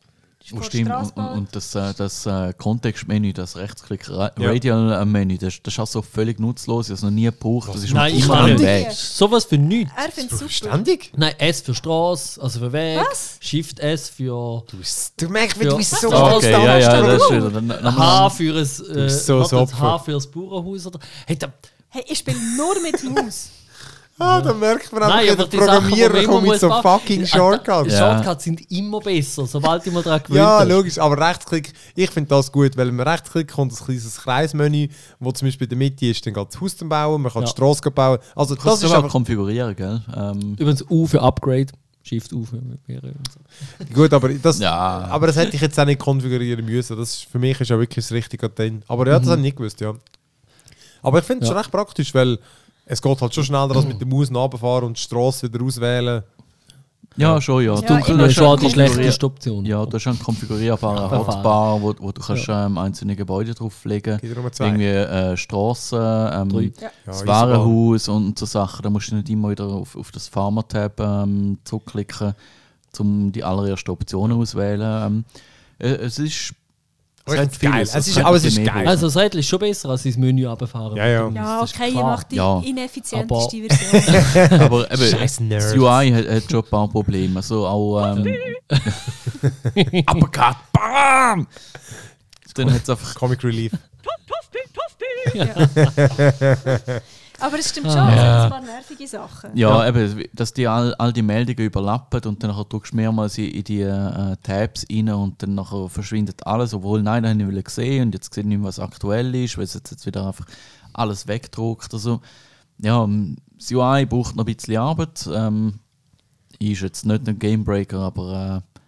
[SPEAKER 3] Oh,
[SPEAKER 2] vor
[SPEAKER 3] stimmt. Und, und,
[SPEAKER 2] Straßenbahn-
[SPEAKER 3] und das, äh, das äh, Kontextmenü, das Rechtsklick Ra
[SPEAKER 1] Ja.
[SPEAKER 3] Radial äh, Menü, das, das ist auch so völlig nutzlos. Ich habe es noch nie gebraucht. Das ist
[SPEAKER 4] Nein,
[SPEAKER 3] mir
[SPEAKER 4] ich
[SPEAKER 3] immer
[SPEAKER 4] kann
[SPEAKER 3] am
[SPEAKER 4] nicht.
[SPEAKER 3] Weg.
[SPEAKER 4] Sowas für nichts.
[SPEAKER 2] Er findet es super.
[SPEAKER 1] Ständig?
[SPEAKER 4] Nein, S für Straße, also für Weg.
[SPEAKER 2] Was?
[SPEAKER 4] Shift S für
[SPEAKER 1] Du merkst, wie
[SPEAKER 4] Ja.
[SPEAKER 1] du bist so
[SPEAKER 4] Ah,
[SPEAKER 1] stolz
[SPEAKER 3] Okay, ja,
[SPEAKER 1] drauf.
[SPEAKER 3] ja, das ist wieder. dann- dann-
[SPEAKER 4] H für ein, äh,
[SPEAKER 1] bist so ein
[SPEAKER 4] warte, das
[SPEAKER 1] Opfer.
[SPEAKER 4] H für das Bauernhaus. Oder, hey, da,
[SPEAKER 2] Hey, ich spiele nur mit Maus.
[SPEAKER 1] Ah, da merkt man einfach,
[SPEAKER 4] aber
[SPEAKER 1] wieder,
[SPEAKER 4] die Sachen, die man
[SPEAKER 1] Programmierer
[SPEAKER 4] immer
[SPEAKER 1] kommen mit so
[SPEAKER 4] muss machen-
[SPEAKER 1] fucking
[SPEAKER 4] Ah, da-
[SPEAKER 1] Shortcuts.
[SPEAKER 3] Ja.
[SPEAKER 4] Shortcuts sind immer besser, sobald du mal daran gewöhnt
[SPEAKER 1] Ja,
[SPEAKER 4] hast.
[SPEAKER 1] logisch, aber Rechtsklick, ich finde das gut, weil mit Rechtsklick kommt ein kleines Kreismenü, wo zum Beispiel in der Mitte ist, dann geht das Haus zum bauen, man kann
[SPEAKER 4] Ja.
[SPEAKER 1] die Straße bauen. Also
[SPEAKER 3] Kannst
[SPEAKER 1] das
[SPEAKER 3] du
[SPEAKER 1] ist
[SPEAKER 3] aber auch
[SPEAKER 1] einfach
[SPEAKER 3] konfigurieren, gell? Ähm,
[SPEAKER 4] Übrigens U für Upgrade, Shift U für Mehrere.
[SPEAKER 1] gut, aber das,
[SPEAKER 3] Ja.
[SPEAKER 1] aber das hätte ich jetzt auch nicht konfigurieren müssen. Das ist, für mich ist ja wirklich das Richtige drin. Aber ja, das habe ich nicht gewusst, ja. Aber ich finde es
[SPEAKER 4] Mhm.
[SPEAKER 1] schon
[SPEAKER 4] Ja.
[SPEAKER 1] recht praktisch, weil es geht halt schon schneller, als mit der Maus runterfahren und die Straße wieder auswählen.
[SPEAKER 3] ja, schon, ja.
[SPEAKER 2] Ja, Du-
[SPEAKER 4] Dunkel ist schon die
[SPEAKER 3] konfigurier-
[SPEAKER 4] schlechteste Option.
[SPEAKER 3] Ja, du hast einen konfigurierbaren
[SPEAKER 4] Verfahren.
[SPEAKER 3] Hotbar, wo, wo du kannst, ähm, einzelne Gebäude drauflegen
[SPEAKER 1] Geht darum zwei.
[SPEAKER 3] Irgendwie äh, Strassen, ähm,
[SPEAKER 4] Drei.
[SPEAKER 2] Ja.
[SPEAKER 1] Ja,
[SPEAKER 3] das
[SPEAKER 1] Eisenbahn.
[SPEAKER 3] Warenhaus und so Sachen. Da musst du nicht immer wieder auf, auf das Farmer-Tab ähm, zurückklicken, um die allerersten Optionen auszuwählen. Ähm, äh, es ist.
[SPEAKER 1] Aber ich find's geil. Es ist-
[SPEAKER 3] könnte
[SPEAKER 1] aber es ist
[SPEAKER 3] mehr
[SPEAKER 1] geil.
[SPEAKER 3] bringen.
[SPEAKER 4] Also das Rädchen ist schon besser, als sein Menü runterfahren.
[SPEAKER 1] Ja, ja.
[SPEAKER 2] Ja,
[SPEAKER 4] Das ist
[SPEAKER 2] okay, ihr
[SPEAKER 4] klar.
[SPEAKER 2] macht die
[SPEAKER 3] Ja.
[SPEAKER 2] ineffizienteste Version.
[SPEAKER 3] Aber eben,
[SPEAKER 1] Scheiß Nerds.
[SPEAKER 3] das UI hat, hat schon ein paar Probleme. Also auch. Ähm, Uppercut, BAM! Dann hat es einfach.
[SPEAKER 1] Comic Relief.
[SPEAKER 2] Aber es Ah, stimmt schon, es hat ein paar nervige Sachen.
[SPEAKER 3] Ja, eben, dass die all, all die Meldungen überlappen und dann nachher drückst du mehrmals in, in die äh, Tabs rein und dann nachher verschwindet alles, obwohl nein, das habe ich nicht gesehen und jetzt sehe ich nicht mehr, was aktuell ist, weil es jetzt, jetzt wieder einfach alles wegdruckt. Also, ja, m, das UI braucht noch ein bisschen Arbeit. Ähm, ist jetzt nicht ein Gamebreaker, aber äh,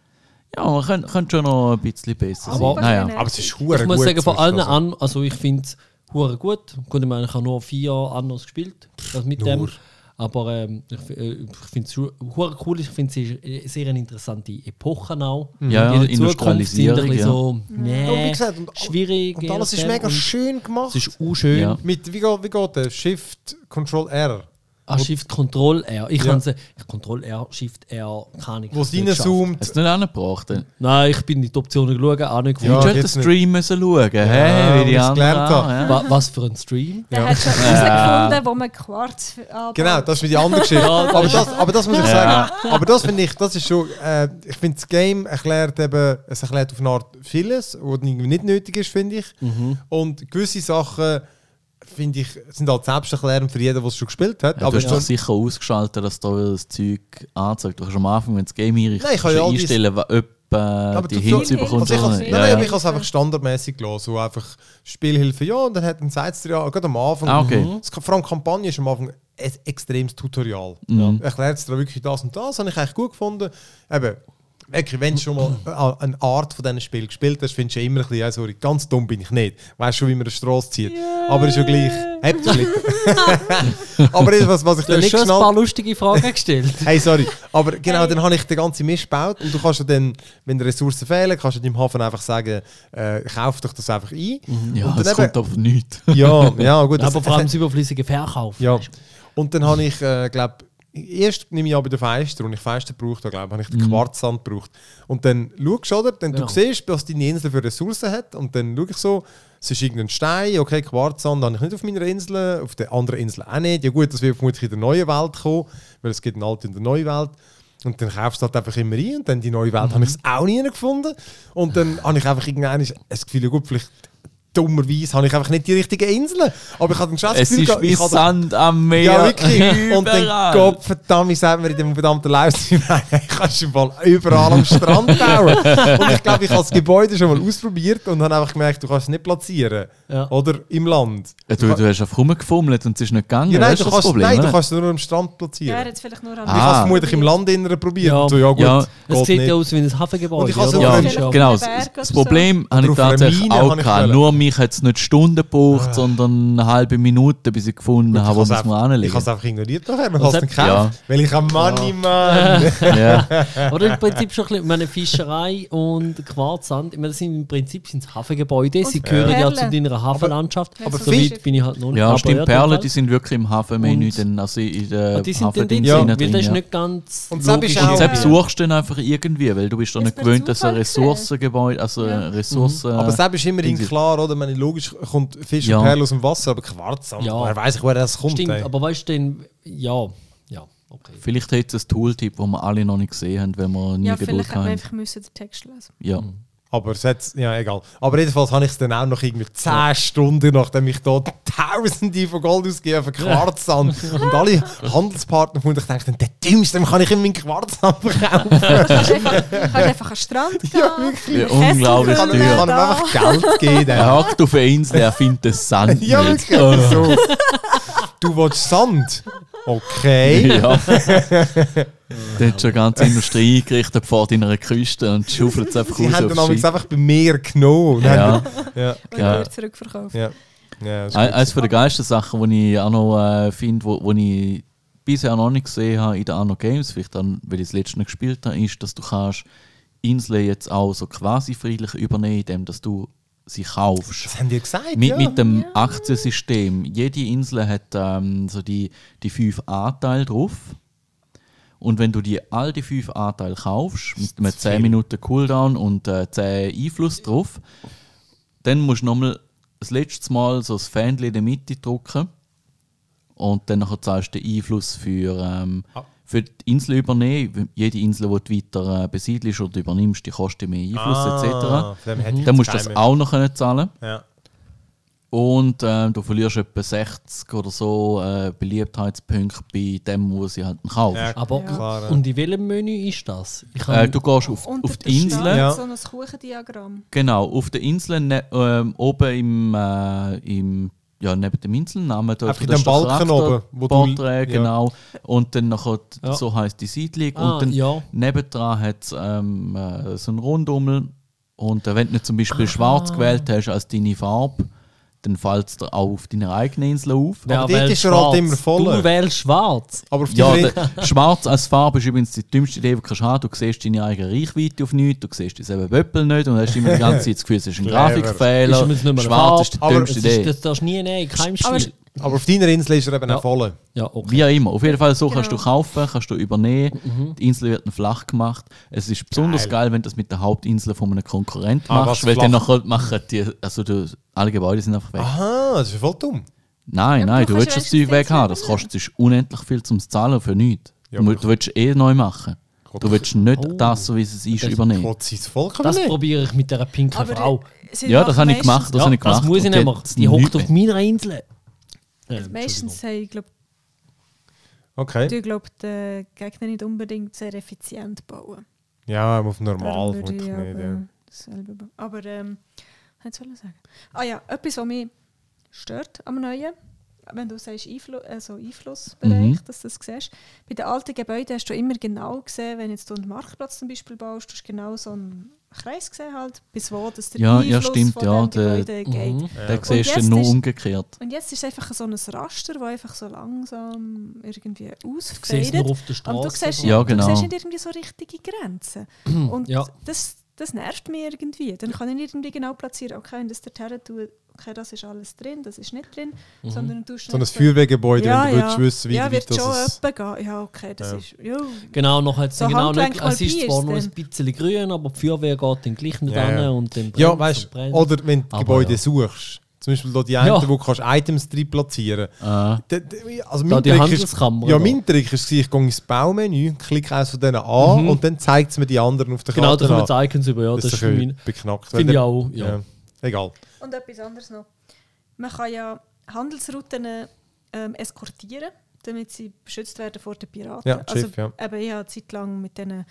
[SPEAKER 3] ja, man könnte, könnte schon noch ein bisschen besser
[SPEAKER 4] Aber-
[SPEAKER 3] sein. Naja.
[SPEAKER 1] Aber es ist hure
[SPEAKER 4] Ich muss
[SPEAKER 1] gut
[SPEAKER 4] sagen, von
[SPEAKER 1] sonst,
[SPEAKER 4] allen
[SPEAKER 1] also.
[SPEAKER 4] an, also ich finde es hure gut. Gut, ich meine, ich habe nur vier Annos gespielt, also mit dem.
[SPEAKER 1] nur.
[SPEAKER 4] Aber ähm, ich, f- äh, ich finde es hure cool. Ich finde es ist eine sehr eine interessante Epoche auch.
[SPEAKER 3] Mhm. Ja,
[SPEAKER 4] Die in der Zukunft sind ein
[SPEAKER 3] Industrialisierung,
[SPEAKER 4] bisschen
[SPEAKER 3] ja.
[SPEAKER 4] so
[SPEAKER 1] Und wie
[SPEAKER 4] nee,
[SPEAKER 1] gesagt, und-
[SPEAKER 4] schwierig.
[SPEAKER 1] Und alles ist
[SPEAKER 4] erzählt
[SPEAKER 1] mega
[SPEAKER 4] und
[SPEAKER 1] schön gemacht.
[SPEAKER 4] Es ist auch schön.
[SPEAKER 3] Ja.
[SPEAKER 1] Mit, wie, geht, wie geht der? Shift, Control R.
[SPEAKER 4] Ah, Shift Control R. Ich
[SPEAKER 1] Ja.
[SPEAKER 4] kann sie. Control R, Shift R kann ich.
[SPEAKER 1] Wo um? es
[SPEAKER 4] das nicht schaffen.
[SPEAKER 1] reinzoomt.
[SPEAKER 3] Hast du es nicht angebracht? dann?
[SPEAKER 4] Nein, ich bin in die Optionen geschaut, auch nicht
[SPEAKER 3] Ja,
[SPEAKER 1] Ja,
[SPEAKER 4] gewusst.
[SPEAKER 3] du
[SPEAKER 1] jetzt
[SPEAKER 3] hättest den Stream müssen schauen, hey, wie
[SPEAKER 1] und
[SPEAKER 3] die
[SPEAKER 1] ich's
[SPEAKER 3] anderen.
[SPEAKER 1] gelernt
[SPEAKER 3] auch,
[SPEAKER 1] habe.
[SPEAKER 3] Ja.
[SPEAKER 4] Wa- Was für ein Stream?
[SPEAKER 2] Der hat schon herausgefunden, wo man Quarz anbaut.
[SPEAKER 1] Genau, das ist wieder die andere Geschichte. aber, das, aber das muss ich sagen. Aber das finde ich, das ist schon. Äh, ich finde, das Game erklärt eben, es erklärt auf eine Art vieles, was irgendwie nicht nötig ist, finde ich. Und gewisse Sachen, finde ich, sind halt selbst erklärend für jeden, der es schon gespielt hat.
[SPEAKER 3] Ja,
[SPEAKER 1] aber
[SPEAKER 3] du hast
[SPEAKER 1] so-
[SPEAKER 3] doch sicher ausgeschaltet, dass da das Zeug anzeigt. Du kannst am Anfang, wenn du das Game einrichtest,
[SPEAKER 1] Nein, ich kann ja
[SPEAKER 3] schon
[SPEAKER 1] all dies-
[SPEAKER 3] einstellen, was- ob äh,
[SPEAKER 1] Aber
[SPEAKER 3] die
[SPEAKER 1] du- du-
[SPEAKER 3] Hints
[SPEAKER 2] also
[SPEAKER 3] überkommst
[SPEAKER 1] Also ich
[SPEAKER 3] oder
[SPEAKER 1] has,
[SPEAKER 3] nicht.
[SPEAKER 1] nein,
[SPEAKER 3] Ja,
[SPEAKER 1] nein, aber
[SPEAKER 3] ja.
[SPEAKER 1] ich habe es einfach standardmäßig gelassen. So einfach Spielhilfe ja und dann hat ein Seitzer ja gerade am Anfang.
[SPEAKER 3] Ah, okay.
[SPEAKER 1] Mhm. Das, vor allem Kampagne ist am Anfang ein extremes Tutorial.
[SPEAKER 3] Mhm.
[SPEAKER 1] Erklärt es dir wirklich das und das, habe ich eigentlich gut gefunden. Eben, wirklich, wenn du schon mal a- eine Art von diesem Spiel gespielt hast, findest du ja immer ein bisschen, «Ah, sorry, ganz dumm bin ich nicht. Weißt schon, wie man eine Straße zieht. Aber ist ja gleich. Habt ihr Aber das, was, was ich
[SPEAKER 4] Du
[SPEAKER 1] dann
[SPEAKER 4] hast
[SPEAKER 1] nicht
[SPEAKER 4] schon ein
[SPEAKER 1] geschnallt
[SPEAKER 4] paar lustige Fragen gestellt.
[SPEAKER 1] Hey, sorry. Aber genau, dann habe ich den ganzen Mist gebaut und du kannst ja dann, wenn dir Ressourcen fehlen, kannst du dem Hafen einfach sagen, äh, kauf doch das einfach ein.
[SPEAKER 3] Mhm. ja
[SPEAKER 1] und
[SPEAKER 3] es
[SPEAKER 1] dann
[SPEAKER 3] kommt auf nichts.
[SPEAKER 1] ja, ja, gut.
[SPEAKER 4] Aber
[SPEAKER 1] das-
[SPEAKER 4] vor allem das überflüssige Verkauf.
[SPEAKER 1] ja. Und dann habe ich, äh, glaube erst nehme ich an bei den Feister und ich Feister gebraucht, glaube habe ich
[SPEAKER 3] Mhm.
[SPEAKER 1] den Quarzsand gebraucht. Und dann schaust du, oder? Dann
[SPEAKER 4] Ja.
[SPEAKER 1] du siehst, was deine Insel für Ressourcen hat und dann schaue ich so, es ist irgendein Stein, okay, Quarzsand habe ich nicht auf meiner Insel, auf der anderen Insel auch nicht. Ja gut, das wird vermutlich in der neuen Welt kommen, weil es halt gibt eine alte und eine neue Welt. Und dann kaufst du halt einfach immer rein und dann die neue
[SPEAKER 3] Mhm.
[SPEAKER 1] Welt habe ich es auch nie gefunden. Und dann habe ich einfach irgendwann das Gefühl, ja gut, vielleicht dummerweise habe ich einfach nicht die richtigen Inseln. Aber ich habe den Schatz
[SPEAKER 3] Es ist wie Sand am Meer.
[SPEAKER 1] ja, wirklich. Und
[SPEAKER 3] Überall.
[SPEAKER 1] dann Gott verdammt, wie sagt man in dem verdammten Livestream, kannst du im Fall überall am Strand bauen. Und ich glaube, ich habe das Gebäude schon mal ausprobiert und habe einfach gemerkt, du kannst es nicht platzieren.
[SPEAKER 4] Ja.
[SPEAKER 1] Oder im Land.
[SPEAKER 3] Ja, Du, du hast einfach rumgefummelt und es ist nicht gegangen.
[SPEAKER 1] Ja, nein,
[SPEAKER 3] das
[SPEAKER 1] du
[SPEAKER 3] ist
[SPEAKER 1] kannst,
[SPEAKER 3] das Problem. ne?
[SPEAKER 1] nein, du
[SPEAKER 3] oder?
[SPEAKER 1] kannst es nur am Strand
[SPEAKER 2] Ja, er
[SPEAKER 1] platzieren.
[SPEAKER 2] hat es vielleicht nur an
[SPEAKER 1] ich habe es
[SPEAKER 3] Ah.
[SPEAKER 1] vermutert im Landinneren probiert.
[SPEAKER 4] Ja.
[SPEAKER 1] Und so, ja gut,
[SPEAKER 3] Ja.
[SPEAKER 4] Es
[SPEAKER 1] geht
[SPEAKER 4] sieht
[SPEAKER 1] nicht.
[SPEAKER 4] ja aus wie ein Hafengebäude.
[SPEAKER 1] Und ich habe so
[SPEAKER 4] oder?
[SPEAKER 1] Ja.
[SPEAKER 2] Vielleicht auf
[SPEAKER 3] Genau,
[SPEAKER 2] einem
[SPEAKER 3] das,
[SPEAKER 2] Berg
[SPEAKER 3] das
[SPEAKER 2] oder so.
[SPEAKER 3] Problem habe ich
[SPEAKER 1] auf einer
[SPEAKER 3] tatsächlich
[SPEAKER 1] Mine
[SPEAKER 3] auch
[SPEAKER 1] habe ich
[SPEAKER 3] gehabt.
[SPEAKER 1] wollen.
[SPEAKER 3] Nur mich hat es nicht Stunden gebraucht, sondern eine halbe Minute, bis ich gefunden habe, wo
[SPEAKER 1] Ich
[SPEAKER 3] man es
[SPEAKER 1] habe
[SPEAKER 3] mal
[SPEAKER 1] es einfach- ich
[SPEAKER 3] anlegen
[SPEAKER 1] habe es einfach ignoriert. Nachher, man hat es dann gekauft.
[SPEAKER 3] Ja.
[SPEAKER 1] Weil ich ein Money, Mann.
[SPEAKER 3] Ja.
[SPEAKER 4] Oder im Prinzip schon ein bisschen, ich meine, Fischerei und Quarzsand, ich meine, das sind im Prinzip sind es Hafengebäude, sie
[SPEAKER 2] Und
[SPEAKER 4] gehören ja
[SPEAKER 2] Perlen.
[SPEAKER 4] zu deiner Hafenlandschaft.
[SPEAKER 2] Aber
[SPEAKER 4] Aber so weit
[SPEAKER 2] Fisch-
[SPEAKER 4] bin ich halt noch nicht.
[SPEAKER 3] Ja,
[SPEAKER 4] Aber
[SPEAKER 3] stimmt.
[SPEAKER 4] ja,
[SPEAKER 3] Perlen,
[SPEAKER 4] total.
[SPEAKER 3] die sind wirklich im Hafenmenü,
[SPEAKER 4] Und-
[SPEAKER 3] dann, also in der
[SPEAKER 4] Und die sind dann drin,
[SPEAKER 3] Hafendings
[SPEAKER 4] ja,
[SPEAKER 3] innen
[SPEAKER 4] weil
[SPEAKER 3] drin,
[SPEAKER 4] das ist
[SPEAKER 3] ja.
[SPEAKER 4] nicht ganz
[SPEAKER 1] Und selbst ist
[SPEAKER 4] logisch
[SPEAKER 1] auch-
[SPEAKER 3] Und
[SPEAKER 4] irgendwie.
[SPEAKER 3] selbst suchst du dann einfach irgendwie, weil du bist doch
[SPEAKER 2] Ist
[SPEAKER 3] nicht
[SPEAKER 2] per
[SPEAKER 3] gewöhnt, dass
[SPEAKER 2] Zufall
[SPEAKER 3] ein
[SPEAKER 2] gesehen.
[SPEAKER 3] Ressourcengebäude, also
[SPEAKER 2] Ja.
[SPEAKER 3] ja.
[SPEAKER 4] Mhm.
[SPEAKER 3] Ressourcen...
[SPEAKER 1] Aber selbst ist immerhin
[SPEAKER 3] Dings-
[SPEAKER 1] klar, oder? Ich meine, logisch kommt Fisch
[SPEAKER 3] Ja.
[SPEAKER 1] und Perle aus dem Wasser, aber Quarz.
[SPEAKER 4] Ja.
[SPEAKER 1] Wer weiß ich, woher das kommt.
[SPEAKER 4] Stimmt,
[SPEAKER 1] ey.
[SPEAKER 4] aber weißt du, dann- ja, ja, okay.
[SPEAKER 3] Vielleicht hat es ein Tooltip, das wir alle noch nicht gesehen haben, wenn wir nie
[SPEAKER 2] Ja,
[SPEAKER 3] Geduld
[SPEAKER 2] vielleicht hätte man
[SPEAKER 3] haben.
[SPEAKER 2] einfach müssen den Text lesen
[SPEAKER 3] Ja.
[SPEAKER 1] Aber es hat, ja, egal. Aber jedenfalls habe ich es dann auch noch irgendwie 10 Stunden, nachdem ich da Tausende von Gold ausgegeben habe, für Quarzsand. Und alle Handelspartner von mir, ich dachte, der Dümmste, dem kann ich immer meinen Quarzsand verkaufen.
[SPEAKER 2] Du kannst einfach, kannst einfach an den Strand gehen.
[SPEAKER 1] Ja, wirklich.
[SPEAKER 3] Ja, unglaublich
[SPEAKER 1] Ich kann
[SPEAKER 3] teuer.
[SPEAKER 1] ihm ich kann ihm einfach Geld geben.
[SPEAKER 3] Er
[SPEAKER 1] dann.
[SPEAKER 3] hockt auf einer Insel, er findet den Sand
[SPEAKER 1] Ja,
[SPEAKER 3] nicht.
[SPEAKER 1] wirklich. So. Du willst Sand? Okay.
[SPEAKER 3] Ja. Der hat schon eine ganze Industrie eingerichtet vor deiner Küste und schaufelt es einfach
[SPEAKER 1] Sie
[SPEAKER 3] raus
[SPEAKER 1] haben dann
[SPEAKER 3] aufs
[SPEAKER 1] damals
[SPEAKER 3] Schiff.
[SPEAKER 1] einfach bei mir genommen. Und
[SPEAKER 3] Ja.
[SPEAKER 1] haben dann- ja.
[SPEAKER 2] Und
[SPEAKER 3] Ja.
[SPEAKER 2] wird zurückverkauft.
[SPEAKER 1] Ja. Ja, das ist
[SPEAKER 3] Ein- Eines der geilsten Sachen, die ich auch noch äh, finde, wo, wo ich bisher noch nicht gesehen habe in den Anno Games, vielleicht dann, weil ich das letzte nicht gespielt habe, ist, dass du kannst Inseln jetzt auch so quasi friedlich übernehmen, indem dass du sie kaufst.
[SPEAKER 1] das haben die gesagt,
[SPEAKER 3] Mit,
[SPEAKER 1] ja.
[SPEAKER 3] mit dem Aktiensystem. Jede Insel hat ähm, so die, die fünf Anteile drauf. Und wenn du die, all die fünf Anteile kaufst, mit einem 10 Minuten Cooldown und äh, 10 Einfluss drauf, dann musst du nochmal das letzte Mal so das Fähnchen in der Mitte drücken. Und dann nachher zahlst du den Einfluss für, ähm,
[SPEAKER 1] Ah.
[SPEAKER 3] für die Insel übernehmen. Jede Insel, die du weiter äh, besiedelst oder übernimmst, die kostet mehr Einfluss
[SPEAKER 1] Ah, von dem hätte
[SPEAKER 3] etc.
[SPEAKER 1] ich jetzt
[SPEAKER 3] Dann musst du das
[SPEAKER 1] keinen.
[SPEAKER 3] auch noch können zahlen.
[SPEAKER 1] Ja.
[SPEAKER 3] Und ähm, du verlierst etwa 60 oder so äh, Beliebtheitspunkte bei dem, wo sie halt kaufst.
[SPEAKER 1] Ja,
[SPEAKER 4] Aber
[SPEAKER 1] klar, ja.
[SPEAKER 4] und in welchem Menü ist das? Ich
[SPEAKER 3] Äh,
[SPEAKER 4] habe-
[SPEAKER 3] du gehst auf,
[SPEAKER 2] Und
[SPEAKER 3] auf
[SPEAKER 2] dort
[SPEAKER 3] die
[SPEAKER 2] steht
[SPEAKER 3] Insel.
[SPEAKER 1] Ja.
[SPEAKER 2] so ein Kuchendiagramm.
[SPEAKER 3] Genau, auf der Insel ne, ähm, oben im, äh, im ja, neben dem Inselnamen. Dort
[SPEAKER 1] Einfach in
[SPEAKER 3] da
[SPEAKER 1] dem
[SPEAKER 3] ist der
[SPEAKER 1] Balken
[SPEAKER 3] Charakter-
[SPEAKER 1] oben, wo du-
[SPEAKER 3] Porträt,
[SPEAKER 1] ja.
[SPEAKER 3] genau. Und dann nachher, die-
[SPEAKER 4] Ja.
[SPEAKER 3] so heisst die Siedlung.
[SPEAKER 4] Ah,
[SPEAKER 3] und dann
[SPEAKER 4] ja.
[SPEAKER 3] nebendran hat es ähm, äh, so einen Rundummel. Und äh, wenn du nicht zum Beispiel schwarz gewählt hast als deine Farbe, dann fällt es dir auch auf deiner eigenen Insel auf.
[SPEAKER 4] Wer
[SPEAKER 1] dort
[SPEAKER 4] wählt
[SPEAKER 1] ist er halt
[SPEAKER 4] schwarz?
[SPEAKER 1] immer voller.
[SPEAKER 4] Du wählst schwarz.
[SPEAKER 1] Aber auf die
[SPEAKER 3] Ja,
[SPEAKER 1] Fre-
[SPEAKER 3] der, schwarz als Farbe ist übrigens die dümmste Idee, die du kannst haben. Du siehst deine eigene Reichweite auf nichts, du siehst dieselben Böppel nicht und hast immer die ganze Zeit das Gefühl, es ist ein
[SPEAKER 1] Clever.
[SPEAKER 4] Ist
[SPEAKER 3] Grafikfehler.
[SPEAKER 4] übrigens nicht mehr
[SPEAKER 3] schwarz ist die
[SPEAKER 1] Farbe, aber
[SPEAKER 3] dümmste
[SPEAKER 4] Das, ist,
[SPEAKER 3] Idee.
[SPEAKER 4] das darfst du nie nehmen, kein
[SPEAKER 2] Aber
[SPEAKER 4] Spiel.
[SPEAKER 1] aber auf deiner Insel ist er eben
[SPEAKER 4] Ja.
[SPEAKER 1] auch voll.
[SPEAKER 4] Ja, okay.
[SPEAKER 3] Wie auch immer. Auf jeden Fall so kannst du
[SPEAKER 2] Genau.
[SPEAKER 3] kaufen, kannst du übernehmen.
[SPEAKER 4] Mhm.
[SPEAKER 3] Die Insel wird dann flach gemacht. Es ist besonders
[SPEAKER 1] Geil.
[SPEAKER 3] geil, wenn du das mit der Hauptinsel von einem Konkurrent
[SPEAKER 1] Ah,
[SPEAKER 3] machst,
[SPEAKER 1] was
[SPEAKER 3] weil dann
[SPEAKER 1] flach?
[SPEAKER 3] nachher machen die, also du, alle Gebäude sind einfach weg.
[SPEAKER 1] Aha, das ist ja voll dumm.
[SPEAKER 3] Nein,
[SPEAKER 2] Ja,
[SPEAKER 3] nein,
[SPEAKER 2] du kannst
[SPEAKER 3] du willst das
[SPEAKER 2] wenigstens
[SPEAKER 3] Zeug weg
[SPEAKER 2] den
[SPEAKER 3] haben. Das
[SPEAKER 2] Zahlen
[SPEAKER 3] kostet dich unendlich viel zum Zahlen für nichts.
[SPEAKER 1] Ja,
[SPEAKER 3] du,
[SPEAKER 1] aber-
[SPEAKER 3] du willst eh neu machen. Du willst nicht
[SPEAKER 4] Oh.
[SPEAKER 3] das, so wie es ist,
[SPEAKER 4] Das-
[SPEAKER 3] übernehmen.
[SPEAKER 1] Gott sei Volk
[SPEAKER 4] Hm. Das
[SPEAKER 1] übernehmen.
[SPEAKER 4] probiere ich mit dieser pinken
[SPEAKER 2] Ah,
[SPEAKER 4] Frau.
[SPEAKER 2] sie
[SPEAKER 3] Ja, das
[SPEAKER 2] machen
[SPEAKER 3] habe ich gemacht. Das,
[SPEAKER 4] ja,
[SPEAKER 3] habe ich gemacht.
[SPEAKER 4] das muss ich
[SPEAKER 3] Und
[SPEAKER 4] nicht
[SPEAKER 3] die
[SPEAKER 4] machen.
[SPEAKER 3] hat's
[SPEAKER 4] Die hockt
[SPEAKER 3] nicht
[SPEAKER 4] auf
[SPEAKER 3] mehr.
[SPEAKER 4] meiner Insel. Ähm,
[SPEAKER 2] Meistens haben, ich glaube,
[SPEAKER 1] Okay.
[SPEAKER 2] du glaub, die Gegner nicht unbedingt sehr effizient bauen.
[SPEAKER 1] Ja, auf normal.
[SPEAKER 2] Darum würde
[SPEAKER 1] wirklich
[SPEAKER 2] ich
[SPEAKER 1] nicht,
[SPEAKER 2] aber
[SPEAKER 1] ja.
[SPEAKER 2] selber bauen. Aber, ähm, was soll ich sagen? Ah ja, etwas, was mich stört am Neuen, wenn du sagst Einflu also Einflussbereich,
[SPEAKER 3] Mhm.
[SPEAKER 2] dass du das siehst. Bei den alten Gebäuden hast du immer genau gesehen, wenn jetzt du einen Marktplatz zum Beispiel baust, hast du genau so einen Kreis gesehen, halt, bis wo das der
[SPEAKER 3] Ja,
[SPEAKER 2] Einfluss
[SPEAKER 3] ja, stimmt,
[SPEAKER 2] von
[SPEAKER 3] ja,
[SPEAKER 2] dem
[SPEAKER 3] der-
[SPEAKER 2] Gebäude
[SPEAKER 3] Mhm.
[SPEAKER 2] geht.
[SPEAKER 3] Den siehst du
[SPEAKER 2] jetzt
[SPEAKER 3] dann nur
[SPEAKER 2] ist-
[SPEAKER 3] umgekehrt.
[SPEAKER 2] Und jetzt ist es einfach so ein Raster, das einfach so langsam irgendwie
[SPEAKER 4] Du siehst nur
[SPEAKER 2] ausfadet.
[SPEAKER 4] auf der
[SPEAKER 2] Aber
[SPEAKER 4] Straße.
[SPEAKER 2] du siehst,
[SPEAKER 3] Ja,
[SPEAKER 2] du
[SPEAKER 3] genau.
[SPEAKER 2] siehst nicht irgendwie so richtige Grenzen. Und
[SPEAKER 4] Ja.
[SPEAKER 2] das, das nervt mich irgendwie. Dann kann ich nicht irgendwie genau platzieren, okay, wenn das der Terra tut, okay, das ist alles drin, das ist nicht drin,
[SPEAKER 4] Mhm.
[SPEAKER 2] sondern du tust
[SPEAKER 1] So ein
[SPEAKER 2] nicht so-
[SPEAKER 1] Feuerwehrgebäude,
[SPEAKER 2] ja,
[SPEAKER 1] wenn du willst wissen, wie
[SPEAKER 2] ja,
[SPEAKER 1] weit
[SPEAKER 2] wird schon
[SPEAKER 1] das
[SPEAKER 2] jemand gehen. Ja, okay, das
[SPEAKER 1] Ja.
[SPEAKER 2] ist... Ja.
[SPEAKER 4] Genau, noch hat es
[SPEAKER 2] So
[SPEAKER 4] genau
[SPEAKER 2] Handgelenk
[SPEAKER 4] nicht,
[SPEAKER 2] mal
[SPEAKER 4] es ist
[SPEAKER 2] Bier
[SPEAKER 4] zwar
[SPEAKER 2] ist
[SPEAKER 4] nur ein
[SPEAKER 2] dann.
[SPEAKER 4] bisschen grün, aber die Feuerwehr geht dann gleich nicht
[SPEAKER 1] Ja,
[SPEAKER 4] an
[SPEAKER 1] ja.
[SPEAKER 4] und dann
[SPEAKER 1] Ja,
[SPEAKER 4] brennt's
[SPEAKER 1] weißt
[SPEAKER 4] und brennt's.
[SPEAKER 1] oder wenn du
[SPEAKER 4] Aber
[SPEAKER 1] Gebäude
[SPEAKER 4] ja.
[SPEAKER 1] suchst. Zum Beispiel da die einen,
[SPEAKER 4] Ja. Ah.
[SPEAKER 1] wo du kannst Items drin platzieren
[SPEAKER 3] Äh,
[SPEAKER 1] D- d- Also
[SPEAKER 4] Da
[SPEAKER 1] mein
[SPEAKER 4] die
[SPEAKER 1] Trick ist,
[SPEAKER 4] Handelskammer
[SPEAKER 1] ja,
[SPEAKER 4] da.
[SPEAKER 1] mein Trick ist, ich gehe ins Baumenü, klicke eins von denen an und dann zeigt es mir die anderen auf der
[SPEAKER 4] Mhm. Genau,
[SPEAKER 1] Karte
[SPEAKER 4] da kommen
[SPEAKER 1] an.
[SPEAKER 4] jetzt Icons über. Ja, das,
[SPEAKER 1] Das ist
[SPEAKER 4] ist
[SPEAKER 1] doch
[SPEAKER 4] mein,
[SPEAKER 1] beknackt.
[SPEAKER 4] finde ich auch. Ja.
[SPEAKER 1] Ja. Egal.
[SPEAKER 2] Und etwas anderes noch. Man kann ja Handelsrouten ähm, eskortieren, damit sie beschützt werden vor den Piraten. Also,
[SPEAKER 1] Ja, Schiff, ja.
[SPEAKER 2] Eben, ich habe zeitlang mit diesen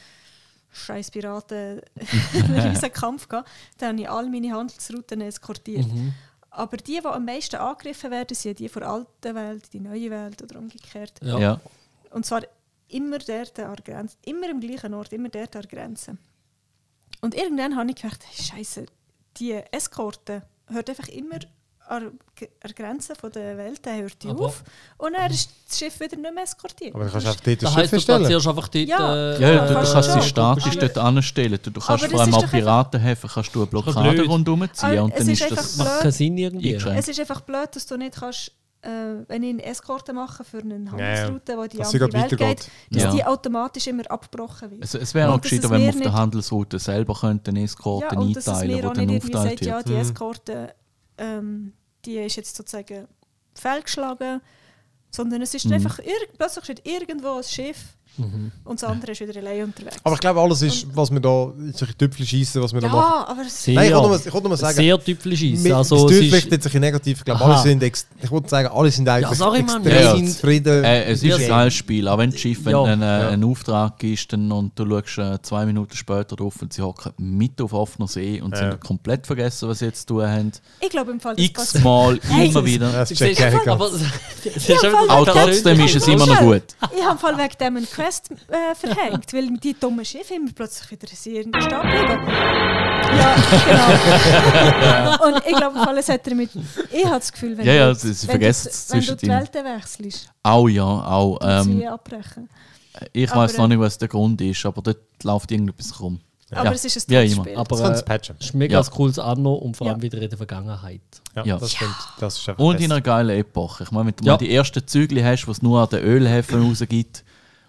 [SPEAKER 2] scheiß Piraten einen riesen Kampf gehabt. Dann habe ich all meine Handelsrouten eskortiert.
[SPEAKER 1] Mhm.
[SPEAKER 2] Aber die, die am meisten angegriffen werden, sind die von der alten Welt, in die neue Welt oder umgekehrt.
[SPEAKER 4] Ja.
[SPEAKER 3] ja.
[SPEAKER 2] Und zwar immer dort an der Grenze, immer am gleichen Ort, immer dort an der Grenze. Und irgendwann habe ich gedacht, Scheiße, die Eskorte hört einfach immer an der G- an der Grenze von der Welt dann hört die
[SPEAKER 4] Aber-
[SPEAKER 2] auf. Und dann ist das Schiff wieder nicht mehr eskortiert.
[SPEAKER 1] Aber dann kannst du
[SPEAKER 2] Das
[SPEAKER 1] einfach dort das
[SPEAKER 2] ist-
[SPEAKER 4] Das
[SPEAKER 1] Schiff
[SPEAKER 4] heisst, du
[SPEAKER 1] erstellen.
[SPEAKER 4] platzierst einfach dort.
[SPEAKER 2] Ja.
[SPEAKER 4] äh,
[SPEAKER 3] Ja,
[SPEAKER 4] äh,
[SPEAKER 3] du, du kannst sie
[SPEAKER 2] schon.
[SPEAKER 3] statisch
[SPEAKER 2] Aber-
[SPEAKER 3] dort anstellen. Du, du kannst
[SPEAKER 2] das
[SPEAKER 3] vor allem
[SPEAKER 2] ist
[SPEAKER 3] auch
[SPEAKER 2] doch einfach-
[SPEAKER 3] Piratenhäfen kannst du eine
[SPEAKER 4] doch
[SPEAKER 3] Blockade
[SPEAKER 4] blöd.
[SPEAKER 3] rundherum ziehen
[SPEAKER 2] Aber
[SPEAKER 3] und
[SPEAKER 2] es
[SPEAKER 3] dann
[SPEAKER 2] ist
[SPEAKER 3] ist
[SPEAKER 2] einfach
[SPEAKER 3] das
[SPEAKER 2] blöd.
[SPEAKER 4] Macht keinen Sinn irgendwie.
[SPEAKER 3] eingeschränkt.
[SPEAKER 2] Es ist einfach blöd, dass du nicht kannst, äh, wenn ich eine Eskorte mache für eine Handelsroute, die die
[SPEAKER 1] Dass sie
[SPEAKER 2] andere
[SPEAKER 1] gerade
[SPEAKER 2] Welt
[SPEAKER 1] weitergeht.
[SPEAKER 2] geht, dass
[SPEAKER 3] Ja.
[SPEAKER 2] die automatisch immer abgebrochen wird.
[SPEAKER 3] Es, es wäre
[SPEAKER 2] Und
[SPEAKER 3] auch
[SPEAKER 2] dass
[SPEAKER 3] gescheiter,
[SPEAKER 2] es
[SPEAKER 3] wenn
[SPEAKER 2] mir
[SPEAKER 3] man auf der
[SPEAKER 2] nicht-
[SPEAKER 3] Handelsroute selber könnte eine Eskorte
[SPEAKER 2] Ja, und dass es
[SPEAKER 3] einteilen
[SPEAKER 2] mir auch
[SPEAKER 3] könnte,
[SPEAKER 2] nicht
[SPEAKER 3] die dann
[SPEAKER 2] irgendwie sagt,
[SPEAKER 3] aufteilt
[SPEAKER 2] ja,
[SPEAKER 3] wird. Hm.
[SPEAKER 2] die Eskorte, ähm, die ist jetzt
[SPEAKER 3] Mhm.
[SPEAKER 2] sozusagen fehlgeschlagen, sondern es ist einfach, irg plötzlich steht irgendwo ein Schiff Und das andere ist wieder allein unterwegs.
[SPEAKER 1] Aber ich glaube, alles ist, was wir da, solche Tüpfel schießen, was wir da machen.
[SPEAKER 2] ja, aber es
[SPEAKER 4] Sehr,
[SPEAKER 1] Nein, ich wollte nur- ich wollte nur sagen-
[SPEAKER 4] Sehr typisch
[SPEAKER 1] Mit-
[SPEAKER 4] Also,
[SPEAKER 1] das
[SPEAKER 4] es
[SPEAKER 1] Tüpfel
[SPEAKER 4] ist,
[SPEAKER 1] richtet sich in negativ. Ich glaube,
[SPEAKER 4] Aha.
[SPEAKER 1] alle sind, ex ich würde sagen, alle sind eigentlich
[SPEAKER 4] sorry, Mann,
[SPEAKER 1] extrem
[SPEAKER 3] wir sind-
[SPEAKER 1] zufrieden.
[SPEAKER 3] Äh, es ist ein geiles Spiel, auch wenn das Schiff, wenn
[SPEAKER 4] Ja.
[SPEAKER 3] du einen, äh, einen Auftrag gibst dann, und du schaust äh, zwei Minuten später drauf und sie hocken mit auf offener See und sind komplett vergessen, was sie jetzt zu tun haben.
[SPEAKER 2] Ich glaube im Fall, das passiert.
[SPEAKER 3] X-mal,
[SPEAKER 2] Hey.
[SPEAKER 3] immer wieder.
[SPEAKER 1] das checkt keiner ganz.
[SPEAKER 4] aber
[SPEAKER 3] Auch trotzdem ist es immer noch gut.
[SPEAKER 2] Ich habe im Fall wegen dem einen Quest äh, verhängt, weil die dummen Schiffe immer plötzlich wieder sehr in der Stadt bleiben. Ja, genau. Und ich glaube, im Fall, es hat damit. Ich habe das Gefühl, wenn
[SPEAKER 3] Ja,
[SPEAKER 2] du,
[SPEAKER 3] ja, sie- sie
[SPEAKER 2] wenn, du,
[SPEAKER 3] vergessen es
[SPEAKER 2] wenn du die
[SPEAKER 3] zwischendrin.
[SPEAKER 2] Welten wechselst,
[SPEAKER 3] Auch ja, auch.
[SPEAKER 2] ähm,
[SPEAKER 3] Ähm,
[SPEAKER 2] sie abbrechen.
[SPEAKER 3] ich
[SPEAKER 2] Aber,
[SPEAKER 3] weiß noch
[SPEAKER 2] äh,
[SPEAKER 3] nicht, was der Grund ist, aber dort läuft irgendetwas rum.
[SPEAKER 2] Aber es ist ein
[SPEAKER 3] ja,
[SPEAKER 2] tolles
[SPEAKER 3] immer.
[SPEAKER 2] Spiel.
[SPEAKER 4] Aber
[SPEAKER 1] Das kann
[SPEAKER 4] äh,
[SPEAKER 1] es patchen.
[SPEAKER 4] ist mega
[SPEAKER 3] Ja.
[SPEAKER 4] ein cooles Anno und vor allem
[SPEAKER 2] Ja.
[SPEAKER 4] wieder in der Vergangenheit.
[SPEAKER 1] Ja,
[SPEAKER 3] Ja.
[SPEAKER 1] das stimmt. Das ist einfach
[SPEAKER 3] Und
[SPEAKER 1] besser.
[SPEAKER 3] in einer geilen Epoche. Ich meine, wenn du
[SPEAKER 4] Ja.
[SPEAKER 3] mal die ersten Zügel hast, die es nur an den Ölhäfen rausgibt,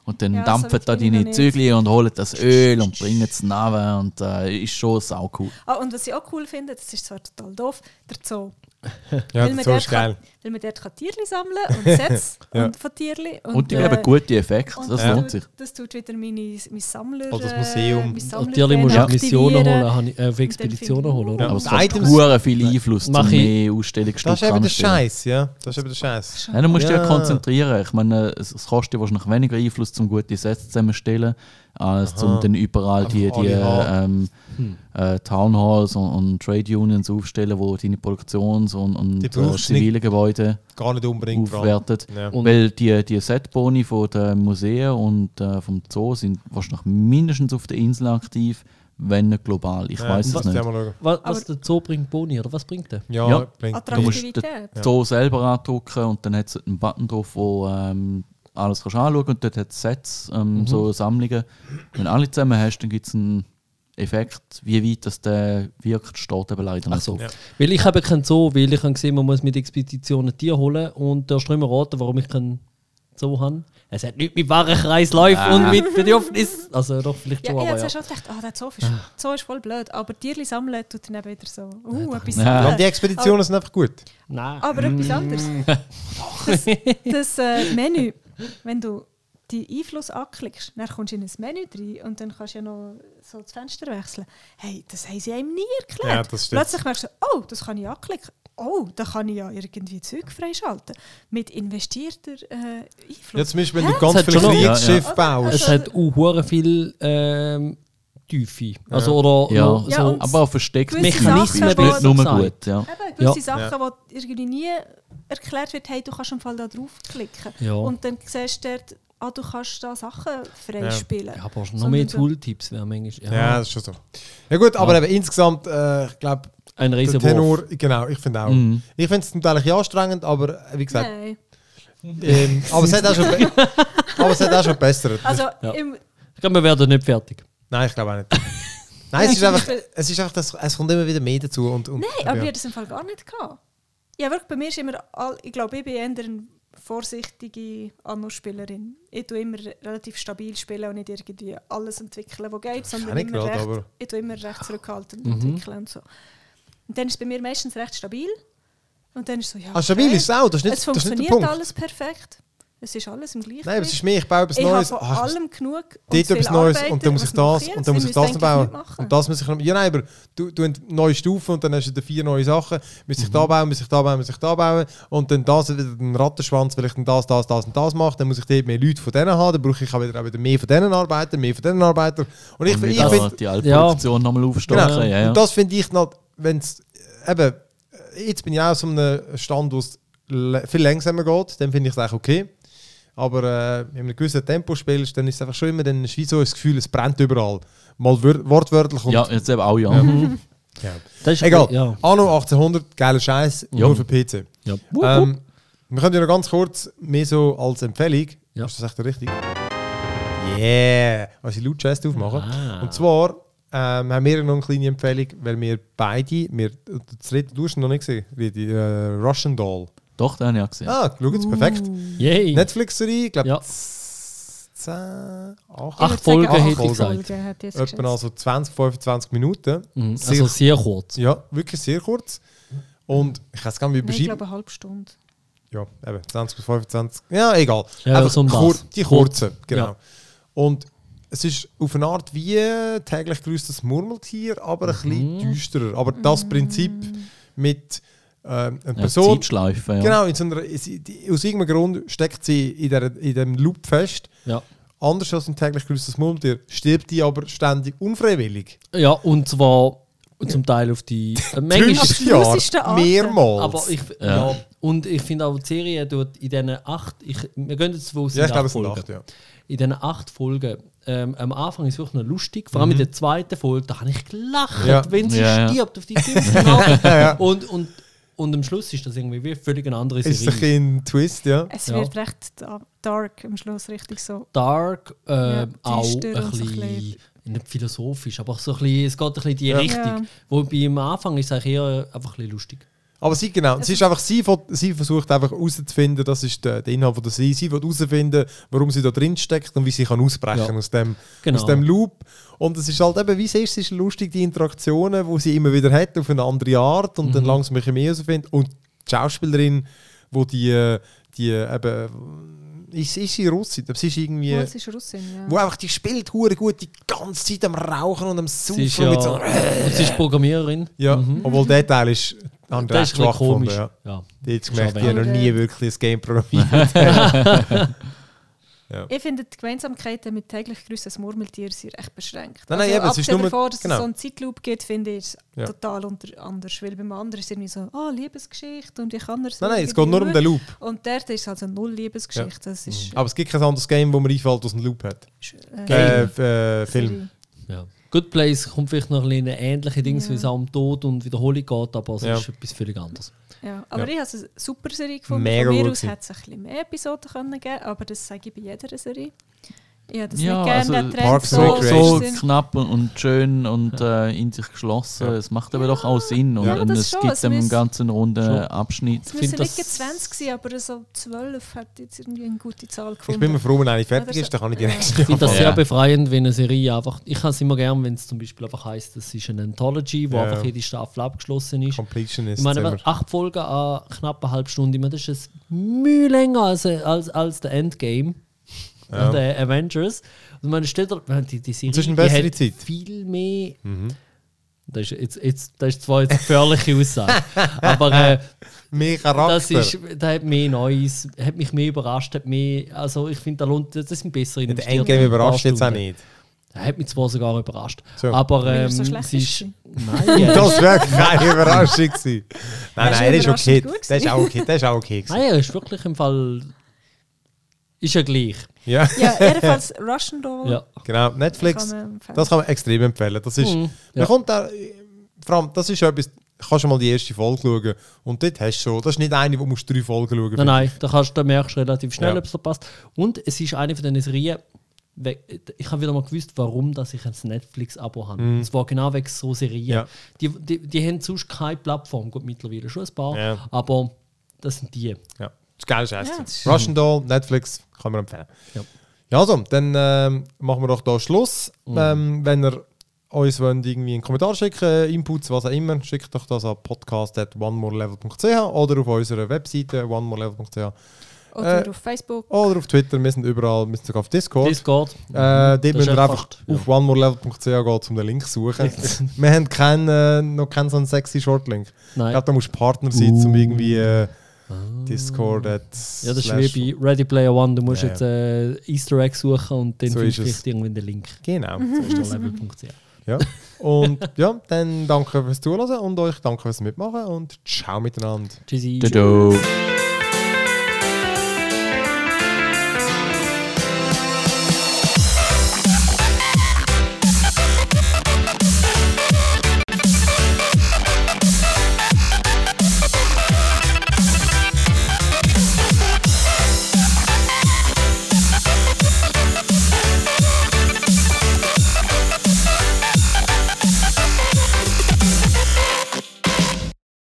[SPEAKER 3] und dann
[SPEAKER 2] Ja, so
[SPEAKER 3] dampfen
[SPEAKER 2] weit
[SPEAKER 3] da
[SPEAKER 2] bin ich noch
[SPEAKER 3] deine
[SPEAKER 2] nicht.
[SPEAKER 3] Zügel und holen das Öl und bringen es nach und äh, ist schon sau cool.
[SPEAKER 2] Ah, und was ich auch cool finde, das ist zwar total doof, der Zoo.
[SPEAKER 1] Ja,
[SPEAKER 2] man
[SPEAKER 1] das ist geil.
[SPEAKER 2] Kann, weil man dort kann Tierli sammeln und Sets
[SPEAKER 1] Ja.
[SPEAKER 2] und äh, von Tierli.
[SPEAKER 3] Und, die
[SPEAKER 1] äh,
[SPEAKER 3] geben gute Effekte,
[SPEAKER 2] und
[SPEAKER 3] das
[SPEAKER 1] Ja.
[SPEAKER 3] lohnt sich.
[SPEAKER 2] tut- Das tut wieder meine, mein Sammler. äh,
[SPEAKER 1] Oh, das Museum.
[SPEAKER 2] Mein
[SPEAKER 4] Und Tierli
[SPEAKER 2] Sammlergene
[SPEAKER 4] musst du auf Missionen
[SPEAKER 2] aktivieren.
[SPEAKER 4] holen, habe ich- äh, auf Expeditionen holen, oder?
[SPEAKER 1] Ja.
[SPEAKER 3] Aber
[SPEAKER 1] Und
[SPEAKER 3] es hat
[SPEAKER 1] Items-
[SPEAKER 3] hure viel Einfluss,
[SPEAKER 4] Mach
[SPEAKER 3] um
[SPEAKER 4] ich-
[SPEAKER 3] mehr
[SPEAKER 1] Das
[SPEAKER 3] Ausstellungsstücke
[SPEAKER 1] ist eben der
[SPEAKER 3] anzustellen.
[SPEAKER 1] Scheiß, ja. Das ist eben der Scheiß.
[SPEAKER 3] Nein, du musst dich ja
[SPEAKER 1] Ja.
[SPEAKER 3] konzentrieren. Ich meine, es, es kostet dir wahrscheinlich weniger Einfluss, um gute Sets zusammenzustellen, als um dann überall die,
[SPEAKER 1] Einfach
[SPEAKER 3] die
[SPEAKER 1] alle haben. Hm.
[SPEAKER 3] ähm, äh, Town Halls und, und Trade Unions aufstellen, wo deine Produktions- und, und
[SPEAKER 1] Die
[SPEAKER 3] äh,
[SPEAKER 1] brauchst du
[SPEAKER 3] zivile Gebäude
[SPEAKER 1] Gar nicht unbedingt vor allem.
[SPEAKER 3] aufwertet.
[SPEAKER 1] Ja.
[SPEAKER 4] Und-
[SPEAKER 3] Weil die, die Setboni von den Museen und äh, vom Zoo sind wahrscheinlich mindestens auf der Insel aktiv, wenn nicht global. Ich
[SPEAKER 1] Ja,
[SPEAKER 3] weiß
[SPEAKER 1] das
[SPEAKER 3] es
[SPEAKER 1] werden
[SPEAKER 3] nicht.
[SPEAKER 1] wir schauen.
[SPEAKER 4] Was,
[SPEAKER 2] Aber-
[SPEAKER 4] was der Zoo bringt Boni, oder was bringt der?
[SPEAKER 1] Ja,
[SPEAKER 3] Ja.
[SPEAKER 1] bringt-
[SPEAKER 3] Du musst den
[SPEAKER 2] Attraktivität.
[SPEAKER 3] Zoo selber andrücken und dann hat es einen Button drauf, wo ähm, alles kannst anschauen und dort hat es Sets, ähm, so Sammlungen. Wenn du alle zusammen hast, dann gibt es einen Effekt, wie weit das der wirkt, steht eben leider
[SPEAKER 4] Ach
[SPEAKER 3] nicht
[SPEAKER 4] so.
[SPEAKER 3] drauf.
[SPEAKER 4] Weil ich eben kein Zoo, weil ich habe gesehen, man muss mit Expeditionen Tier holen und da ist mir raten, warum ich keinen Zoo habe. Es hat nichts mit Warenkreisläufen und mit Bedürfnis. Also doch, vielleicht
[SPEAKER 2] Ja,
[SPEAKER 4] schon,
[SPEAKER 2] ich
[SPEAKER 4] aber
[SPEAKER 2] habe
[SPEAKER 4] ja.
[SPEAKER 2] schon gedacht, ah, der Zoo ist, Zoo ist voll blöd, aber Tierli sammeln tut dann eben wieder so, uh, etwas
[SPEAKER 3] Ja.
[SPEAKER 1] Ja,
[SPEAKER 2] anderes.
[SPEAKER 1] die Expeditionen sind einfach gut.
[SPEAKER 4] Nein.
[SPEAKER 2] Aber etwas anderes. Das, das äh, Menü, wenn du die Einfluss anklickst, dann kommst du in ein Menü rein und dann kannst du ja noch so das Fenster wechseln. Hey, das haben sie einem nie erklärt.
[SPEAKER 1] Ja, das stimmt.
[SPEAKER 2] Plötzlich merkst du, oh, das kann ich anklicken. Oh, da kann ich ja irgendwie Zeug freischalten. Mit investierter äh, Einfluss.
[SPEAKER 1] Ja, zum Beispiel, wenn du
[SPEAKER 2] Hä?
[SPEAKER 1] ganz
[SPEAKER 4] Das hat
[SPEAKER 1] viele
[SPEAKER 4] schon noch-
[SPEAKER 1] Kriegsschiffe
[SPEAKER 3] Ja,
[SPEAKER 1] baust.
[SPEAKER 4] Es hat auch hure viel ähm, Tiefe. Also, oder
[SPEAKER 3] Ja,
[SPEAKER 4] noch
[SPEAKER 2] Ja,
[SPEAKER 4] so
[SPEAKER 2] und
[SPEAKER 3] aber auch versteckt
[SPEAKER 2] gewisse
[SPEAKER 3] Mechanismen
[SPEAKER 2] Sachen,
[SPEAKER 3] spielt
[SPEAKER 2] wo-
[SPEAKER 3] nur gut. Ja.
[SPEAKER 2] Eben, gewisse
[SPEAKER 4] Ja.
[SPEAKER 2] Sachen, die irgendwie nie erklärt wird, hey, du kannst im Fall da draufklicken.
[SPEAKER 4] Ja.
[SPEAKER 2] Und dann siehst du dort, ah, du kannst da Sachen freispielen.
[SPEAKER 4] Ja, aber noch
[SPEAKER 2] Sondern
[SPEAKER 4] mehr
[SPEAKER 2] du-
[SPEAKER 4] Tooltips wäre manchmal.
[SPEAKER 1] Ja, das ist schon so. Ja gut, aber eben insgesamt, äh, ich glaube,
[SPEAKER 4] Ein
[SPEAKER 1] der
[SPEAKER 4] Riesenwurf.
[SPEAKER 1] Tenor, nou, genau, ich finde auch.
[SPEAKER 3] Mhm.
[SPEAKER 1] Ich finde es zum Teil ein bisschen anstrengend, aber äh, wie gesagt,
[SPEAKER 2] Nein.
[SPEAKER 1] ähm, aber, es hat auch schon be- oh, aber es hat auch schon verbessert.
[SPEAKER 2] Also,
[SPEAKER 4] Ja.
[SPEAKER 2] im,
[SPEAKER 4] Ich glaube, wir werden nicht fertig.
[SPEAKER 1] Nein, ich glaube auch nicht. Nein, es ist einfach, es, ist einfach das, es kommt immer wieder mehr dazu. Und, und,
[SPEAKER 2] nein, aber ich hatte das im Fall gar nicht. Gehabt. Ja, wirklich, bei mir ist immer, all, ich glaube, ich bin eher eine vorsichtige Anno-Spielerin. Ich tue immer relativ stabil spielen und nicht irgendwie alles entwickeln, was geht, sondern
[SPEAKER 1] auch nicht
[SPEAKER 2] immer
[SPEAKER 1] gerade,
[SPEAKER 2] recht,
[SPEAKER 1] aber- Mhm.
[SPEAKER 2] ich tue immer recht zurückhaltend entwickeln und so. Und dann ist es bei mir meistens recht stabil. Und dann ist so, ja,
[SPEAKER 1] Ah, stabil
[SPEAKER 2] okay.
[SPEAKER 1] ist es auch, das ist nicht,
[SPEAKER 2] es
[SPEAKER 1] das ist nicht der
[SPEAKER 2] funktioniert
[SPEAKER 1] Punkt.
[SPEAKER 2] alles perfekt. Es ist alles im gleichen.
[SPEAKER 1] Nein, aber es ist mehr, ich baue etwas
[SPEAKER 2] ich habe
[SPEAKER 1] Neues.
[SPEAKER 2] von
[SPEAKER 1] Ah, ich muss
[SPEAKER 2] allem genug. und
[SPEAKER 1] dort
[SPEAKER 2] viel
[SPEAKER 1] etwas Neues
[SPEAKER 2] Arbeit,
[SPEAKER 1] und dann muss ich
[SPEAKER 2] was mache
[SPEAKER 1] das
[SPEAKER 2] ich
[SPEAKER 1] und dann muss ich
[SPEAKER 2] jetzt?
[SPEAKER 1] das
[SPEAKER 2] müsste
[SPEAKER 1] noch
[SPEAKER 2] eigentlich
[SPEAKER 1] bauen.
[SPEAKER 2] nichts machen.
[SPEAKER 1] Und das muss ich noch... Ja, nein, aber du, du hast neue Stufen und dann hast du wieder vier neue Sachen. Muss ich da bauen, muss ich da bauen, muss ich da bauen. Und dann das wieder ein Rattenschwanz, weil ich dann das, das, das und das mache. Dann muss ich dort mehr Leute von denen haben. Dann brauche ich auch wieder, auch wieder mehr von denen Arbeiter, mehr von denen Arbeiter. Und ich,
[SPEAKER 3] Und
[SPEAKER 1] ich
[SPEAKER 3] wieder
[SPEAKER 1] finde...
[SPEAKER 3] die Altproduktion nochmal aufstocken.
[SPEAKER 1] Genau.
[SPEAKER 3] Ja, ja.
[SPEAKER 1] Und das finde ich noch, wenn es eben, jetzt bin ich auch so einem Stand, dus wo es l- viel langsamer geht, dann finde ich es eigentlich okay. Aber äh, wenn du in einem gewissen Tempo spielst, dann ist es einfach schon immer dann in der Schweiz so das Gefühl, es brennt überall. Mal wör- wortwörtlich und
[SPEAKER 3] ja, jetzt eben auch ja.
[SPEAKER 4] Das ist
[SPEAKER 1] egal.
[SPEAKER 4] Ja.
[SPEAKER 1] Anno 1800, geiler Scheiß,
[SPEAKER 3] Ja.
[SPEAKER 1] nur für PC.
[SPEAKER 4] Ja.
[SPEAKER 1] Ähm, wir können ja noch ganz kurz mehr so als Empfehlung.
[SPEAKER 4] Ja.
[SPEAKER 1] Ist das Dus echt richtig? Yeah! Also ich laut Chest aufmachen.
[SPEAKER 4] Ah.
[SPEAKER 1] Und zwar ähm, haben wir noch eine kleine Empfehlung, weil wir beide, wir, das dritte, du hast ihn noch nicht gesehen, Redi, äh, Russian Doll.
[SPEAKER 3] Doch, den habe ich auch gesehen.
[SPEAKER 1] Ah, schau jetzt, perfekt.
[SPEAKER 4] Yay.
[SPEAKER 1] Netflix-Serie, ich glaube,
[SPEAKER 4] Ja. Ah,
[SPEAKER 1] 10, 8,
[SPEAKER 4] Acht Folgen hätte ich gesagt.
[SPEAKER 2] hätte ich
[SPEAKER 1] etwa also 20, 25 Minuten.
[SPEAKER 4] Mhm.
[SPEAKER 1] Sehr-
[SPEAKER 4] Also sehr kurz.
[SPEAKER 1] ja, wirklich sehr kurz. Und ich weiß gar nicht, wie
[SPEAKER 2] Ich
[SPEAKER 1] beschreiben.
[SPEAKER 2] glaube, eine halbe Stunde.
[SPEAKER 1] Ja, eben, 20 bis 25. Ja, egal.
[SPEAKER 4] Ja,
[SPEAKER 1] Einfach
[SPEAKER 4] so ein
[SPEAKER 1] kur
[SPEAKER 4] Bass.
[SPEAKER 1] die kurzen, genau.
[SPEAKER 4] Ja.
[SPEAKER 1] Und es ist auf eine Art wie täglich grüßt das Murmeltier, aber ein
[SPEAKER 4] Mhm.
[SPEAKER 1] bisschen düsterer. Aber das Prinzip mit ähm, einer
[SPEAKER 3] Ja,
[SPEAKER 1] Person,
[SPEAKER 3] Zeitschleife, ja.
[SPEAKER 1] Genau, in so einer, sie- die- aus irgendeinem Grund steckt sie in, der, in dem Loop fest.
[SPEAKER 4] Ja.
[SPEAKER 1] Anders als im täglich grüßtes Murmeltier stirbt die aber ständig unfreiwillig.
[SPEAKER 4] ja, und zwar zum Teil auf die. Äh, manchmal-
[SPEAKER 1] 50 Jahre,
[SPEAKER 2] abstrusesten Arten.
[SPEAKER 1] mehrmals.
[SPEAKER 4] Aber ich,
[SPEAKER 3] Ja.
[SPEAKER 4] ja. und ich finde auch, die Serie tut in diesen acht, ich, wir gehen jetzt wo
[SPEAKER 1] ja, ich glaube, es sind acht, ja.
[SPEAKER 4] In diesen acht Folgen, ähm, am Anfang ist es wirklich noch lustig, vor allem in der zweiten Folge, da habe ich gelacht,
[SPEAKER 1] Mhm. Ja.
[SPEAKER 4] wenn sie
[SPEAKER 3] Ja, ja.
[SPEAKER 4] stirbt auf die fünfte Jahre.
[SPEAKER 1] ja.
[SPEAKER 4] und, und, und am Schluss ist das irgendwie wie völlig eine andere
[SPEAKER 1] Ist ein
[SPEAKER 4] Serie.
[SPEAKER 1] bisschen ein Twist, ja.
[SPEAKER 2] Es
[SPEAKER 4] Ja.
[SPEAKER 2] wird recht da- dark am Schluss, richtig so.
[SPEAKER 4] Dark, äh,
[SPEAKER 2] Ja,
[SPEAKER 4] auch ein
[SPEAKER 2] düster und so ein
[SPEAKER 4] bisschen,
[SPEAKER 2] bisschen-
[SPEAKER 4] nicht philosophisch, aber so ein bisschen, es geht ein bisschen in die
[SPEAKER 1] Ja.
[SPEAKER 4] Richtung.
[SPEAKER 2] Ja.
[SPEAKER 4] Wobei am Anfang ist es eigentlich eher einfach ein bisschen lustig.
[SPEAKER 1] Aber sie, genau, sie, ist einfach, sie, will- sie versucht einfach herauszufinden, das ist der, der Inhalt von der Serie, sie will herausfinden, warum sie da drin steckt und wie sie kann ausbrechen
[SPEAKER 4] Ja.
[SPEAKER 1] aus, dem,
[SPEAKER 4] Genau.
[SPEAKER 1] aus dem Loop. Und es ist halt eben, wie siehst du, es ist lustig, die Interaktionen, die sie immer wieder hat, auf eine andere Art und
[SPEAKER 4] Mhm.
[SPEAKER 1] dann langsam ein bisschen mehr herausfindet. Und die Schauspielerin, wo die, äh, die äh, eben, ist, ist sie Russin, aber sie ist irgendwie...
[SPEAKER 2] Yeah. ist Russin, ja.
[SPEAKER 1] Wo einfach die spielt hure gut die ganze Zeit am Rauchen und am Saufen
[SPEAKER 4] Sie ist ja,
[SPEAKER 1] mit so einer-
[SPEAKER 4] und sie ist Programmiererin.
[SPEAKER 1] ja obwohl der Teil ist an
[SPEAKER 4] Das ist ein bisschen
[SPEAKER 1] gefunden,
[SPEAKER 4] komisch.
[SPEAKER 1] ja.
[SPEAKER 4] Ja.
[SPEAKER 1] Die hat gemerkt, die
[SPEAKER 4] Schade.
[SPEAKER 1] haben noch nie wirklich ein Game programmiert.
[SPEAKER 2] Ich finde die Gemeinsamkeiten mit täglich grüßes Murmeltier sind echt beschränkt. Also,
[SPEAKER 1] Nein, nein, eben, es ist
[SPEAKER 2] abgesehen
[SPEAKER 1] nur-
[SPEAKER 2] davon, dass
[SPEAKER 1] genau.
[SPEAKER 2] es so einen Zeitloop gibt, finde ich es
[SPEAKER 1] Ja.
[SPEAKER 2] total unter anders. Weil beim anderen ist es irgendwie so, ah, Liebesgeschichte und ich kann er
[SPEAKER 1] nein, nein, es geht nur um den Loop.
[SPEAKER 2] Und dort ist es also null Liebesgeschichte. Das ist
[SPEAKER 1] Aber es gibt kein anderes Game, wo man einfällt, das einen Loop hat.
[SPEAKER 2] äh,
[SPEAKER 1] Äh, f- äh, Film.
[SPEAKER 2] Serie.
[SPEAKER 4] Ja. Good Place kommt vielleicht noch ein bisschen in ähnliche Dings, weil es auch um Tod und Wiederholung geht, aber es
[SPEAKER 1] Ja.
[SPEAKER 4] ist etwas völlig anderes.
[SPEAKER 2] Ja, aber
[SPEAKER 1] Ja.
[SPEAKER 2] ich habe es eine super Serie gefunden.
[SPEAKER 1] Mega
[SPEAKER 2] Von mir
[SPEAKER 1] gut
[SPEAKER 2] aus
[SPEAKER 1] gewesen.
[SPEAKER 2] hätte es ein bisschen mehr Episoden können geben aber das sage ich bei jeder Serie. Ich habe das
[SPEAKER 3] Ja,
[SPEAKER 2] nicht gerne,
[SPEAKER 3] also
[SPEAKER 2] der Trend
[SPEAKER 1] Parks and
[SPEAKER 2] so,
[SPEAKER 3] So
[SPEAKER 1] Recreation.
[SPEAKER 2] ist es-
[SPEAKER 3] knapp und- und schön und äh, in sich geschlossen. Es macht aber doch auch Sinn und,
[SPEAKER 2] Ja,
[SPEAKER 3] und
[SPEAKER 2] das
[SPEAKER 3] es
[SPEAKER 2] schon. also
[SPEAKER 3] gibt
[SPEAKER 2] Es
[SPEAKER 3] dem
[SPEAKER 2] muss-
[SPEAKER 3] ganzen runden
[SPEAKER 4] Schon.
[SPEAKER 3] Abschnitt.
[SPEAKER 2] Es
[SPEAKER 4] Ich
[SPEAKER 2] müssen
[SPEAKER 4] finde
[SPEAKER 2] nicht
[SPEAKER 4] das-
[SPEAKER 2] 20 sein, aber so 12 hat jetzt irgendwie eine gute Zahl
[SPEAKER 1] Ich bin
[SPEAKER 2] gefunden.
[SPEAKER 1] mir froh, wenn eine
[SPEAKER 2] Oder
[SPEAKER 1] fertig
[SPEAKER 2] so.
[SPEAKER 1] ist, dann kann ich die
[SPEAKER 2] Ja.
[SPEAKER 1] nächste
[SPEAKER 4] Ich finde das
[SPEAKER 3] Ja.
[SPEAKER 4] sehr befreiend, wenn eine Serie einfach. Ich kann es immer gern, wenn es zum Beispiel einfach heisst, es ist eine Anthology, wo
[SPEAKER 1] Ja.
[SPEAKER 4] einfach jede Staffel abgeschlossen ist.
[SPEAKER 1] Completionist.
[SPEAKER 4] Ich meine, wenn
[SPEAKER 1] sind wir.
[SPEAKER 4] acht Folgen an knapp eine halbe Stunde, ich meine, das ist ein Mühe länger als, als, als der Endgame.
[SPEAKER 1] Ja.
[SPEAKER 4] Der Avengers. Und man steht da, die, die Serie
[SPEAKER 1] Das ist eine
[SPEAKER 4] die
[SPEAKER 1] bessere
[SPEAKER 4] hat
[SPEAKER 1] Zeit. Mhm.
[SPEAKER 4] viel mehr. Das, ist jetzt, jetzt, das ist zwar jetzt eine gefährliche Aussage, aber äh,
[SPEAKER 1] Mehr Charakter.
[SPEAKER 4] das ist, da hat mehr Neues, hat mich mehr überrascht, hat mehr, also ich finde, da lohnt, das ist ein besser in
[SPEAKER 1] der Endgame überrascht jetzt auch nicht.
[SPEAKER 4] Hat mich zwar sogar überrascht,
[SPEAKER 1] So.
[SPEAKER 4] aber
[SPEAKER 2] Weil er
[SPEAKER 4] ähm,
[SPEAKER 2] so schlecht
[SPEAKER 4] sie ist,
[SPEAKER 2] ist.
[SPEAKER 4] nein, ja,
[SPEAKER 1] Das wäre keine Überraschung gewesen. Nein, nein,
[SPEAKER 2] Das
[SPEAKER 1] der
[SPEAKER 2] ist
[SPEAKER 1] ist okay.
[SPEAKER 2] überraschend gut
[SPEAKER 1] Der ist auch okay. Der ist auch okay gewesen.
[SPEAKER 4] nein, er ist wirklich im Fall, ist ja gleich,
[SPEAKER 1] Ja,
[SPEAKER 2] Ja, jedenfalls Russian Doll.
[SPEAKER 4] ja.
[SPEAKER 1] genau. Netflix.
[SPEAKER 2] Kann man empfehlen.
[SPEAKER 1] Das kann man extrem empfehlen. Das ist, man
[SPEAKER 4] Hm, ja.
[SPEAKER 1] kommt da, vor allem, das ist etwas, kannst du mal die erste Folge schauen und dort hast du schon, das ist nicht eine, wo musst du drei Folgen schauen
[SPEAKER 4] Nein, nein, da, kannst, da merkst du relativ schnell,
[SPEAKER 1] Ja.
[SPEAKER 4] ob es da passt. Und es ist eine von den Serien, we- ich habe wieder mal gewusst, warum dass ich ein Netflix-Abo habe. Es war genau wegen so Serien.
[SPEAKER 1] Mhm. Ja.
[SPEAKER 4] Die, die, die haben sonst keine Plattform, gut, mittlerweile schon ein paar,
[SPEAKER 1] Ja.
[SPEAKER 4] aber das sind die.
[SPEAKER 1] Ja, das ist geil, Scheiße.
[SPEAKER 2] Ja, das
[SPEAKER 1] Ja, Russian Doll, Netflix, kann man empfehlen.
[SPEAKER 4] Ja.
[SPEAKER 1] Ja, also, dann ähm, machen wir doch da Schluss.
[SPEAKER 4] Mhm.
[SPEAKER 1] Ähm, wenn ihr uns wollt, irgendwie einen Kommentar schicken, äh, Inputs, was auch immer, schickt doch das an podcast.onemorelevel.ch oder auf unserer Webseite onemorelevel.ch
[SPEAKER 2] Oder
[SPEAKER 1] Äh,
[SPEAKER 2] auf Facebook.
[SPEAKER 1] oder auf Twitter, wir sind überall, wir sind sogar auf Discord.
[SPEAKER 4] Discord.
[SPEAKER 1] Äh, die
[SPEAKER 4] Das ist
[SPEAKER 1] müssen wir
[SPEAKER 4] ja
[SPEAKER 1] einfach
[SPEAKER 4] fast-
[SPEAKER 1] auf onemorelevel.ch gehen, um den Link zu suchen. wir haben keinen, äh, noch keinen so einen sexy Shortlink. Ich
[SPEAKER 4] Nein. Uh. Ah.
[SPEAKER 1] glaube, da musst du Partner sein, um irgendwie äh, Discord at
[SPEAKER 4] Ja, das ist wie bei Ready Player One, du musst
[SPEAKER 1] Ja,
[SPEAKER 4] jetzt äh, Easter Egg suchen und dann
[SPEAKER 1] So
[SPEAKER 4] findest
[SPEAKER 1] ist
[SPEAKER 4] du
[SPEAKER 1] es.
[SPEAKER 4] vielleicht irgendwann den Link.
[SPEAKER 1] Genau.
[SPEAKER 4] Mhm. Level.ch.
[SPEAKER 1] ja. Und ja, dann danke fürs Zuhören und euch danke fürs Mitmachen und ciao miteinander.
[SPEAKER 4] Tschüssi.
[SPEAKER 3] Dodo.